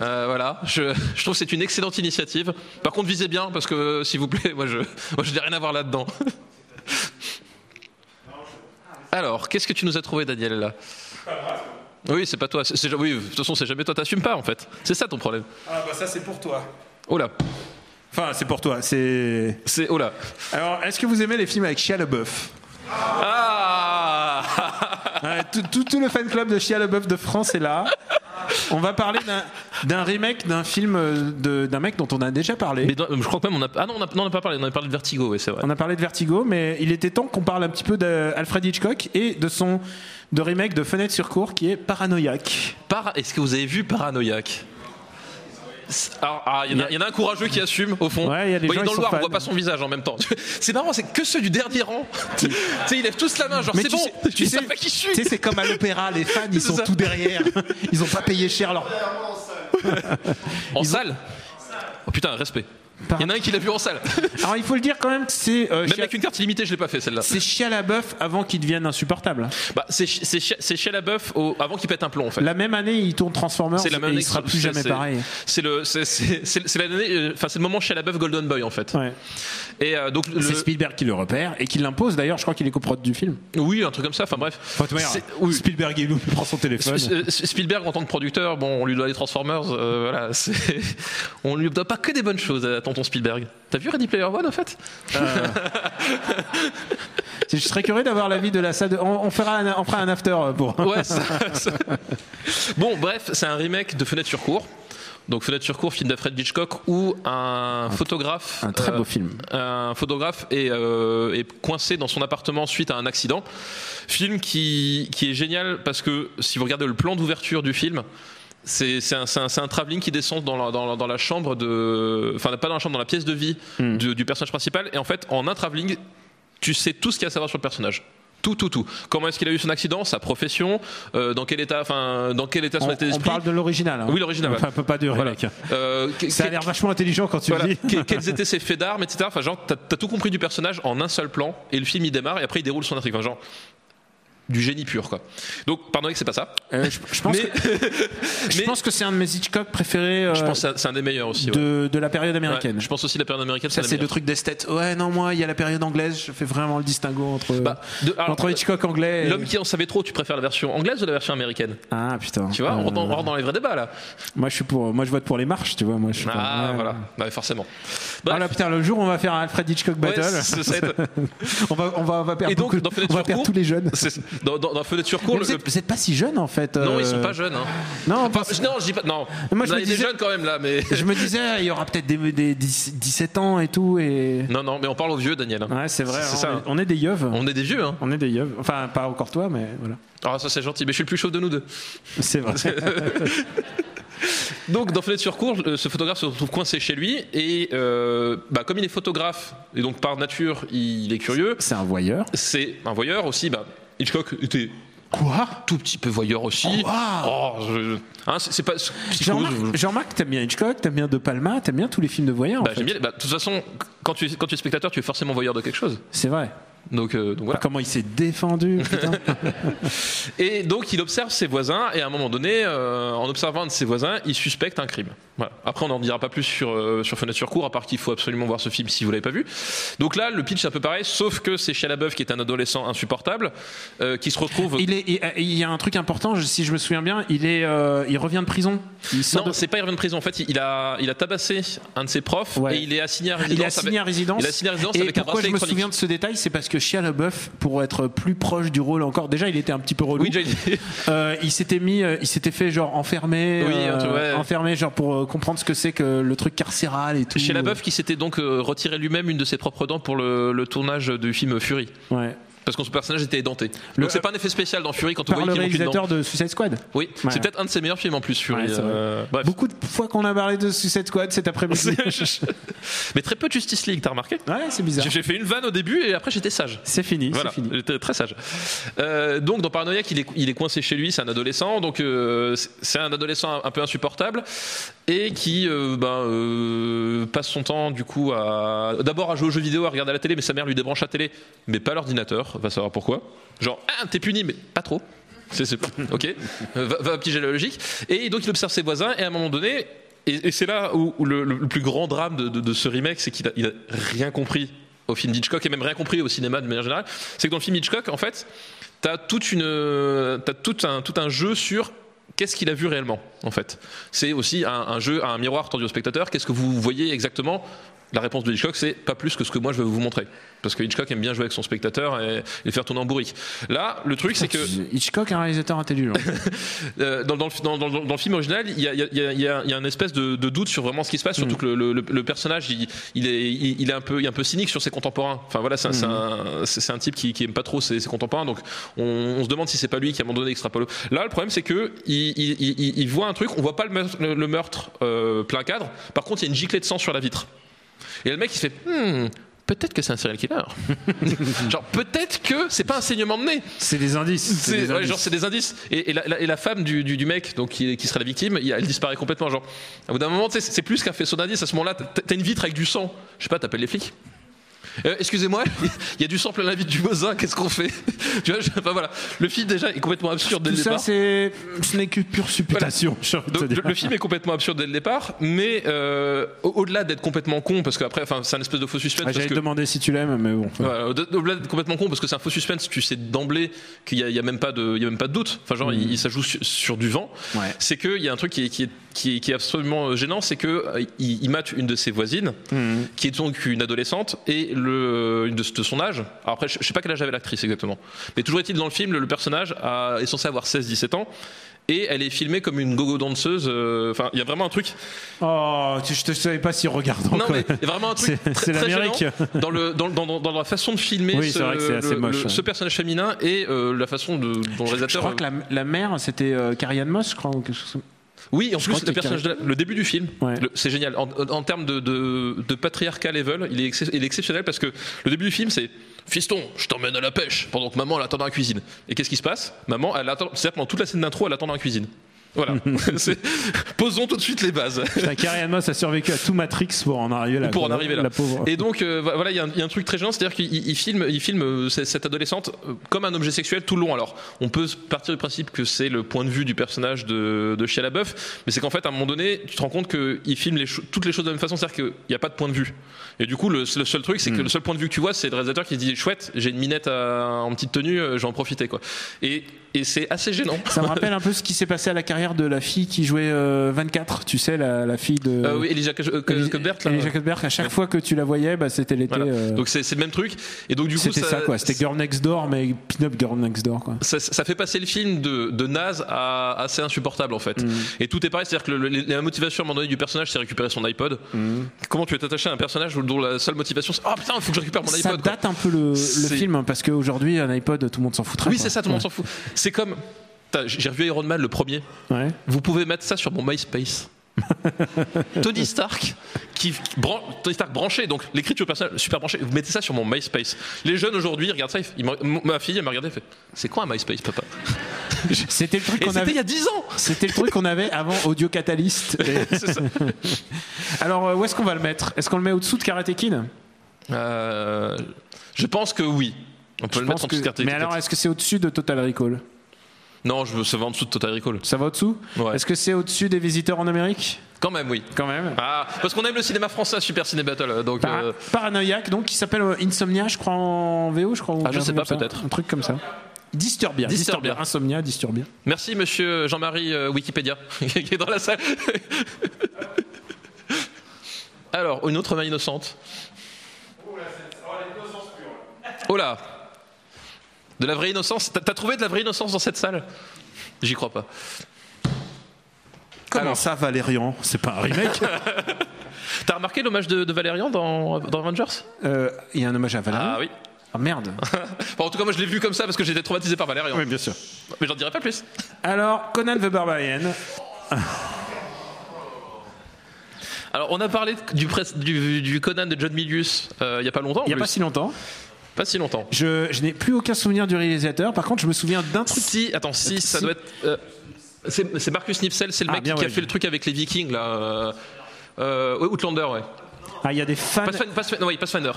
Euh, voilà, je, je trouve que c'est une excellente initiative. Par contre, visez bien, parce que euh, s'il vous plaît, moi je, moi, je n'ai rien à voir là-dedans. Alors, qu'est-ce que tu nous as trouvé, Daniel, là Oui, c'est pas toi. C'est- c'est- oui, de toute façon, c'est jamais toi. T'assumes pas, en fait. C'est ça ton problème. ah bah ça c'est pour toi Oh là, enfin c'est pour toi c'est c'est oh là. alors est-ce que vous aimez les films avec Shia LaBeouf Ah Ouais, tout, tout- tout le fan club de Shia LaBeouf de France est là on va parler d'un- d'un remake d'un film euh, de- d'un mec dont on a déjà parlé Mais dans- je crois que même on a ah non, on a, non, on n'a pas parlé. On a parlé de Vertigo, oui, c'est vrai. On a parlé de Vertigo, mais il était temps qu'on parle un petit peu d'Alfred Hitchcock et de son de remake de Fenêtre sur cour qui est paranoïaque. Par- Est-ce que vous avez vu Paranoïaque alors, ah, il y, en a- il y en a un courageux qui assume, au fond. Ouais, il y a des Bon, gens, est ils dans le sont noir, on fans. voit pas son visage en même temps. C'est marrant, c'est que ceux du dernier rang. tu sais, ils lèvent tous la main, genre, Mais c'est tu bon, sais- tu ils sais- savent pas qui je suis. Tu sais, c'est comme à l'opéra, les fans, ils C'est sont ça. tout derrière. Ils ont pas payé cher leur. En salle Oh putain, respect. Il y en a un qui l'a vu en salle. Alors, il faut le dire quand même que c'est. euh, Même Chia- avec une carte illimitée, je l'ai pas fait celle-là. c'est Chia la bœuf avant qu'il devienne insupportable. Bah, c'est chi- c'est chi- c'est chez la bœuf avant qu'il pète un plomb en fait. La même année, il tourne Transformers C'est la même et année il sera que- plus c'est- jamais c'est- pareil. C'est le c'est c'est- c'est- c'est l'année, euh, enfin c'est le moment chez la bœuf Golden Boy en fait. Ouais. Et euh, donc le- C'est Spielberg qui le repère et qui l'impose d'ailleurs, je crois qu'il est coprode du film. oui un truc comme ça. Enfin bref. C'est- oui. Spielberg il prend son téléphone. Sp- euh, Spielberg en tant que producteur, bon, on lui doit les Transformers, euh, voilà, c'est- on lui doit pas que des bonnes choses à tonton Spielberg. T'as vu Ready Player One en fait Je serais curieux d'avoir l'avis de la salle. de- On, on fera un, on fera un after euh, pour. Ouais. ça- ça- Bon, bref, c'est un remake de Fenêtre sur cour. Donc Fenêtre sur cour, film d'Alfred Hitchcock, où un, photographe, euh, un très beau film. un photographe est, euh, est coincé dans son appartement suite à un accident. Film qui, qui est génial parce que si vous regardez le plan d'ouverture du film. C'est c'est un, c'est un- c'est un travelling qui descend dans la, dans la- dans la chambre de. Enfin, pas dans la chambre, dans la pièce de vie Hmm. du, du personnage principal. Et en fait, en un travelling, tu sais tout ce qu'il y a à savoir sur le personnage. Tout, tout, tout. Comment est-ce qu'il a eu son accident, sa profession, euh, dans quel état, enfin, dans quel état son On, état on d'esprit. parle de l'original. hein. Oui, l'original, Enfin, on peut pas du Voilà. remake. Euh, que- Ça a que- l'air vachement intelligent quand tu voilà. le dis. Que- Quels étaient ses faits d'armes, etc. Enfin, genre, t'as t'as tout compris du personnage en un seul plan, et le film il démarre, et après il déroule son intrigue. Enfin, genre, du génie pur, quoi. Donc, pardonnez que c'est pas ça. Euh, je, je pense mais que, je mais- pense que c'est un de mes Hitchcock préférés euh, je pense que c'est un- c'est un des meilleurs aussi. ouais. de, de la période américaine. Ouais, je pense aussi que la période américaine, Ça, un des c'est le meilleurs. truc d'esthète. Ouais, non, moi, il y a la période anglaise. Je fais vraiment le distinguo entre, Bah, de- alors, entre Hitchcock anglais. et- L'homme qui en savait trop, tu préfères la version anglaise ou la version américaine Ah, putain. Tu vois, Euh, on rentre dans- on rentre dans les vrais débats là. Moi, je suis pour. Moi, je vote pour les marches, tu vois. Moi, je suis pour- Ah, ouais. voilà, bah, forcément. Ah là, putain, le jour où on va faire un Alfred Hitchcock Ouais, Battle, c'est- c'est- on, va, on, va, on va perdre, Et donc, beaucoup- dans Fenêtre on va sur perdre cour- tous les jeunes. c'est- dans, dans, dans Fenêtre sur cour, Mais vous, le- êtes, vous êtes pas si jeunes en fait. Non, euh, ils sont pas jeunes. hein. Non, Enfin, parce- non, je dis pas. Non. Oh, Moi, je Non, me il y a des disais- jeunes quand même là, mais. je me disais, il y aura peut-être des, des 10 17 ans et tout. Et... Non, non, mais on parle aux vieux, Daniel. Ouais, c'est vrai. hein, C'est on, ça. Est, on est des yeuves. On est des vieux, hein. On est des yeuves. Enfin, pas encore toi, mais voilà. Ah, ça c'est gentil, mais je suis le plus chaud de nous deux. C'est vrai. Donc, dans Fenêtre sur cour, euh, ce photographe se retrouve coincé chez lui, et euh, bah, comme il est photographe, et donc par nature, il est curieux, C'est un voyeur. c'est un voyeur aussi. Bah, Hitchcock était. Quoi Tout petit peu voyeur aussi. Oh, je- hein, c'est c'est pas. c'est- J'ai remarqué- j'ai remarqué que t'aimes bien Hitchcock, t'aimes bien De Palma, t'aimes bien tous les films de voyeurs. en Bah, fait. j'aime bien. bah, de toute façon, quand tu, es- quand tu es spectateur, tu es forcément voyeur de quelque chose. C'est vrai. Donc, euh, donc voilà. Comment il s'est défendu. putain. Et donc il observe ses voisins et à un moment donné, euh, en observant un de ses voisins, il suspecte un crime. Voilà. Après on n'en dira pas plus sur, euh, sur Fenêtre sur Cour, à part qu'il faut absolument voir ce film si vous l'avez pas vu. Donc là le pitch est un peu pareil, sauf que c'est Shia LaBeouf qui est un adolescent insupportable, euh, qui se retrouve... il, est, il- euh, il y a un truc important, je- si je me souviens bien, il, est, euh, il revient de prison. Il, sort Non, de- c'est pas il revient de prison, en fait il a, il a tabassé un de ses profs Ouais. et il est assigné à résidence. il est assigné à avec- résidence. il est assigné à résidence et avec un pourquoi bracelet je me électronique. souviens de ce détail, c'est parce que Shia LaBeouf, pour être plus proche du rôle encore, déjà il était un petit peu relou. Oui, déjà, il est- Euh, il s'était mis, euh, il s'était fait genre enfermer, Oui, euh, un truc, ouais. enfermé genre pour euh, comprendre ce que c'est que le truc carcéral et tout. Chez la bœuf qui s'était donc euh, retiré lui-même une de ses propres dents pour le, le tournage du film Fury. Ouais. Parce que son personnage était édenté. Le- euh, donc c'est pas un effet spécial dans Fury quand on Par voit le qu'il manque une dent. réalisateur de Suicide Squad. Oui, Ouais. c'est peut-être un de ses meilleurs films en plus, Fury. Ouais, c'est vrai. euh, bref. Beaucoup de fois qu'on a parlé de Suicide Squad cet après-midi. Mais très peu de Justice League, t'as remarqué ouais, c'est bizarre. J'ai- J'ai fait une vanne au début et après j'étais sage. C'est fini, Voilà, c'est fini. j'étais très sage. Euh, donc dans Paranoïaque, il est, il est coincé chez lui, c'est un adolescent, donc euh, c'est- c'est un adolescent un, un peu insupportable et qui euh, ben, euh, passe son temps du coup à d'abord à jouer aux jeux vidéo, à regarder la télé, mais sa mère lui débranche la télé, mais pas l'ordinateur, va savoir pourquoi. Genre ah t'es puni, mais pas trop. C'est c'est- ok, Euh, va, va piger la logique. Et donc il observe ses voisins et à un moment donné. Et, et c'est là où, où le, le plus grand drame de, de- de ce remake, c'est qu'il a, il a rien compris au film d'Hitchcock et même rien compris au cinéma de manière générale, c'est que dans le film Hitchcock, en fait, t'as toute une, euh, t'as tout un, tout un jeu sur qu'est-ce qu'il a vu réellement, en fait. C'est aussi un, un jeu, un miroir tendu au spectateur. Qu'est-ce que vous voyez exactement La réponse de Hitchcock, c'est pas plus que ce que moi je vais vous montrer. Parce que Hitchcock aime bien jouer avec son spectateur et les faire tourner en bourrique. Là, le truc, c'est que Hitchcock, un réalisateur intelligent. euh, dans, dans le, dans- dans- dans le film original, il y a, il y a- il y a- il y a- il y a un espèce de, de doute sur vraiment ce qui se passe, surtout que le, le- le- le personnage, il, il est, il, il est un peu, il est un peu cynique sur ses contemporains. Enfin voilà, c'est un, c'est un- c'est- c'est un type qui, qui aime pas trop ses, ses contemporains, donc on, on se demande si c'est pas lui qui, à un moment donné, extrapole. Là, le problème, c'est que il, il- il- il voit un truc, on voit pas le meurtre, le- le meurtre, euh, plein cadre. Par contre, il y a une giclée de sang sur la vitre. Et le mec, il fait. Hmm, Peut-être que c'est un serial killer. Genre, peut-être que c'est pas un saignement de nez. C'est des indices. C'est des ouais, indices. genre c'est des indices et, et la, la- et la femme du, du- du mec donc qui, qui serait la victime il- elle disparaît complètement genre au bout d'un moment tu sais, c'est c'est plus qu'un faisceau d'indices à ce moment-là t'as t'as une vitre avec du sang je sais pas t'appelles les flics Euh, excusez-moi il y a du sang plein la vitre du voisin qu'est-ce qu'on fait tu vois je- enfin, voilà le film déjà est complètement absurde dès Tout le ça, départ c'est ce n'est que pure supputation. j'ai envie de donc, te le, dire. le film est complètement absurde dès le départ, mais euh, au- au-delà d'être complètement con, parce qu'après, enfin, c'est un espèce de faux suspense. Ah, parce J'allais que- te demander si tu l'aimes, mais bon. Ouais, au- au-delà d'être complètement con parce que c'est un faux suspense, tu sais d'emblée qu'il y a, il y a même pas de, il y a même pas de doute. Enfin genre, il, il- ça joue sur, sur du vent. Ouais. C'est que il y a un truc qui est, qui est, qui est, qui est absolument euh, gênant, c'est que euh, il, il mate une de ses voisines qui est donc une adolescente et le euh, une de, de son âge. Alors après, je, je sais pas quel âge avait l'actrice exactement, mais toujours est-il dans le film, le, le personnage a- est censé avoir 16-17 ans. Et elle est filmée comme une gogo danseuse. euh, Enfin, il y a vraiment un truc. Oh, tu- je te savais pas si regardant. Non, quoi. mais il y a vraiment un truc euh, C'est- c'est très, très l'Amérique. gênant dans, le, dans, dans, dans la façon de filmer Oui, ce, c'est vrai que c'est assez le- moche, le- ouais. ce personnage féminin et euh, la façon de, dont le Je réalisateur. euh, crois que la, la mère, c'était euh, Carrie Anne Moss, je crois. ou quelque chose comme- Oui, en je crois plus, que le, c'est personnage de la- le début du film, Ouais. le- c'est génial. En, en termes de, de, de patriarcat level, il est, excep- il est exceptionnel parce que le début du film, c'est Fiston, je t'emmène à la pêche pendant que maman elle attend dans la cuisine. Et qu'est-ce qui se passe Maman, elle attend, c'est-à-dire pendant toute la scène d'intro, elle attend dans la cuisine. Voilà. C'est- Posons tout de suite les bases. Putain, Carrie Anne Moss a survécu à tout Matrix pour en arriver là. Pour quoi. en arriver là. La pauvre. Et donc euh, vo- voilà, il y, a un- il y a un truc très gênant, c'est-à-dire qu'il il- il filme, il filme euh, c- cette adolescente euh, comme un objet sexuel tout le long. Alors, on peut partir du principe que c'est le point de vue du personnage de, de Shia LaBeouf, mais c'est qu'en fait, à un moment donné, tu te rends compte qu'il filme les cho- toutes les choses de la même façon, c'est-à-dire qu'il n'y a pas de point de vue. Et du coup, le, le seul truc, c'est que le seul point de vue que tu vois, c'est le réalisateur qui se dit chouette, j'ai une minette à- en petite tenue, euh, je vais en profiter quoi. Et, et c'est assez gênant. Ça me rappelle un peu ce qui s'est passé à la carrière de la fille qui jouait euh, 24, tu sais, la, la fille de. Euh, oui, Elijah Cod- euh, Elis- Cuthbert, là. Elijah Cuthbert, à chaque fois que tu la voyais, bah, c'était l'été. Voilà. euh, Donc c'est c'est le même truc. Et donc du coup, C'était ça, quoi. C'était Girl Next Door, mais pin-up Girl Next Door, quoi. ça, ça fait passer le film de, de naze à assez insupportable en fait. Et tout est pareil, c'est-à-dire que le- le- la motivation à un moment donné du personnage, c'est récupérer son iPod. Comment tu es attaché à un personnage dont la seule motivation, c'est ah putain, faut que je récupère mon Ça iPod. quoi. date un peu le, le C'est- film, hein, parce qu'aujourd'hui, un iPod, tout le monde s'en foutrait. Oui, quoi. c'est ça, tout le monde s'en fout. C'est comme, Putain, j'ai revu Iron Man le premier. Ouais. Vous pouvez mettre ça sur mon MySpace. Tony Stark, qui, qui bran- Tony Stark branché, donc l'écriture du personnage super branché. Vous mettez ça sur mon MySpace. Les jeunes aujourd'hui ils regardent ça. ils- ils me- mon- ma fille, elle m'a regardé, elle fait C'est quoi un MySpace, papa C'était le truc Et qu'on c'était il y avait. a 10 ans C'était le truc qu'on avait avant Audio Catalyst. Et- C'est ça. Alors, euh, où est-ce qu'on va le mettre Est-ce qu'on le met au-dessous de Karate Kid Euh, je pense que oui. On peut Je le pense mettre en que- dessous de Karate Mais Kid. alors, est-ce que c'est au-dessus de Total Recall Non, je veux ça va en dessous de Total Recall. Ça va au-dessous Ouais. Est-ce que c'est au-dessus des visiteurs en Amérique Quand même, oui. Quand même. Bah. Ah, parce qu'on aime le cinéma français, Super Ciné Battle. Donc, Par- euh, Paranoïaque, donc qui s'appelle euh, Insomnia, je crois en VO, je crois. ou Ah, je un sais truc pas, comme ça. peut-être. Un truc comme ça. Disturbia. Disturbia. Insomnia, Disturbia. merci Monsieur Jean-Marie euh, Wikipédia qui est dans la salle. Alors, une autre main innocente. Oh là, de la vraie innocence. T'as- T'as trouvé de la vraie innocence dans cette salle J'y crois pas. Comment Alors. ça, Valérian C'est pas un remake T'as remarqué l'hommage de, de Valérian dans, dans Avengers Euh, Il y a un hommage à Valérian. Ah oui. Ah, merde. Enfin, en tout cas, moi je l'ai vu comme ça parce que j'étais traumatisé par Valérian. bien sûr. Mais j'en dirai pas plus. Alors, Conan the Barbarian. Alors, on a parlé du, press- du, du Conan de John Milius euh, il y a pas longtemps. en Il n'y a plus. pas si longtemps. Pas si longtemps. Je, je n'ai plus aucun souvenir du réalisateur. Par contre, je me souviens d'un truc. Si, attends, si, ça Si. doit être. euh, c'est c'est Marcus Nipsel, c'est le Ah, mec bien, qui a ouais, fait je- le truc avec les Vikings là. euh, euh, ouais, Outlander, ouais. Ah, il y a des fans. Pathfinder, Pathfinder- non, oui, Pathfinder.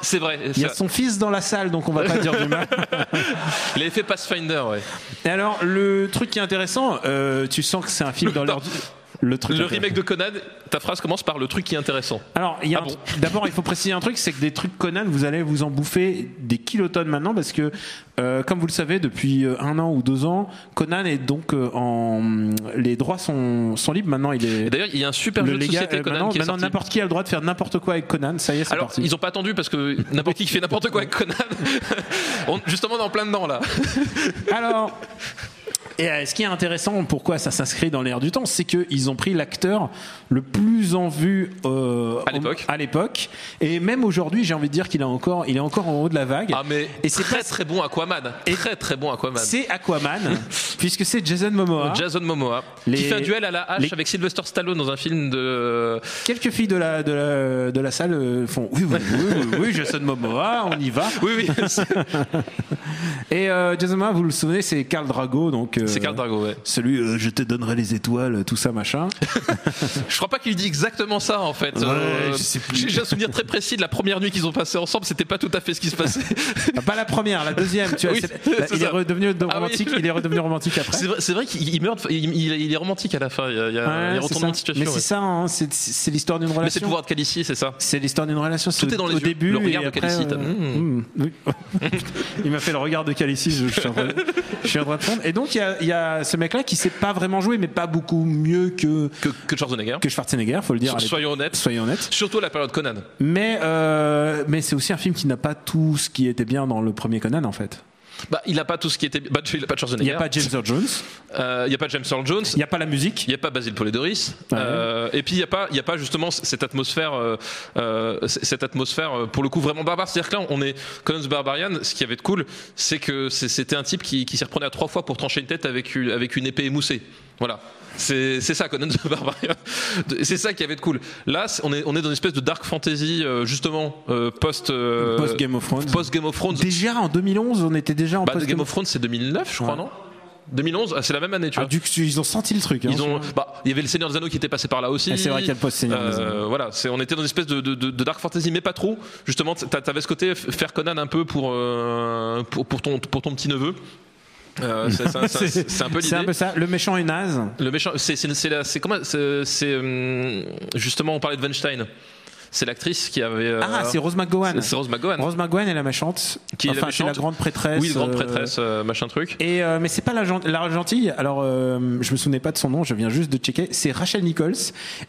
C'est vrai. Il y a ça. son fils dans la salle, donc on va pas dire du mal. Il avait fait Pathfinder, ouais. Et alors, le truc qui est intéressant, euh, tu sens que c'est un film dans leur. Le truc. Le intéressant. remake de Conan, ta phrase commence par le truc qui est intéressant. Alors, il y a Ah un bon. tr- d'abord, il faut préciser un truc, c'est que des trucs Conan, vous allez vous en bouffer des kilotonnes maintenant, parce que, euh, comme vous le savez, depuis euh, un an ou deux ans, Conan est donc euh, en, les droits sont, sont libres maintenant. Il Et est D'ailleurs, il y a un super le jeu de légal- société euh, Conan maintenant, qui est maintenant, sorti. n'importe qui a le droit de faire n'importe quoi avec Conan. Ça y est, c'est Alors, parti. ils ont pas attendu parce que n'importe qui qui fait n'importe quoi avec Conan. On- justement, on est en plein dedans là. Alors. Et euh, ce qui est intéressant, pourquoi ça s'inscrit dans l'air du temps, c'est qu'ils ont pris l'acteur le plus en vue euh, À l'époque. au- à l'époque. et même aujourd'hui, j'ai envie de dire qu'il est encore, il est encore en haut de la vague. Ah mais Et c'est c'est très très bon Aquaman. Et- très très bon Aquaman. C'est Aquaman, puisque c'est Jason Momoa. Jason Momoa Les- qui fait un duel à la hache les- avec Sylvester Stallone dans un film de euh, Quelques filles de la, de la, de la salle euh, font oui, oui, oui, oui, oui, Jason Momoa, on y va. oui oui c'est Et euh, Jason Momoa, vous le souvenez, c'est Carl Drago, donc. euh, c'est Khal Drago ouais. Celui, euh, je te donnerai les étoiles, tout ça, machin. Je crois pas qu'il dit exactement ça en fait. Euh, Ouais, je sais plus. J'ai j'ai un souvenir très précis de la première nuit qu'ils ont passé ensemble. C'était pas tout à fait ce qui se passait. Ah, Pas la première, la deuxième. Tu vois, Oui, c'est- c'est la- il, est ça. Ah redevenu oui. romantique, il est redevenu romantique après. c'est vrai, c'est vrai qu'il il meurt. Il, il- il est romantique à la fin. Il, y a- il y a Ouais, un c'est retournement de ça. situation. Mais ouais. c'est ça, hein, c'est c'est l'histoire d'une Mais c'est le relation. pouvoir de Calicie, c'est ça. C'est l'histoire d'une relation. Tout c'est est dans au les yeux. début. Le regard et de après, Calicis, euh, mm. oui. il m'a fait le regard de Calicis. Je, je suis en train de, je suis en train de prendre. Et donc il y a, il y a ce mec-là qui sait pas vraiment jouer, mais pas beaucoup mieux que Que, que Schwarzenegger. que Schwarzenegger, faut le dire. à l'époque. Soyons honnêtes. Soyons honnêtes. Surtout à la période Conan. Mais euh, mais c'est aussi un film qui n'a pas tout ce qui était bien dans le premier Conan en fait. Bah, il n'a pas tout ce qui était. Bah, il n'a pas Il n'y de Schwarzenegger. a pas James Earl Jones, Euh, il n'y a pas James Earl Jones. il n'y a pas la musique. Il n'y a pas Basile Polidoris. Ouais. Euh, et puis, il n'y a, pas- il y a pas justement c- cette atmosphère, euh, euh, c- cette atmosphère euh, pour le coup vraiment barbare. C'est-à-dire que là, on est Conan the Barbarian. Ce qui avait de cool, c'est que c'est- c'était un type qui, qui s'y reprenait à trois fois pour trancher une tête avec une, avec une épée émoussée. Voilà. C'est c'est ça, Conan the Barbarian. De- C'est ça qui avait de cool. Là, c'est- on est, on est dans une espèce de dark fantasy, euh, justement, euh, post, euh, Post Game of Thrones. post Game of Thrones. Déjà en 2011, on était déjà en Bah, post Game of Thrones, c'est 2009, je crois, Ouais. non 2011, ah, c'est la même année, tu Ah, vois. du coup, ils ont senti le truc. hein. Ils ont, bah, il y avait le Seigneur des Anneaux qui était passé par là aussi. Ah, c'est vrai qu'il y a le post-Seigneur des Euh, Voilà, c'est, on était dans une espèce de, de- de- de dark fantasy, mais pas trop. Justement, t'a- t'avais ce côté f- faire Conan un peu pour euh, pour, pour ton pour ton petit neveu. c'est, c'est- c'est- c'est- c'est un peu l'idée. Euh, C'est un peu ça. Le méchant est naze. Le méchant, c'est c'est c'est la- c'est comment c'est, c'est, hum, justement on parlait de Weinstein. C'est l'actrice qui avait. euh, Ah, c'est Rose McGowan. c'est- c'est Rose McGowan. Rose McGowan est la méchante. Qui est la enfin, c'est la méchante. grande prêtresse. oui, grande euh, prêtresse, euh, machin truc. Et euh, mais c'est pas la, gen- la gentille. Alors, euh, je me souvenais pas de son nom. Je viens juste de checker. C'est Rachel Nichols.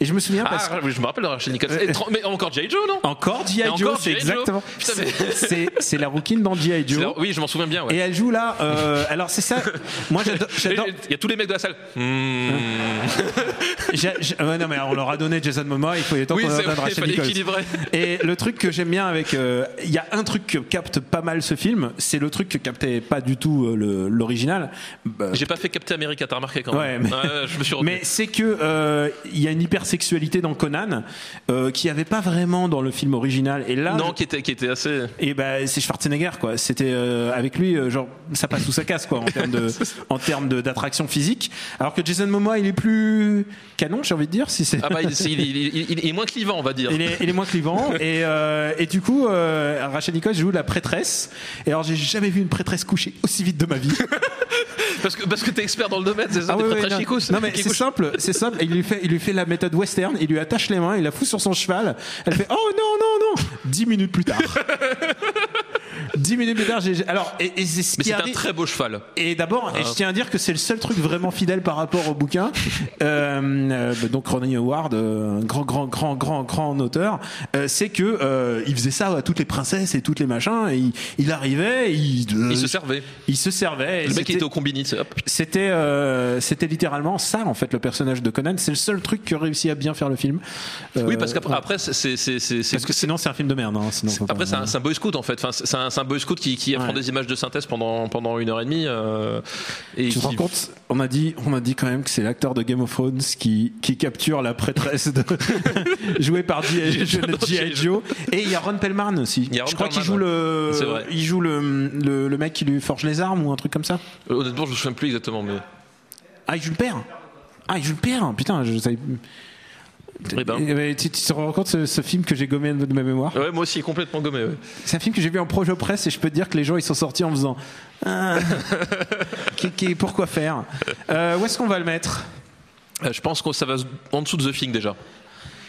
Et je me souviens Ah, parce que je me rappelle de Rachel Nichols. Et tran- mais encore J.J. Joe, non encore G.I. Et Joe. encore C'est G.I. Joe. exactement. Putain, mais- C'est- C'est c'est la rouquine dans G.I. C'est Joe. là- Oui, je m'en souviens bien. Et Ouais. elle joue là. euh, alors c'est ça. Moi j'adore- Et- j'adore. Il y a tous les mecs de la salle. Hmm. j'ai- j'ai- ouais, euh, non mais alors, on leur a donné Jason Momoa. Il faut il est temps Oui, qu'on leur c'est donne vrai, il Rachel fallait Nichols. équilibrer. Et le truc que j'aime bien avec, euh, il y a un truc que capte pas mal ce film, c'est le truc que captait pas du tout euh, le- l'original. Bah, J'ai pas fait Captain America, t'as remarqué quand même. Ouais, mais- ouais, je me suis retenu. mais c'est que euh, il y a une hypersexualité dans Conan euh, qui avait pas vraiment dans le film original. Et là, non, qui était, qui était assez. et ben c'est Schwarzenegger quoi. C'était euh, avec lui euh, genre ça passe ou ça casse quoi en termes de en termes de- d'attraction physique. Alors que Jason Momoa il est plus canon j'ai envie de dire si c'est. Ah bah, il, c'est- il- il- il- il est moins clivant, on va dire. Il est, il est moins clivant et, euh, et du coup euh, Rachel Nichols joue la prêtresse et alors j'ai jamais vu une prêtresse coucher aussi vite de ma vie Parce que, parce que t'es expert dans le domaine, c'est ça t'es ouais, pas ouais, très Ah non. Ah, chicos. non mais Qui c'est couche. simple c'est simple il lui fait il lui fait la méthode western il lui attache les mains il la fout sur son cheval elle fait oh non non non dix minutes plus tard dix minutes plus tard j'ai alors et, et c'est ce Mais qui c'est un arrive- très beau cheval. et d'abord, Ah. et je tiens à dire que c'est le seul truc vraiment fidèle par rapport au bouquin. Euh, euh, bah, donc Ronnie Howard, euh, un grand, grand, grand, grand, grand auteur, euh, c'est que euh, il faisait ça à toutes les princesses et toutes les machins. Et il, il arrivait, et il, euh, Il se servait. il se servait. et Le mec c'était- était au combini, tu sais, hop. c'était euh, c'était littéralement ça en fait le personnage de Conan. C'est le seul truc que réussit à bien faire le film. Euh, Oui, parce qu'après, ouais. après, c'est- c'est. c'est- c'est- c'est- parce que sinon c'est un film de merde. hein, sinon, faut pas- Après, c'est un, c'est un boy scout en fait. Enfin, c'est c'est un, c'est un boy scout qui, qui apprend Ouais. des images de synthèse pendant, pendant une heure et demie. euh, et Tu te qui- rends compte On a dit, on a dit quand même que c'est l'acteur de Game of Thrones qui, qui capture la prêtresse de, jouée par G.I. G.I. Joe. Et il y a Ron Pellman aussi. Il y a Ron Je crois qu'il Perlman, joue le, ouais. C'est vrai. il joue le, le, le mec qui lui forge les armes ou un truc comme ça. Honnêtement, je me souviens plus exactement, mais. Ah, il joue le père. Ah, il joue le père. Putain, je savais. Eh ben. Eh ben, tu, tu te rends compte ce, ce film que j'ai gommé de ma mémoire Ouais, moi aussi, complètement gommé. ouais. C'est un film que j'ai vu en projet presse et je peux te dire que les gens ils sont sortis en faisant. Ah, qui, qui- pourquoi faire Euh, Où est-ce qu'on va le mettre Euh, je pense que ça va se- en dessous de The Thing déjà.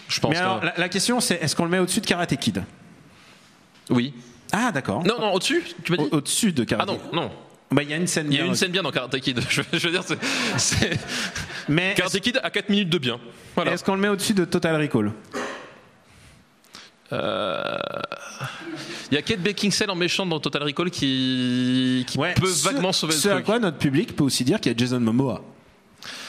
Je pense. Mais alors, que- la, la question, c'est est-ce qu'on le met au-dessus de Karate Kid Oui. Ah, d'accord. Non, non, au-dessus Tu m'as dit Au- Au-dessus de Ah Karate non, Kid. non. Bah, Il y a une scène Il y a bien- une scène bien dans Karate Kid. Je veux je veux dire, c'est. c'est- Mais est-ce Karate Kid à 4 minutes de bien. Voilà. est-ce qu'on le met au-dessus de Total Recall Euh, Il y a Kate Beckinsale en méchant dans Total Recall qui, qui peut ce- vaguement sauver ce le à truc. quoi notre public peut aussi dire qu'il y a Jason Momoa.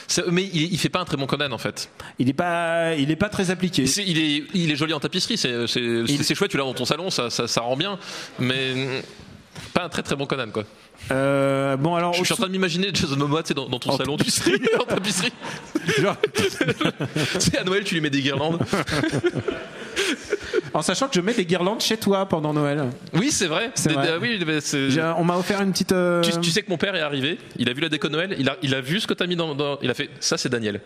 C'est- Mais il, il fait pas un très bon Conan en fait. Il est pas, il est pas très appliqué. C'est- il, est, il est joli en tapisserie, c'est c'est- c'est- c'est chouette, tu l'as dans ton salon, ça, ça, ça rend bien, mais mm, pas un très très bon Conan quoi. Euh, bon alors, Je suis en train de m'imaginer Jason Momoa tu sais, dans, dans ton En salon, tu sais, en tapisserie. Genre, tu sais, à Noël tu lui mets des guirlandes. en sachant que je mets des guirlandes chez toi pendant Noël. Oui, c'est vrai. C'est Des- vrai. des- ah oui, mais c'est- J'ai- On m'a offert une petite. euh, Tu, tu sais que mon père est arrivé, il a vu la déco de Noël, il a, il a vu ce que t'as mis dans, dans- Il a fait ça, c'est Daniel.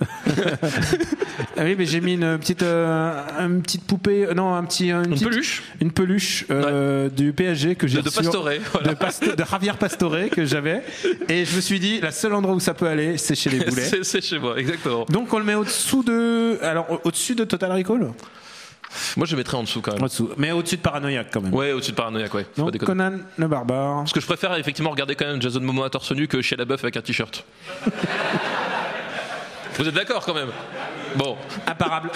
Ah oui, mais j'ai mis une petite, euh, une petite poupée, euh, non, un petit, euh, une, Une petite- peluche une peluche euh, du PSG que j'ai de, de reçue- Pastore. voilà. de, Pasto- de Javier Pastore que j'avais. Et je me suis dit, la seule endroit où ça peut aller, c'est chez les boulets. C'est c'est chez moi, exactement. Donc on le met au-dessous de, alors au- au-dessus de Total Recall, Moi, je mettrais en dessous quand même. au-dessous, mais au-dessus de Paranoïaque quand même. Ouais, au-dessus de Paranoïaque, ouais. Faut pas Donc déconner. Conan le barbare. Parce que je préfère effectivement regarder quand même Jason Momoa torse nu que chez la bœuf avec un t-shirt. Vous êtes d'accord quand même Bon. Imparable.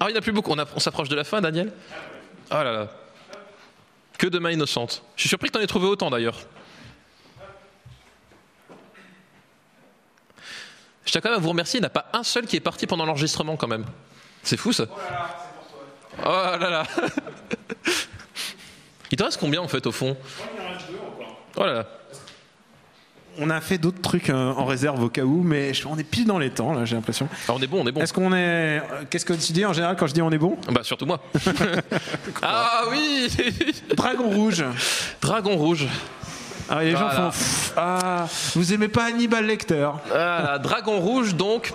Ah, il n'y en a plus beaucoup. On, a- on s'approche de la fin, Daniel Oh là là. Que de mains innocentes. Je suis surpris que t'en aies trouvé autant d'ailleurs. Je tiens quand même à vous remercier, il n'y en a pas un seul qui est parti pendant l'enregistrement quand même. C'est fou ça. Oh là là. Il te reste combien en fait au fond Oh là là. On a fait d'autres trucs euh, en réserve au cas où, mais je- on est pile dans les temps là, j'ai l'impression. Ah, on est bon, on est bon. Est-ce qu'on est, euh, qu'est-ce que tu dis en général quand je dis on est bon Bah surtout moi. ah oui Dragon rouge. Dragon rouge. Ah, et les Voilà. gens font, pff, ah, vous aimez pas Hannibal Lecter Voilà, Ah, Dragon rouge donc,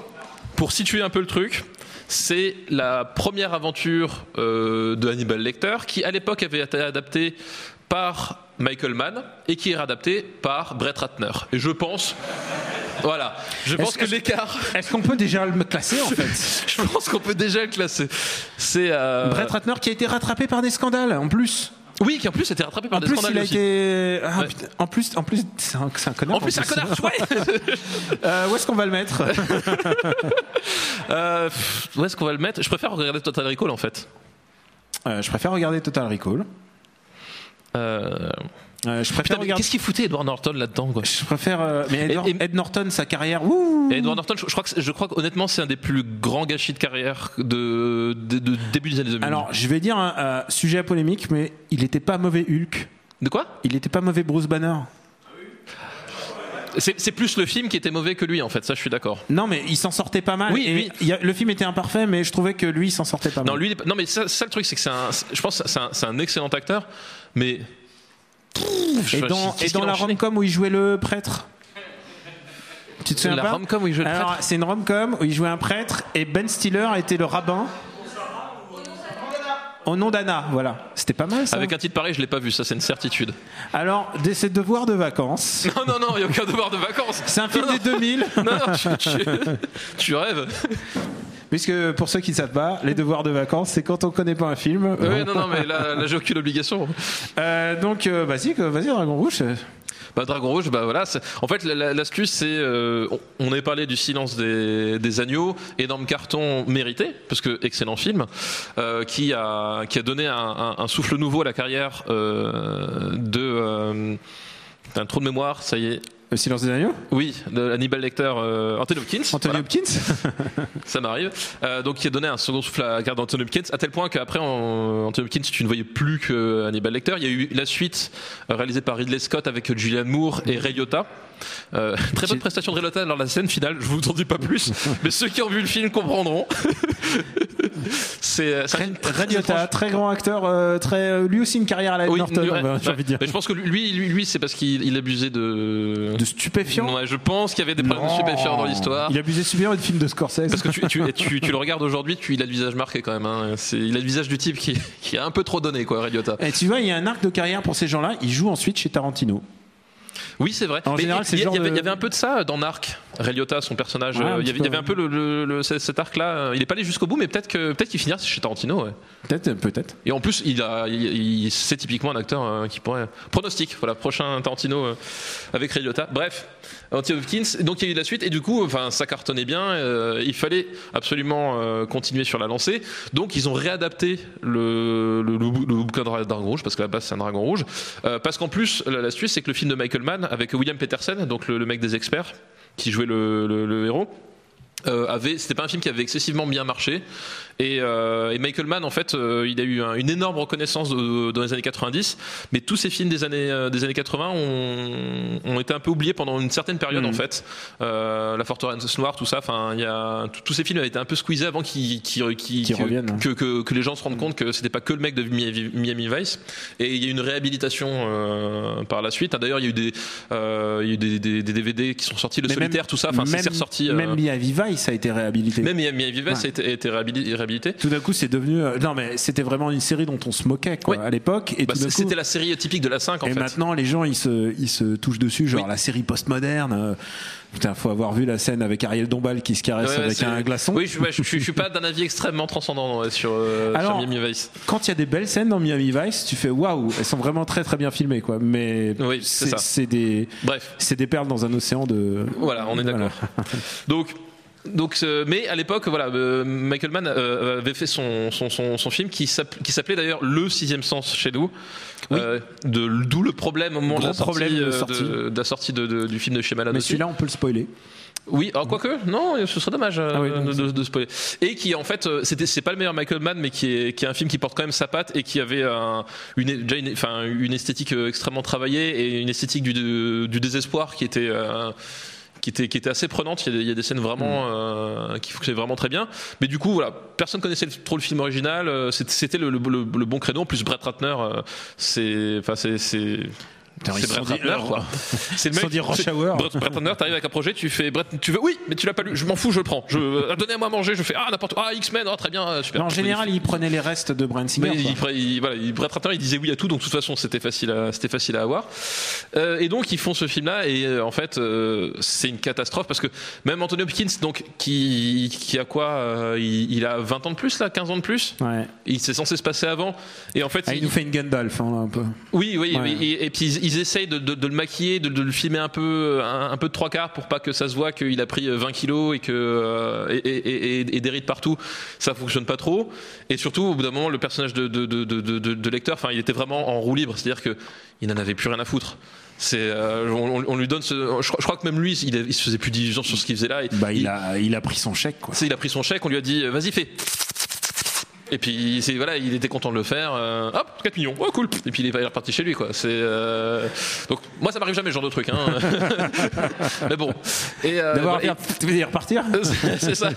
pour situer un peu le truc, c'est la première aventure euh, de Hannibal Lecter qui à l'époque avait été adaptée par Michael Mann et qui est réadaptée par Brett Ratner. Et je pense... Voilà, je pense Est-ce que que- l'écart, Est-ce qu'on peut déjà le classer en fait je pense qu'on peut déjà le classer. C'est euh, Brett Ratner qui a été rattrapé par des scandales en plus. oui, qui en plus a été rattrapé par En des plus, scandales il a aussi. été. ah, Ouais. putain, en plus, en plus, c'est un, c'est un connard. En plus, c'est un connard, ouais. Euh, où est-ce qu'on va le mettre Euh, pff, où est-ce qu'on va le mettre Je préfère regarder Total Recall en fait. Euh, Je préfère regarder Total Recall. Euh, Euh, je préfère putain, mais regarder. Qu'est-ce qu'il foutait Edward Norton là-dedans quoi Je préfère. euh, mais Ed, Et- et- Ed Norton, sa carrière. Ouh Et Edward Norton, je je crois, que, c'est- je crois honnêtement c'est un des plus grands gâchis de carrière de, de- de début des années 2000. Alors, je vais dire un euh, sujet à polémique, mais il était pas mauvais Hulk. de quoi Il était pas mauvais Bruce Banner. c'est, c'est plus le film qui était mauvais que lui en fait, ça je suis d'accord. Non, mais il s'en sortait pas mal. Oui, Et oui. il y a- le film était imparfait, mais je trouvais que lui, il s'en sortait pas mal. Non, lui, il est pas- non mais ça, ça, le truc c'est que c'est un, c'est- je pense que c'est un, c'est un excellent acteur, mais Pff, et je- dans, qu'est-ce et dans qu'il a la enchaîné rom-com où il jouait le prêtre. Tu te souviens La pas rom-com où il jouait le Alors, prêtre c'est une rom-com où il jouait un prêtre et Ben Stiller était le rabbin. Au nom d'Anna, voilà. C'était pas mal ça. avec un titre pareil, je l'ai pas vu, ça c'est une certitude. Alors, des- ses devoirs de vacances. Non non non, il y a aucun devoir de vacances. C'est un film Non, des 2000. Non, non, tu, tu- tu rêves. Puisque pour ceux qui ne savent pas, les devoirs de vacances, c'est quand on connaît pas un film. Oui, non, non, mais là, là j'ai aucune obligation. Euh, donc, euh, vas-y, que- vas-y, Dragon Rouge. euh, Bah, Dragon Rouge, bah voilà. c'est- En fait, la- la- l'astuce, c'est. euh, on- on avait parlé du silence des, des agneaux, énorme carton mérité, parce que excellent film, euh, qui, a, qui a donné un, un- un souffle nouveau à la carrière euh, de. Euh, T'as trop de mémoire, ça y est. Le silence des agneaux. Oui, de Hannibal Lecter, euh, Anthony Hopkins. Anthony voilà. Hopkins. Ça m'arrive. Euh, donc, qui a donné un second souffle à la carte d'Anthony Hopkins, à tel point qu'après, on- Anthony Hopkins, tu ne voyais plus que euh, Hannibal Lecter. Il y a eu la suite euh, réalisée par Ridley Scott avec Julianne Moore et Ray Liotta. Euh, très bonne prestation de Ray Liotta dans la scène finale, je vous en dis pas plus, mais ceux qui ont vu le film comprendront. c'est c'est un film très- très étrange. Radiota, très grand acteur, euh, très, euh, lui aussi une carrière à la Ed Oui, Norton, ouais, on va- j'ai ouais. envie de dire. Mais je pense que lui, lui, lui c'est parce qu'il il abusait de. De stupéfiant. Ouais, je pense qu'il y avait des problèmes de stupéfiants dans l'histoire. Il abusait super de film de Scorsese. Parce que tu, tu, tu, tu le regardes aujourd'hui, tu- il a le visage marqué quand même. hein. C'est- Il a le visage du type qui, Eh, qui a un peu trop donné, quoi, Ray Liotta. Et tu vois, il y a un arc de carrière pour ces gens-là. Ils jouent ensuite chez Tarantino. Oui, c'est vrai. En Mais général, il- c'est il y, le genre avait- de- il y avait un peu de ça dans Narc. Reliota, son personnage, Ouais, euh, un il, y petit avait, peu, il y avait un peu le, le- le- ce- cet arc-là. euh, Il est pas allé jusqu'au bout, mais peut-être que peut-être qu'il finira chez Tarantino. ouais. Peut-être, euh, peut-être. Et en plus, il a, il- il- c'est typiquement un acteur euh, qui pourrait pronostic. Voilà, prochain Tarantino euh, avec Reliota. Bref, Anthony Hopkins. Donc il y a eu de la suite et du coup, enfin, ça cartonnait bien. euh, il fallait absolument euh, continuer sur la lancée. Donc ils ont réadapté le, le, le bou- le bouquin de Dra- Dragon Rouge parce que la base c'est un Dragon Rouge. Euh, parce qu'en plus, la- l'astuce c'est que le film de Michael Mann avec William Petersen, donc le, le mec des experts qui jouait le- le- le héros euh, avait, c'était pas un film qui avait excessivement bien marché. Et, euh, et Michael Mann, en fait, euh, il a eu un- une énorme reconnaissance de- dans les années 90, mais tous ces films des années, euh, des années 80 ont, ont été un peu oubliés pendant une certaine période, Hmm. en fait. Euh, La Forteresse Noire, tout ça, enfin, il y a, tous ces films avaient été un peu squeezés avant qu'ils, qu'ils- qu'ils- Qu'ils que- reviennent. hein. que, que, que les gens se rendent compte que c'était pas que le mec de Miami, Miami Vice. Et il y a eu une réhabilitation euh, par la suite. Ah, D'ailleurs, il y a eu des, euh, il y a eu des, des- des DVD qui sont sortis, le Mais même- solitaire, tout ça, enfin, c'est même- c'est ressorti. euh, Même Miami Vice ça a été réhabilité. même Miami Vice Ouais. a été, a été réhabili- réhabilité. Tout d'un coup, c'est devenu. euh, non, mais c'était vraiment une série dont on se moquait quoi, Oui. à l'époque. Et Bah, tout d'un c- coup- C'était la série typique de la 5 en et fait. maintenant, les gens, ils se, ils se touchent dessus, genre Oui. la série postmoderne. euh, Putain, faut avoir vu la scène avec Ariel Dombal qui se caresse Ouais, ouais, avec c'est- un glaçon. Oui, je, ouais, je- je- je suis pas d'un avis extrêmement transcendant ouais, sur, euh, sur Alors- Miami Vice. Quand il y a des belles scènes dans Miami Vice, tu fais waouh, elles sont vraiment très très bien filmées, quoi. Mais Oui, c'est c'est ça. c'est des, Bref, c'est des perles dans un océan de. voilà, on est d'accord. Donc. Donc, euh, mais à l'époque, voilà, euh, Michael Mann euh, avait fait son, son, son, son film qui s'app- qui s'appelait d'ailleurs Le Sixième Sens chez nous. Euh, de- D'où le problème au moment de Gros la sortie, problème de euh, sortie. de- de la sortie de- de- du film de Shyamalan. Mais aussi. celui-là, on peut le spoiler. Oui, alors quoique, non, ce serait dommage euh, Ah oui, de, de- de spoiler. Et qui, en fait, euh, c'était, c'est pas le meilleur Michael Mann, mais qui est, qui est un film qui porte quand même sa patte et qui avait un- une, déjà une, enfin, une esthétique euh, extrêmement travaillée et une esthétique du, du, du désespoir qui était. euh, qui était, qui était assez prenante, il y a des, il y a des scènes vraiment Mm. euh, qui fonctionnaient vraiment très bien. Mais du coup, voilà, personne connaissait le- trop le film original, euh, c'était c'était le, le- le- le bon créneau. En plus, Brett Ratner, euh, c'est. Enfin, c'est. C'est Putain, ils c'est se Brett sont dit, Ratner, euh, quoi. C'est le Sans dire rush c'est- hour. Brett, Brett Ratner, t'arrives avec un projet, tu fais Brett, tu veux oui, mais tu l'as pas lu. Je m'en fous, je le prends. Je euh, donnez-moi à manger, je fais ah n'importe quoi. Ah X-Men, ah, très bien, euh, super. Mais en général, ils prenaient les restes de Brian Singer. Mais il, quoi. il- voilà, il- Brett Ratner, il disait oui à tout, donc de toute façon, c'était facile à, c'était facile à avoir. Euh, et donc, ils font ce film-là, et euh, en fait, euh, c'est une catastrophe parce que même Anthony Hopkins, donc, qui, qui a quoi euh, il, il a 20 ans de plus, là, 15 ans de plus Ouais. Il s'est censé se passer avant. Et en fait, Ah, il nous fait une Gandalf, hein, là, un peu. oui, oui, Ouais. oui, et, et puis ils, ils essayent de, de- de le maquiller, de, de le filmer un peu, un, un peu de trois quarts pour pas que ça se voit qu'il a pris 20 kilos et que euh, et, et- et- et des rides partout. Ça fonctionne pas trop. Et surtout, au bout d'un moment, le personnage de, de, de, de, de- de- de lecteur, enfin, il était vraiment en roue libre, c'est-à-dire que il n'en avait plus rien à foutre. C'est, euh, on, on- on lui donne ce, je, crois- je crois que même lui, il, il se faisait plus diligent sur ce qu'il faisait là. Et Bah, il, a, il a pris son chèque, quoi. tu sais, il a pris son chèque, on lui a dit euh, vas-y fais. Et puis c'est voilà, il était content de le faire. euh, hop, 4 millions, oh cool. Et puis il est il est reparti chez lui quoi. C'est euh, donc moi ça m'arrive jamais ce genre de truc. Hein. Mais bon. Et, euh, D'avoir voilà, tu veux dire repartir et- c'est ça.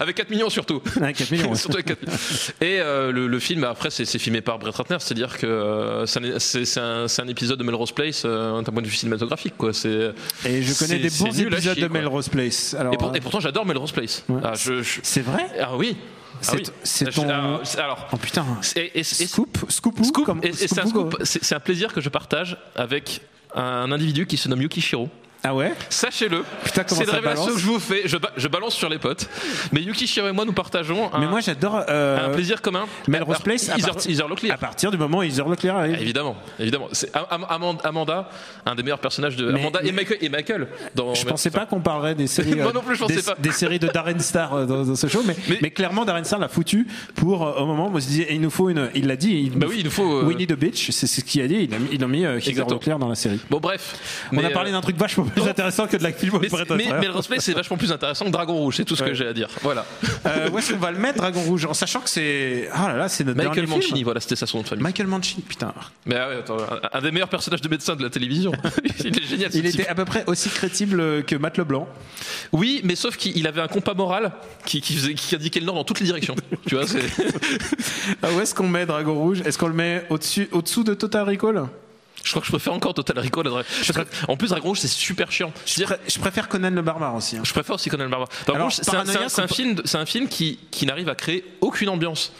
Avec 4 millions surtout. Ouais, 4 millions. ouais. Surtout avec 4 millions. Et euh, le, le film après c'est c'est filmé par Brett Ratner, c'est-à-dire que euh, ça n'est- c'est c'est un, c'est un épisode de Melrose Place euh, d'un point de vue cinématographique quoi. C'est Et je connais C'est- des c'est bons nul à épisodes chier, de quoi. Melrose Place. Alors, euh, et, pour- et pourtant j'adore Melrose Place. Ouais. Ah, je- je- C'est vrai ah oui. Ah C'est- oui. c'est Ah, je- ton- alors, c'est- alors, Oh putain. Et, et- et- Scoop, scoop, scoop, comme- et- et c'est un scoop, scoop, quoi. c'est c'est un plaisir que je partage avec un individu qui se nomme Yukishiro. Ah ouais Sachez-le, Putain, comment c'est une ça révélation balance. que je vous fais. Je, ba- je balance sur les potes, mais Yukishiro et moi nous partageons un, Mais moi j'adore. euh, un plaisir commun. Ah, Melrose Alors, Place, à Heather- partir- Heather Locklear. à partir du moment où Heather Leclerc Ah, arrive. Évidemment, évidemment. C'est Am- Am- Amanda, Amanda, un des meilleurs personnages de Mais- Amanda mais- et Michael. Et Michael dans Je pensais pas qu'on parlerait des séries, Moi euh, non plus, je pensais des, pas. des séries de Darren Star euh, dans, dans ce show, mais, mais, Mais- clairement Darren Star l'a foutu pour euh, au moment où on se disait il nous faut une, il l'a dit, il Bah nous- oui, il nous faut. euh, Winnie the Bitch, c'est ce qu'il a dit, il a mis, il a mis euh, Heather Exactement. Leclerc dans la série. Bon bref, On Mais, a parlé euh, d'un truc vachement plus non. intéressant que de la film Mais, Brett c'est- mais, Ratner. mais le Rose Place, c'est vachement plus intéressant que Dragon Rouge, c'est tout ce que j'ai à dire. Voilà. Euh, où est-ce qu'on va le mettre Dragon Rouge en sachant que c'est ah là là c'est notre Michael dernier film. Mancini, voilà, c'était ça son nom de famille. Michael Mancini, putain. Mais ah ouais, attends, un, un des meilleurs personnages de médecin de la télévision. il est génial. ce Il type. était à peu près aussi crédible euh, que Matt Leblanc. Oui, mais sauf qu'il avait un compas moral qui, qui, faisait, qui indiquait le nord dans toutes les directions. tu vois, c'est. Ah, où est-ce qu'on met Dragon Rouge Est-ce qu'on le met au-dessus, au-dessous de Total Recall Je crois que je préfère encore Total Recall. à Dra- Parce que, en plus, Dragon Rouge, c'est super chiant. je, pré- je préfère Conan le Barbare aussi. hein. Je préfère aussi Conan le Barbare. Dragon Alors, Rouge, c'est un, c'est un- Paranoïa, c'est un c'est- film, c'est un film qui, qui n'arrive à créer aucune ambiance.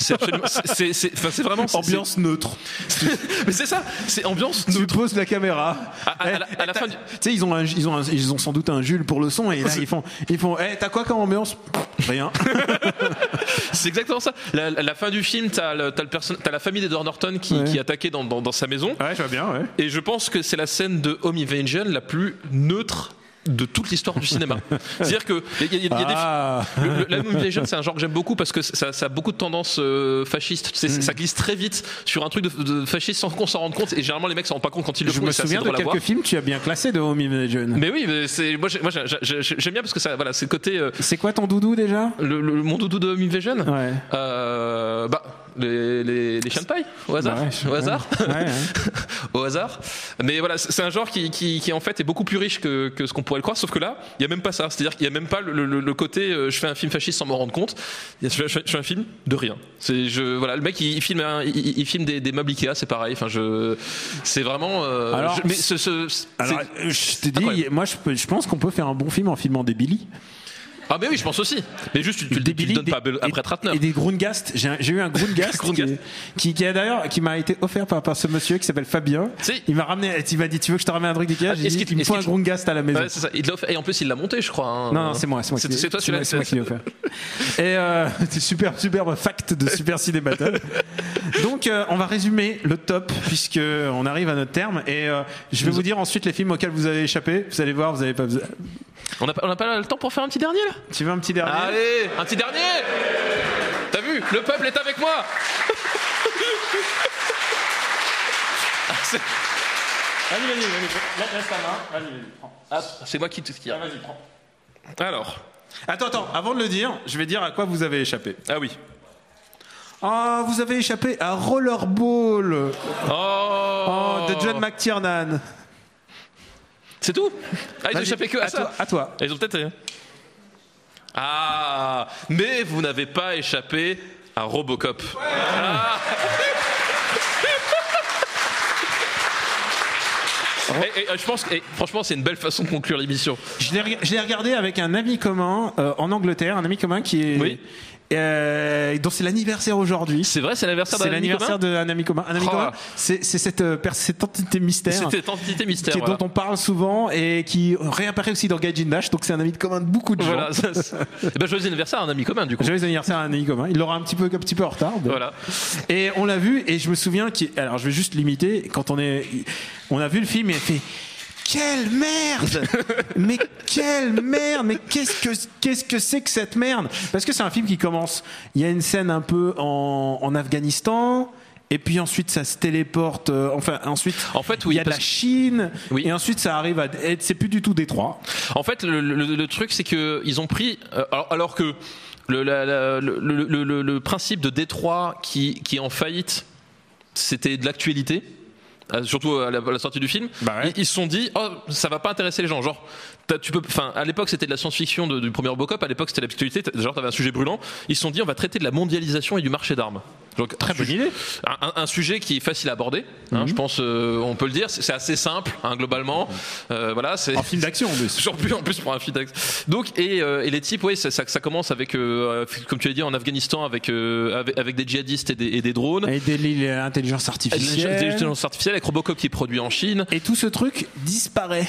C'est absolument. c'est- c'est- c'est- Enfin, c'est vraiment. c'est- Ambiance neutre. c'est- Mais c'est ça. C'est ambiance. Tu neutre. poses la caméra. À- à- Eh, à la- à la t'as- fin du- Tu sais, ils ont, un- ils ont, un- ils ont sans doute un Jules pour le son et là, ils font, ils font, eh, t'as quoi comme ambiance Rien. C'est exactement ça. La, la- la fin du film, t'as le- t'as le perso- t'as la famille d'Edward Norton qui, Ouais. qui est attaquée dans, dans- dans sa maison. Ouais, je vois bien, ouais. Et je pense que c'est la scène de Home Invasion la plus neutre de toute l'histoire du cinéma. C'est-à-dire que il y, a- il y a- il y a des Ah. Le- le- la Home Invasion, c'est un genre que j'aime beaucoup parce que ça, ça a beaucoup de tendances euh, fascistes. Tu sais, Mm. Ça glisse très vite sur un truc de, de fasciste sans qu'on s'en rende compte. Et généralement, les mecs s'en rendent pas compte quand ils le Je font. me et c'est assez souviens de drôle à voir. quelques films que tu as bien classé de Home Invasion. Mais oui, mais c'est- moi, j'ai- moi, j'ai- j'ai- j'ai- j'aime bien parce que ça, voilà, c'est le côté euh, C'est quoi ton doudou déjà le, le- mon doudou de Home Invasion. Ouais. Euh, bah, les, les, les chiens de paille, au hasard. Bah ouais, je- au hasard. Ouais, ouais. hein. au hasard. Mais voilà, c'est c'est un genre qui, qui, qui, en fait est beaucoup plus riche que, que ce qu'on pourrait le croire, sauf que là, il n'y a même pas ça. C'est-à-dire qu'il n'y a même pas le, le- le côté euh, je fais un film fasciste sans m'en rendre compte. Il y a- Je fais, je fais- je fais un film de rien. C'est je voilà, le mec il, il filme un- il- il, il filme des, des meubles Ikea, c'est pareil. Enfin je c'est vraiment euh, Alors, je- mais ce, ce- c'est- Alors, euh, je te dis, Incroyable. moi, je, peux- je pense qu'on peut faire un bon film en filmant des Billy. ah mais oui, je pense aussi. Mais juste tu, tu le- tu Des le Billy, donnes des- pas à- après et- Tratner. Et des Grundgast. J'ai un- j'ai eu un Grundgast, Grundgast. qui, qui, qui a d'ailleurs, qui m'a été offert par, par ce monsieur qui s'appelle Fabien. Si. Il m'a ramené, il m'a dit, tu veux que je te ramène un truc d'Ikea? Ah, J'ai est-ce dit, qu'il- il me est-ce faut un qu'il- Grundgast à la maison. Ouais, c'est ça. Il l'a offert- et en plus il l'a monté, je crois. hein. Non, non, c'est moi, c'est moi. qui C'est l'ai- c'est toi c'est moi- celui-là. c'est moi qui l'ai offert. Et euh, c'est super, superbe fact de Super Ciné Battle. Donc, euh, on va résumer le top puisque on arrive à notre terme et euh, je vais vous dire ensuite les films auxquels vous avez échappé. Vous allez voir, vous avez pas. besoin- On n'a pas, on n'a pas le temps pour faire un petit dernier là Tu veux un petit dernier Allez, un petit dernier T'as vu Le peuple est avec moi Ah, c'est- Vas-y, vas-y, vas-y. Laisse ta main. Vas-y, vas-y. Prends. ah, C'est moi qui te tire. Vas-y, prends. Alors, Attends, attends, avant de le dire, je vais dire à quoi vous avez échappé. ah oui. Ah, vous avez échappé à Rollerball Oh, oh, de John McTiernan. C'est tout Ah, ils ont Vas-y, échappé que à, ça toi, à toi. Ils ont peut-être. Ah Mais vous n'avez pas échappé à Robocop. Ah. Et- et, euh, je pense que, et franchement, c'est une belle façon de conclure l'émission. Je l'ai reg- je l'ai regardé avec un ami commun euh, en Angleterre, un ami commun qui est. Oui. euh, dont c'est l'anniversaire aujourd'hui. C'est vrai, c'est l'anniversaire d'un C'est ami l'anniversaire commun d'un ami commun. Un ami Oh. commun, c'est c'est cette, euh, per- cette entité mystère. C'était entité mystère. qui est- voilà. dont on parle souvent et qui réapparaît aussi dans Gaijin Dash, donc c'est un ami de commun de beaucoup de gens. Voilà, ça, c'est- Eh ben, joyeux anniversaire à un ami commun, du coup. Joyeux anniversaire à un ami commun. Il l'aura un petit peu, un petit peu en retard. mais- Voilà. Et on l'a vu, et je me souviens qu'il. Alors, je vais juste l'imiter. Quand on est, on a vu le film et il fait. Quelle merde Mais quelle merde Mais qu'est-ce que qu'est-ce que c'est que cette merde Parce que c'est un film qui commence. Il y a une scène un peu en, en Afghanistan. Et puis ensuite, ça se téléporte. euh, enfin, ensuite, En fait, oui, il y a de parce la Chine. Oui. Et ensuite, ça arrive à. et C'est plus du tout Détroit. En fait, le, le- le truc, c'est que ils ont pris. euh, alors, alors que le, la- la- le- le- le- le- le principe de Détroit qui, qui est en faillite, c'était de l'actualité. euh, Surtout à la, à la sortie du film, Bah ouais. ils, ils se sont dit oh ça va pas intéresser les gens genre t'as- tu peux enfin à l'époque c'était de la science-fiction de- du premier Robocop à l'époque c'était l'actualité t'as- genre t'avais un sujet brûlant ils se sont dit on va traiter de la mondialisation et du marché d'armes donc très bonne idée un, un- un sujet qui est facile à aborder hein, je pense euh, on peut le dire c'est c'est assez simple hein, globalement Euh, voilà c'est En film d'action, en plus. Toujours plus en plus pour un fitex. Donc et, euh, et les types, oui, ça, ça, ça commence avec, euh, comme tu l'as dit, en Afghanistan avec euh, avec, avec des djihadistes et des, et des drones, Et de l'intelligence des artificielle. intelligences artificielles, avec Robocop qui est produit en Chine. Et tout ce truc disparaît.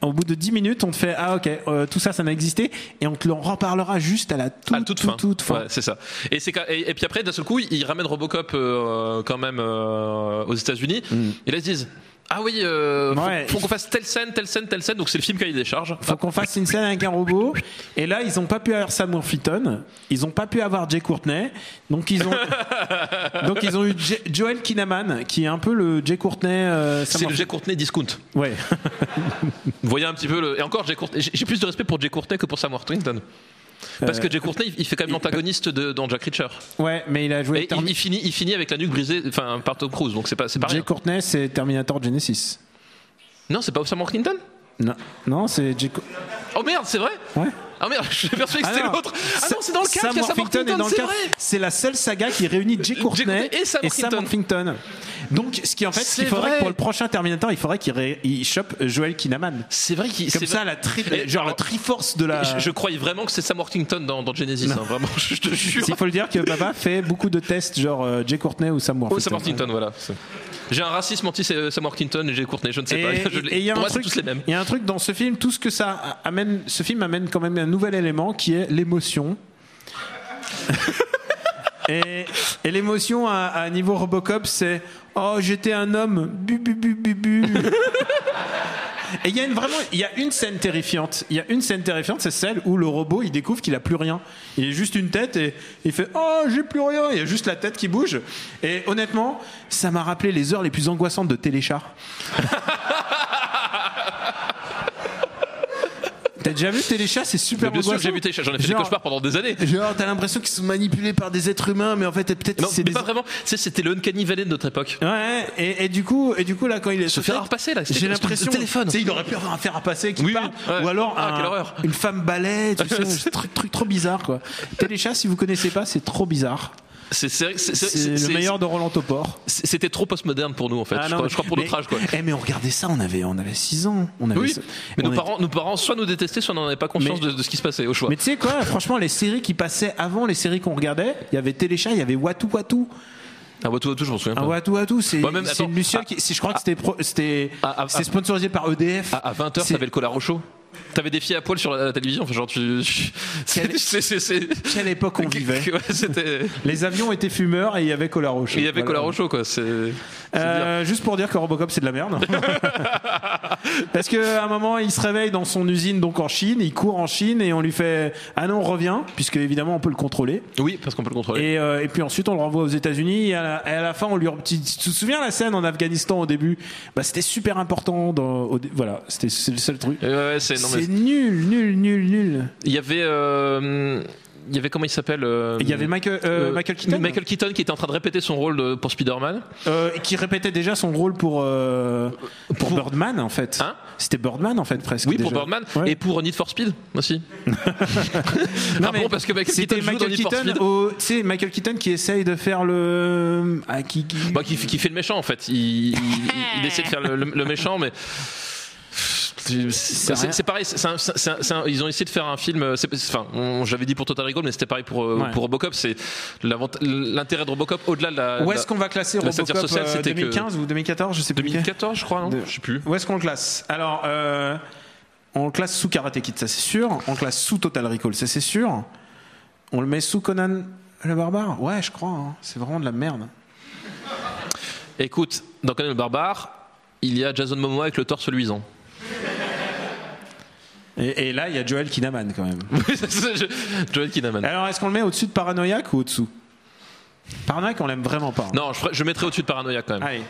Au bout de 10 minutes, on te fait Ah, ok, euh, tout ça, ça n'a existé. Et on te l'en reparlera juste à la toute, à la toute, fin. toute fin. Ouais, c'est ça. Et, c'est qu'à- et, et puis après, d'un seul coup, ils ramènent Robocop euh, quand même euh, aux États-Unis. Et là, ils se disent. Ah oui, euh, faut, Ouais. faut qu'on fasse telle scène, telle scène, telle scène. Donc c'est le film cahier des charges. Faut qu'on fasse une scène avec un robot. Et là, ils n'ont pas pu avoir Sam Worthington. Ils n'ont pas pu avoir Jay Courtney. Donc, ils ont, donc ils ont eu J- Joel Kinnaman, qui est un peu le Jay Courtney. euh, Sam C'est le Worthington. Jay Courtney discount. Ouais. Vous voyez un petit peu le. Et encore, Jay Courtney- j'ai j'ai plus de respect pour Jay Courtney que pour Sam Worthington. Parce Euh, que Jay Courtney, il- il fait quand même l'antagoniste de- dans Jack Reacher. ouais, mais il a joué. Et il, il finit, il finit avec la nuque brisée enfin, par Tom Cruise, donc c'est pas, c'est pas Jay rien. Courtney, c'est Terminator Genesis. Non, c'est pas Sam Worthington Non, non c'est Jay Cour- Oh merde, c'est vrai Ouais. Ah merde, je suis persuadé que c'était Hein non. l'autre Ah non, c'est dans le Sam cadre qu'il y a Sam Worthington est Worthington, dans le c'est cadre. vrai Euh, C'est la seule saga qui réunit Jay Jay Courtney Courtney et Sam Worthington. Worthington. Donc, ce qui en fait, C'est il faudrait vrai. que pour le prochain Terminator, il faudrait qu'il ré- il chope euh, Joel Kinnaman. C'est vrai qu'il. Comme c'est ça, vrai- la tri- Et- genre la triforce de la. Je, je croyais vraiment que c'est Sam Worthington dans, dans Genesis. hein, vraiment, je te jure. Il faut le dire que Baba fait beaucoup de tests, genre euh, Jay Courtney ou Sam Worthington. Oh, Sam Worthington, voilà. C'est- J'ai un racisme anti Sam Worthington et j'ai Courtney, je ne sais Et- pas. Je et- l'ai- et il y a un Pour moi, c'est truc- tous les mêmes. il y a un truc dans ce film, tout ce que ça amène, ce film amène quand même un nouvel élément qui est l'émotion. et et l'émotion à, à un niveau Robocop, c'est oh j'étais un homme, bu bu bu bu bu. Et il y a une, vraiment, il y a une scène terrifiante. Il y a une scène terrifiante, c'est celle où le robot il découvre qu'il a plus rien. Il est juste une tête et il fait oh j'ai plus rien. Il y a juste la tête qui bouge. Et honnêtement, ça m'a rappelé les heures les plus angoissantes de Téléchat. T'as déjà vu Téléchat C'est Mais super bien sûr que angoissant. j'ai vu tes chats, j'en ai fait des Genre- cauchemars pendant des années. Genre, t'as l'impression qu'ils sont manipulés par des êtres humains, mais en fait, peut-être Non, c'est mais des. pas vraiment. Tu sais, C'était le Uncanny Valley de notre époque. Ouais, et, et du coup, et du coup là, quand il est Se faire repasser, là, c'était- j'ai l'impression le téléphone. Tu sais, il aurait pu avoir un fer à passer qui Oui, parle, oui, ouais. ou alors Ah, un- quelle horreur. une femme balai, tu sais, ce truc, truc trop bizarre quoi. Téléchat, si vous connaissez pas, c'est trop bizarre. C'est c'est- c'est- c'est- C'est c'est- le meilleur de Roland Topor. c'est- C'était trop postmoderne pour nous, en fait. Ah, je, non, crois, mais- je crois pour notre mais- âge, quoi. Eh mais on regardait ça, on avait on avait 6 ans, on avait Oui, ce- mais on nos était- parents, nos parents soit nous détestaient, soit n'en avaient pas conscience Mais- de, de ce qui se passait au choix. Mais tu sais quoi, franchement, les séries qui passaient avant les séries qu'on regardait, il y avait Téléchat, il y avait Watu Watu. Ah, ouais, tout, tout, je m'en souviens Un pas. Watu Watu, c'est Bah, même, c'est attends, une luciole à- qui, c'est- je crois que c'était pro- c'était à- à- c'était sponsorisé par EDF. À, 20h, C'est- t'avais le collar au chaud. T'avais des filles à poil sur la, la télévision. Enfin, genre, tu. tu- Quelle- c'est- c'est- c'est- Quelle époque on vivait. Ouais, c'était. Les avions étaient fumeurs et il y avait Cola Roche. Euh, Il y avait collar au chaud, quoi. C'est. c'est dire. juste pour dire que Robocop c'est de la merde. Parce qu'à un moment il se réveille dans son usine donc en Chine, il court en Chine et on lui fait ah non reviens puisque évidemment on peut le contrôler. Oui, parce qu'on peut le contrôler. Et, euh, et puis ensuite, on le renvoie aux États-Unis. Et, à la- et à la fin, on lui. re- Tu tu te souviens la scène en Afghanistan au début Bah, c'était super important. Dans, au dé- voilà, c'était c'est le seul truc. Et ouais, ouais, c'est. Euh, non, mais- C'est nul, nul, nul, nul. Il y avait. euh, Il y avait comment il s'appelle euh, Et Il y avait Michael, euh, euh, Michael Keaton Michael Keaton qui était en train de répéter son rôle de- pour Spider-Man. Euh, qui répétait déjà son rôle pour euh, pour, Pour- Birdman en fait. Hein C'était Birdman en fait presque. Oui, pour déjà. Birdman. Ouais. Et pour Need for Speed aussi. Non, ah mais bon, parce que Michael c'était Keaton joue dans Michael Need for Keaton. Speed. au- Tu sais, Michael Keaton qui essaye de faire le. Ah, qui, qui- Bah, qui, qui fait le méchant en fait. Il, il- il essaie de faire le, le- le méchant, mais. C'est rien. c'est pareil, c'est un- c'est un- c'est un- ils ont essayé de faire un film. euh, c'est- Enfin, on- j'avais dit pour Total Recall, mais c'était pareil pour, euh, Ouais. pour Robocop. C'est l'avant- l'intérêt de Robocop au-delà de la. Où de la- est-ce qu'on va classer bah, la satire Robocop sociale, euh, c'était que- 2015 ou 2014 Je sais plus. 2014, je crois, non De- Je sais plus. Où est-ce qu'on le classe Alors, euh, on le classe sous Karate Kid, ça c'est sûr. On le classe sous Total Recall, ça c'est sûr. On le met sous Conan le barbare Ouais, je crois. hein. C'est vraiment de la merde. Écoute, dans Conan le Barbare, il y a Jason Momoa avec le torse luisant. Et, et là, il y a Joel Kinnaman quand même. Joel Kinnaman. Alors, est-ce qu'on le met au-dessus de Paranoïaque ou au-dessous Paranoïaque, on l'aime vraiment pas. hein. Non, je, ferais- je mettrais au-dessus de Paranoia quand même. Allez.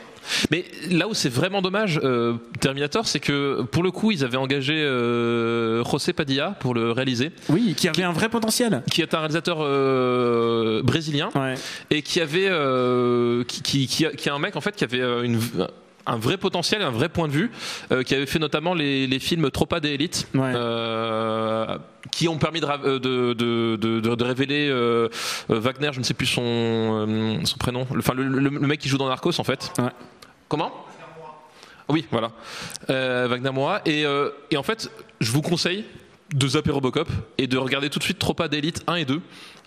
Mais là où c'est vraiment dommage, euh, Terminator, c'est que pour le coup, ils avaient engagé euh, José Padilla pour le réaliser, Oui, qui avait un vrai potentiel. qui est un réalisateur euh, brésilien Ouais. et qui avait, euh, qui, qui, qui, a- qui est un mec en fait qui avait euh, une v- un vrai potentiel, un vrai point de vue, euh, qui avait fait notamment les, les films Tropa des élites, Ouais. euh, qui ont permis de, ra- euh, de, de, de- de- de révéler euh, euh, Wagner, je ne sais plus son, euh, son prénom, Le- enfin le, le- le mec qui joue dans Narcos en fait. Ouais. Comment Oui, voilà. Euh, Wagner Moura. Et, euh, et en fait, je vous conseille de zapper Robocop et de regarder tout de suite Tropa d'élite 1 et 2.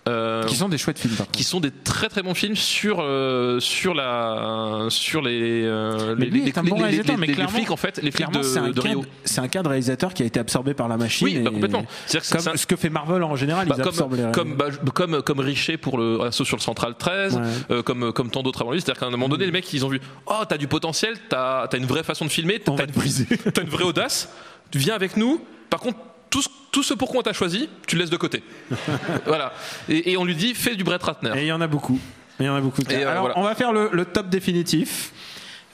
euh, Qui sont des chouettes films, par contre. qui sont des très très bons films sur euh, sur la sur les euh, Mais les, lui les- est un les- bon les- réalisateur, les- mais les clairement- flics en fait les flics Clairement, c'est de, un, de cadre- Rio c'est un cadre réalisateur qui a été absorbé par la machine. oui bah, et- complètement c'est à dire que c'est- Comme, c'est un- ce que fait Marvel en général, bah, ils absorbent les comme, comme, bah, je- comme comme Richer pour le assaut sur le central 13 Ouais. Mm. euh, comme comme tant d'autres avant lui c'est à dire qu'à un moment donné les mecs ils ont vu oh t'as du potentiel t'as as une vraie façon de filmer On va t'as te briser. t'as une vraie audace tu viens avec nous par contre tout ce, tout ce pourquoi on t'a choisi tu le laisses de côté voilà et, et on lui dit fais du Brett Ratner Et il y en a beaucoup. Il y en a beaucoup. Et, euh, Alors, voilà. on va faire le, le top définitif.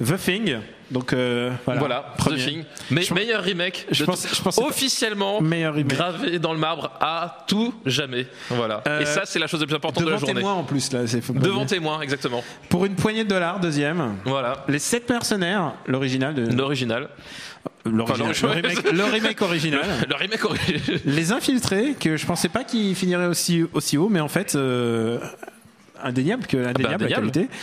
The Thing. Donc, euh, voilà. Voilà, Premier. The Thing. Me- Je- meilleur remake. je de pense- tout- je pensais pas. officiellement Meilleur remake. gravé dans le marbre à tout jamais. Voilà. Euh, Et ça, c'est la chose la plus importante de Devant la journée. témoin en plus, là. c'est- faut pas Devant oublier. témoin, exactement. Pour une poignée de dollars, deuxième. Voilà. Les 7 mercenaires, l'original de. Euh, L'original. l'original. Enfin, l'ori- le, remake, le remake original. Le remake original. Les infiltrés, que je pensais pas qu'ils finiraient aussi, aussi haut, mais en fait, euh, indéniable que indéniable la Ah bah indéniable. qualité.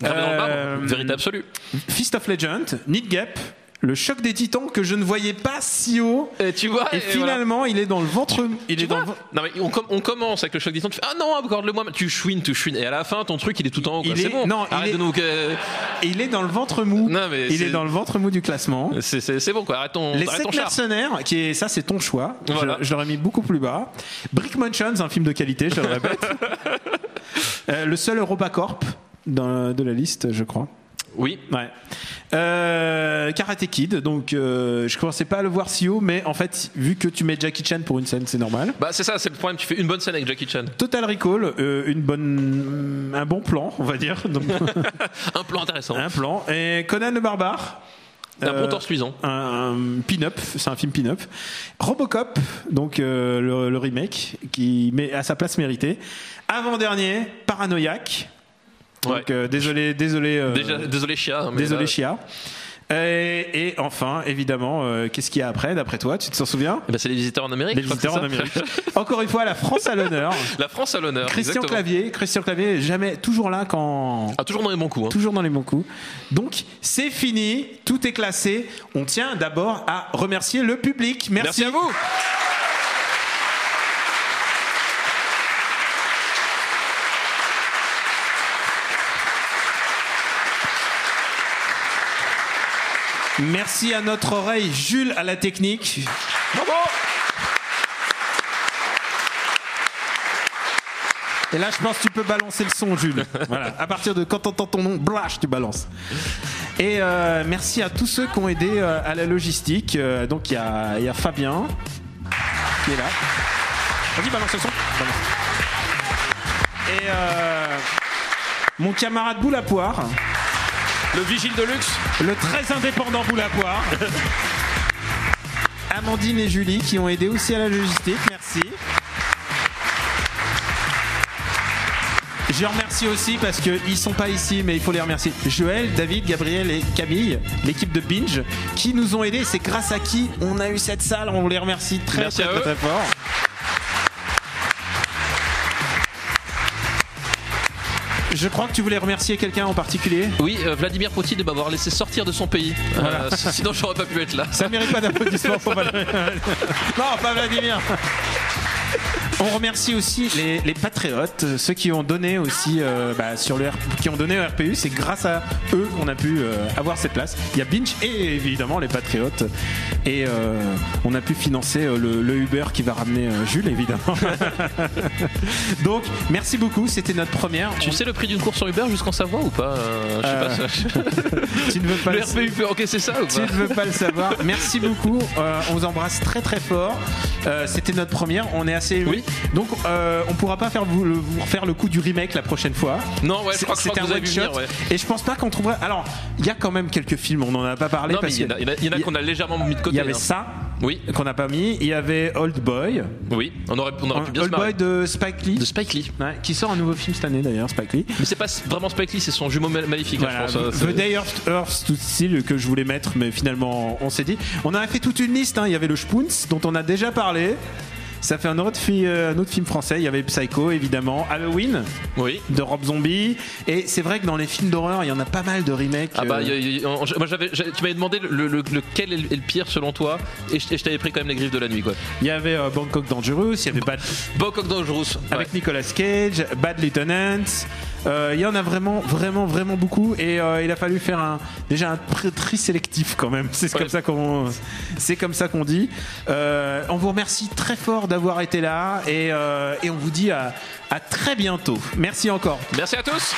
Gravé dans le marbre. Euh, Vérité absolue. Fist of Legend, Need Gap, le choc des titans que je ne voyais pas si haut. Et tu vois, Et, et voilà. finalement, il est dans le ventre. Il Tu est dans vois le ven- non mais on, com- on commence avec le choc des titans, tu fais ah non accorde-le-moi, tu chouines, tu chouines et à la fin ton truc il est tout en haut, quoi. Il c'est est- bon. non, il Arrête est- de nous euh, et il est dans le ventre mou. Non, mais il c'est- est dans le ventre mou du classement. c'est- c'est c'est bon quoi, arrête ton, Les arrête ton sept char. mercenaires, qui est ça, c'est ton choix. Je- Voilà. Je, l'aurais mis beaucoup plus bas. Brick Mansions, un film de qualité, je le répète. Euh, le seul Europacorp dans- de la liste, je crois. Oui. Ouais. Euh, Karate Kid, donc euh, je commençais pas à le voir si haut, mais en fait, vu que tu mets Jackie Chan pour une scène, c'est normal. Bah c'est ça, c'est le problème, tu fais une bonne scène avec Jackie Chan. Total Recall, euh, une bonne, un bon plan, on va dire, Donc, Un plan intéressant. un plan. Et Conan le Barbare. un Hein, euh, bon torse luisant. un, un pin-up, c'est un film pin-up. Robocop, donc euh, le, le remake, qui met à sa place méritée. Avant-dernier, Paranoïaque. Donc Ouais. euh, désolé, désolé, euh, Déjà, désolé Chia. hein, mais désolé là- Chia. Et, et enfin, évidemment, euh, qu'est-ce qu'il y a après, d'après toi Tu t'en souviens Eh ben, c'est les visiteurs en Amérique. Les je crois que c'est visiteurs en ça. Amérique. Encore une fois, la France à l'honneur. La France à l'honneur. Christian exactement. Clavier, Christian Clavier, jamais, toujours là quand, Ah, toujours dans les bons coups. hein. toujours dans les bons coups. Donc, c'est fini, tout est classé. On tient d'abord à remercier le public. Merci, Merci à vous. Merci à notre oreille, Jules à la technique. Et là, je pense que tu peux balancer le son, Jules. Voilà. À partir de quand t'entends ton nom, blash, tu balances. Et euh, merci à tous ceux qui ont aidé euh, à la logistique. Euh, donc, il y a, il y a Fabien qui est là. Vas-y, balance le son. Balance. Et euh, mon camarade Boulapoire, Le vigile de luxe. le très indépendant Boulapoire. Amandine et Julie qui ont aidé aussi à la logistique. Merci. Je remercie aussi parce qu'ils sont pas ici, mais il faut les remercier. Joël, David, Gabriel et Camille, l'équipe de Binge, qui nous ont aidés. C'est grâce à qui on a eu cette salle. On les remercie très, Merci très, à très, eux. très fort. Je crois que tu voulais remercier quelqu'un en particulier. Oui, euh, Vladimir Poutine de m'avoir laissé sortir de son pays. Euh, sinon, j'aurais pas pu être là. Ça mérite pas d'applaudissements pour Valérie. Non, pas Vladimir. On remercie aussi les, les patriotes, euh, ceux qui ont donné aussi euh, bah, sur le R- qui ont donné au RPU. C'est grâce à eux qu'on a pu euh, avoir cette place. Il y a Binge et évidemment les patriotes. Et euh, on a pu financer euh, le, le Uber qui va ramener euh, Jules évidemment. Donc merci beaucoup. C'était notre première. Tu On- sais le prix d'une course en Uber jusqu'en Savoie ou pas Euh, Je sais pas. tu ne veux pas le le- RPU peut encaisser ça ou Tu ne pas veux pas le savoir. Merci beaucoup. Euh, on vous embrasse très très fort. Euh, C'était notre première. On est assez émus. Oui. Donc euh, on pourra pas faire vous, le- vous refaire le coup du remake la prochaine fois. Non, ouais, je C'est- crois que je C'était crois un que vous avez one vu shot. venir. Ouais. Et je pense pas qu'on trouvera. Alors il y a quand même quelques films. On n'en a pas parlé Non, mais parce il y en que- a, il y en a- il y en a qu'on a légèrement mis de il côté. y avait hein. ça Oui, qu'on n'a pas mis. Il y avait Old Boy. oui, on aurait, on aurait pu bien se Old marrer. Boy de Spike Lee. De Spike Lee. Ouais, qui sort un nouveau film cette année d'ailleurs, Spike Lee. Mais c'est pas vraiment Spike Lee, c'est son jumeau ma- maléfique, hein, Voilà, je pense. euh, The Day of Earth to Steal que je voulais mettre, mais finalement on s'est dit. On a fait toute une liste. hein. Il y avait le Spoons dont on a déjà parlé. Ça fait un autre, fi- euh, un autre film français. Il y avait Psycho évidemment, Halloween Oui. de Rob Zombie. Et c'est vrai que dans les films d'horreur, il y en a pas mal de remakes. Ah bah, euh, y a- y a- en- moi j'avais, j'avais- tu m'avais demandé le, le- lequel est le, est le pire selon toi, et je, et je t'avais pris quand même les griffes de la nuit quoi. il y avait euh, Bangkok Dangerous, il y avait Bad Bangkok Dangerous. Ouais. avec Nicolas Cage, Bad Lieutenant. Euh, il y en a vraiment, vraiment, vraiment beaucoup. Et euh, il a fallu faire un, déjà un tri, tri sélectif quand même. C'est Ouais. comme ça qu'on, c'est comme ça qu'on dit. Euh, on vous remercie très fort d'avoir été là et, euh, et on vous dit à, à très bientôt. Merci encore. Merci à tous.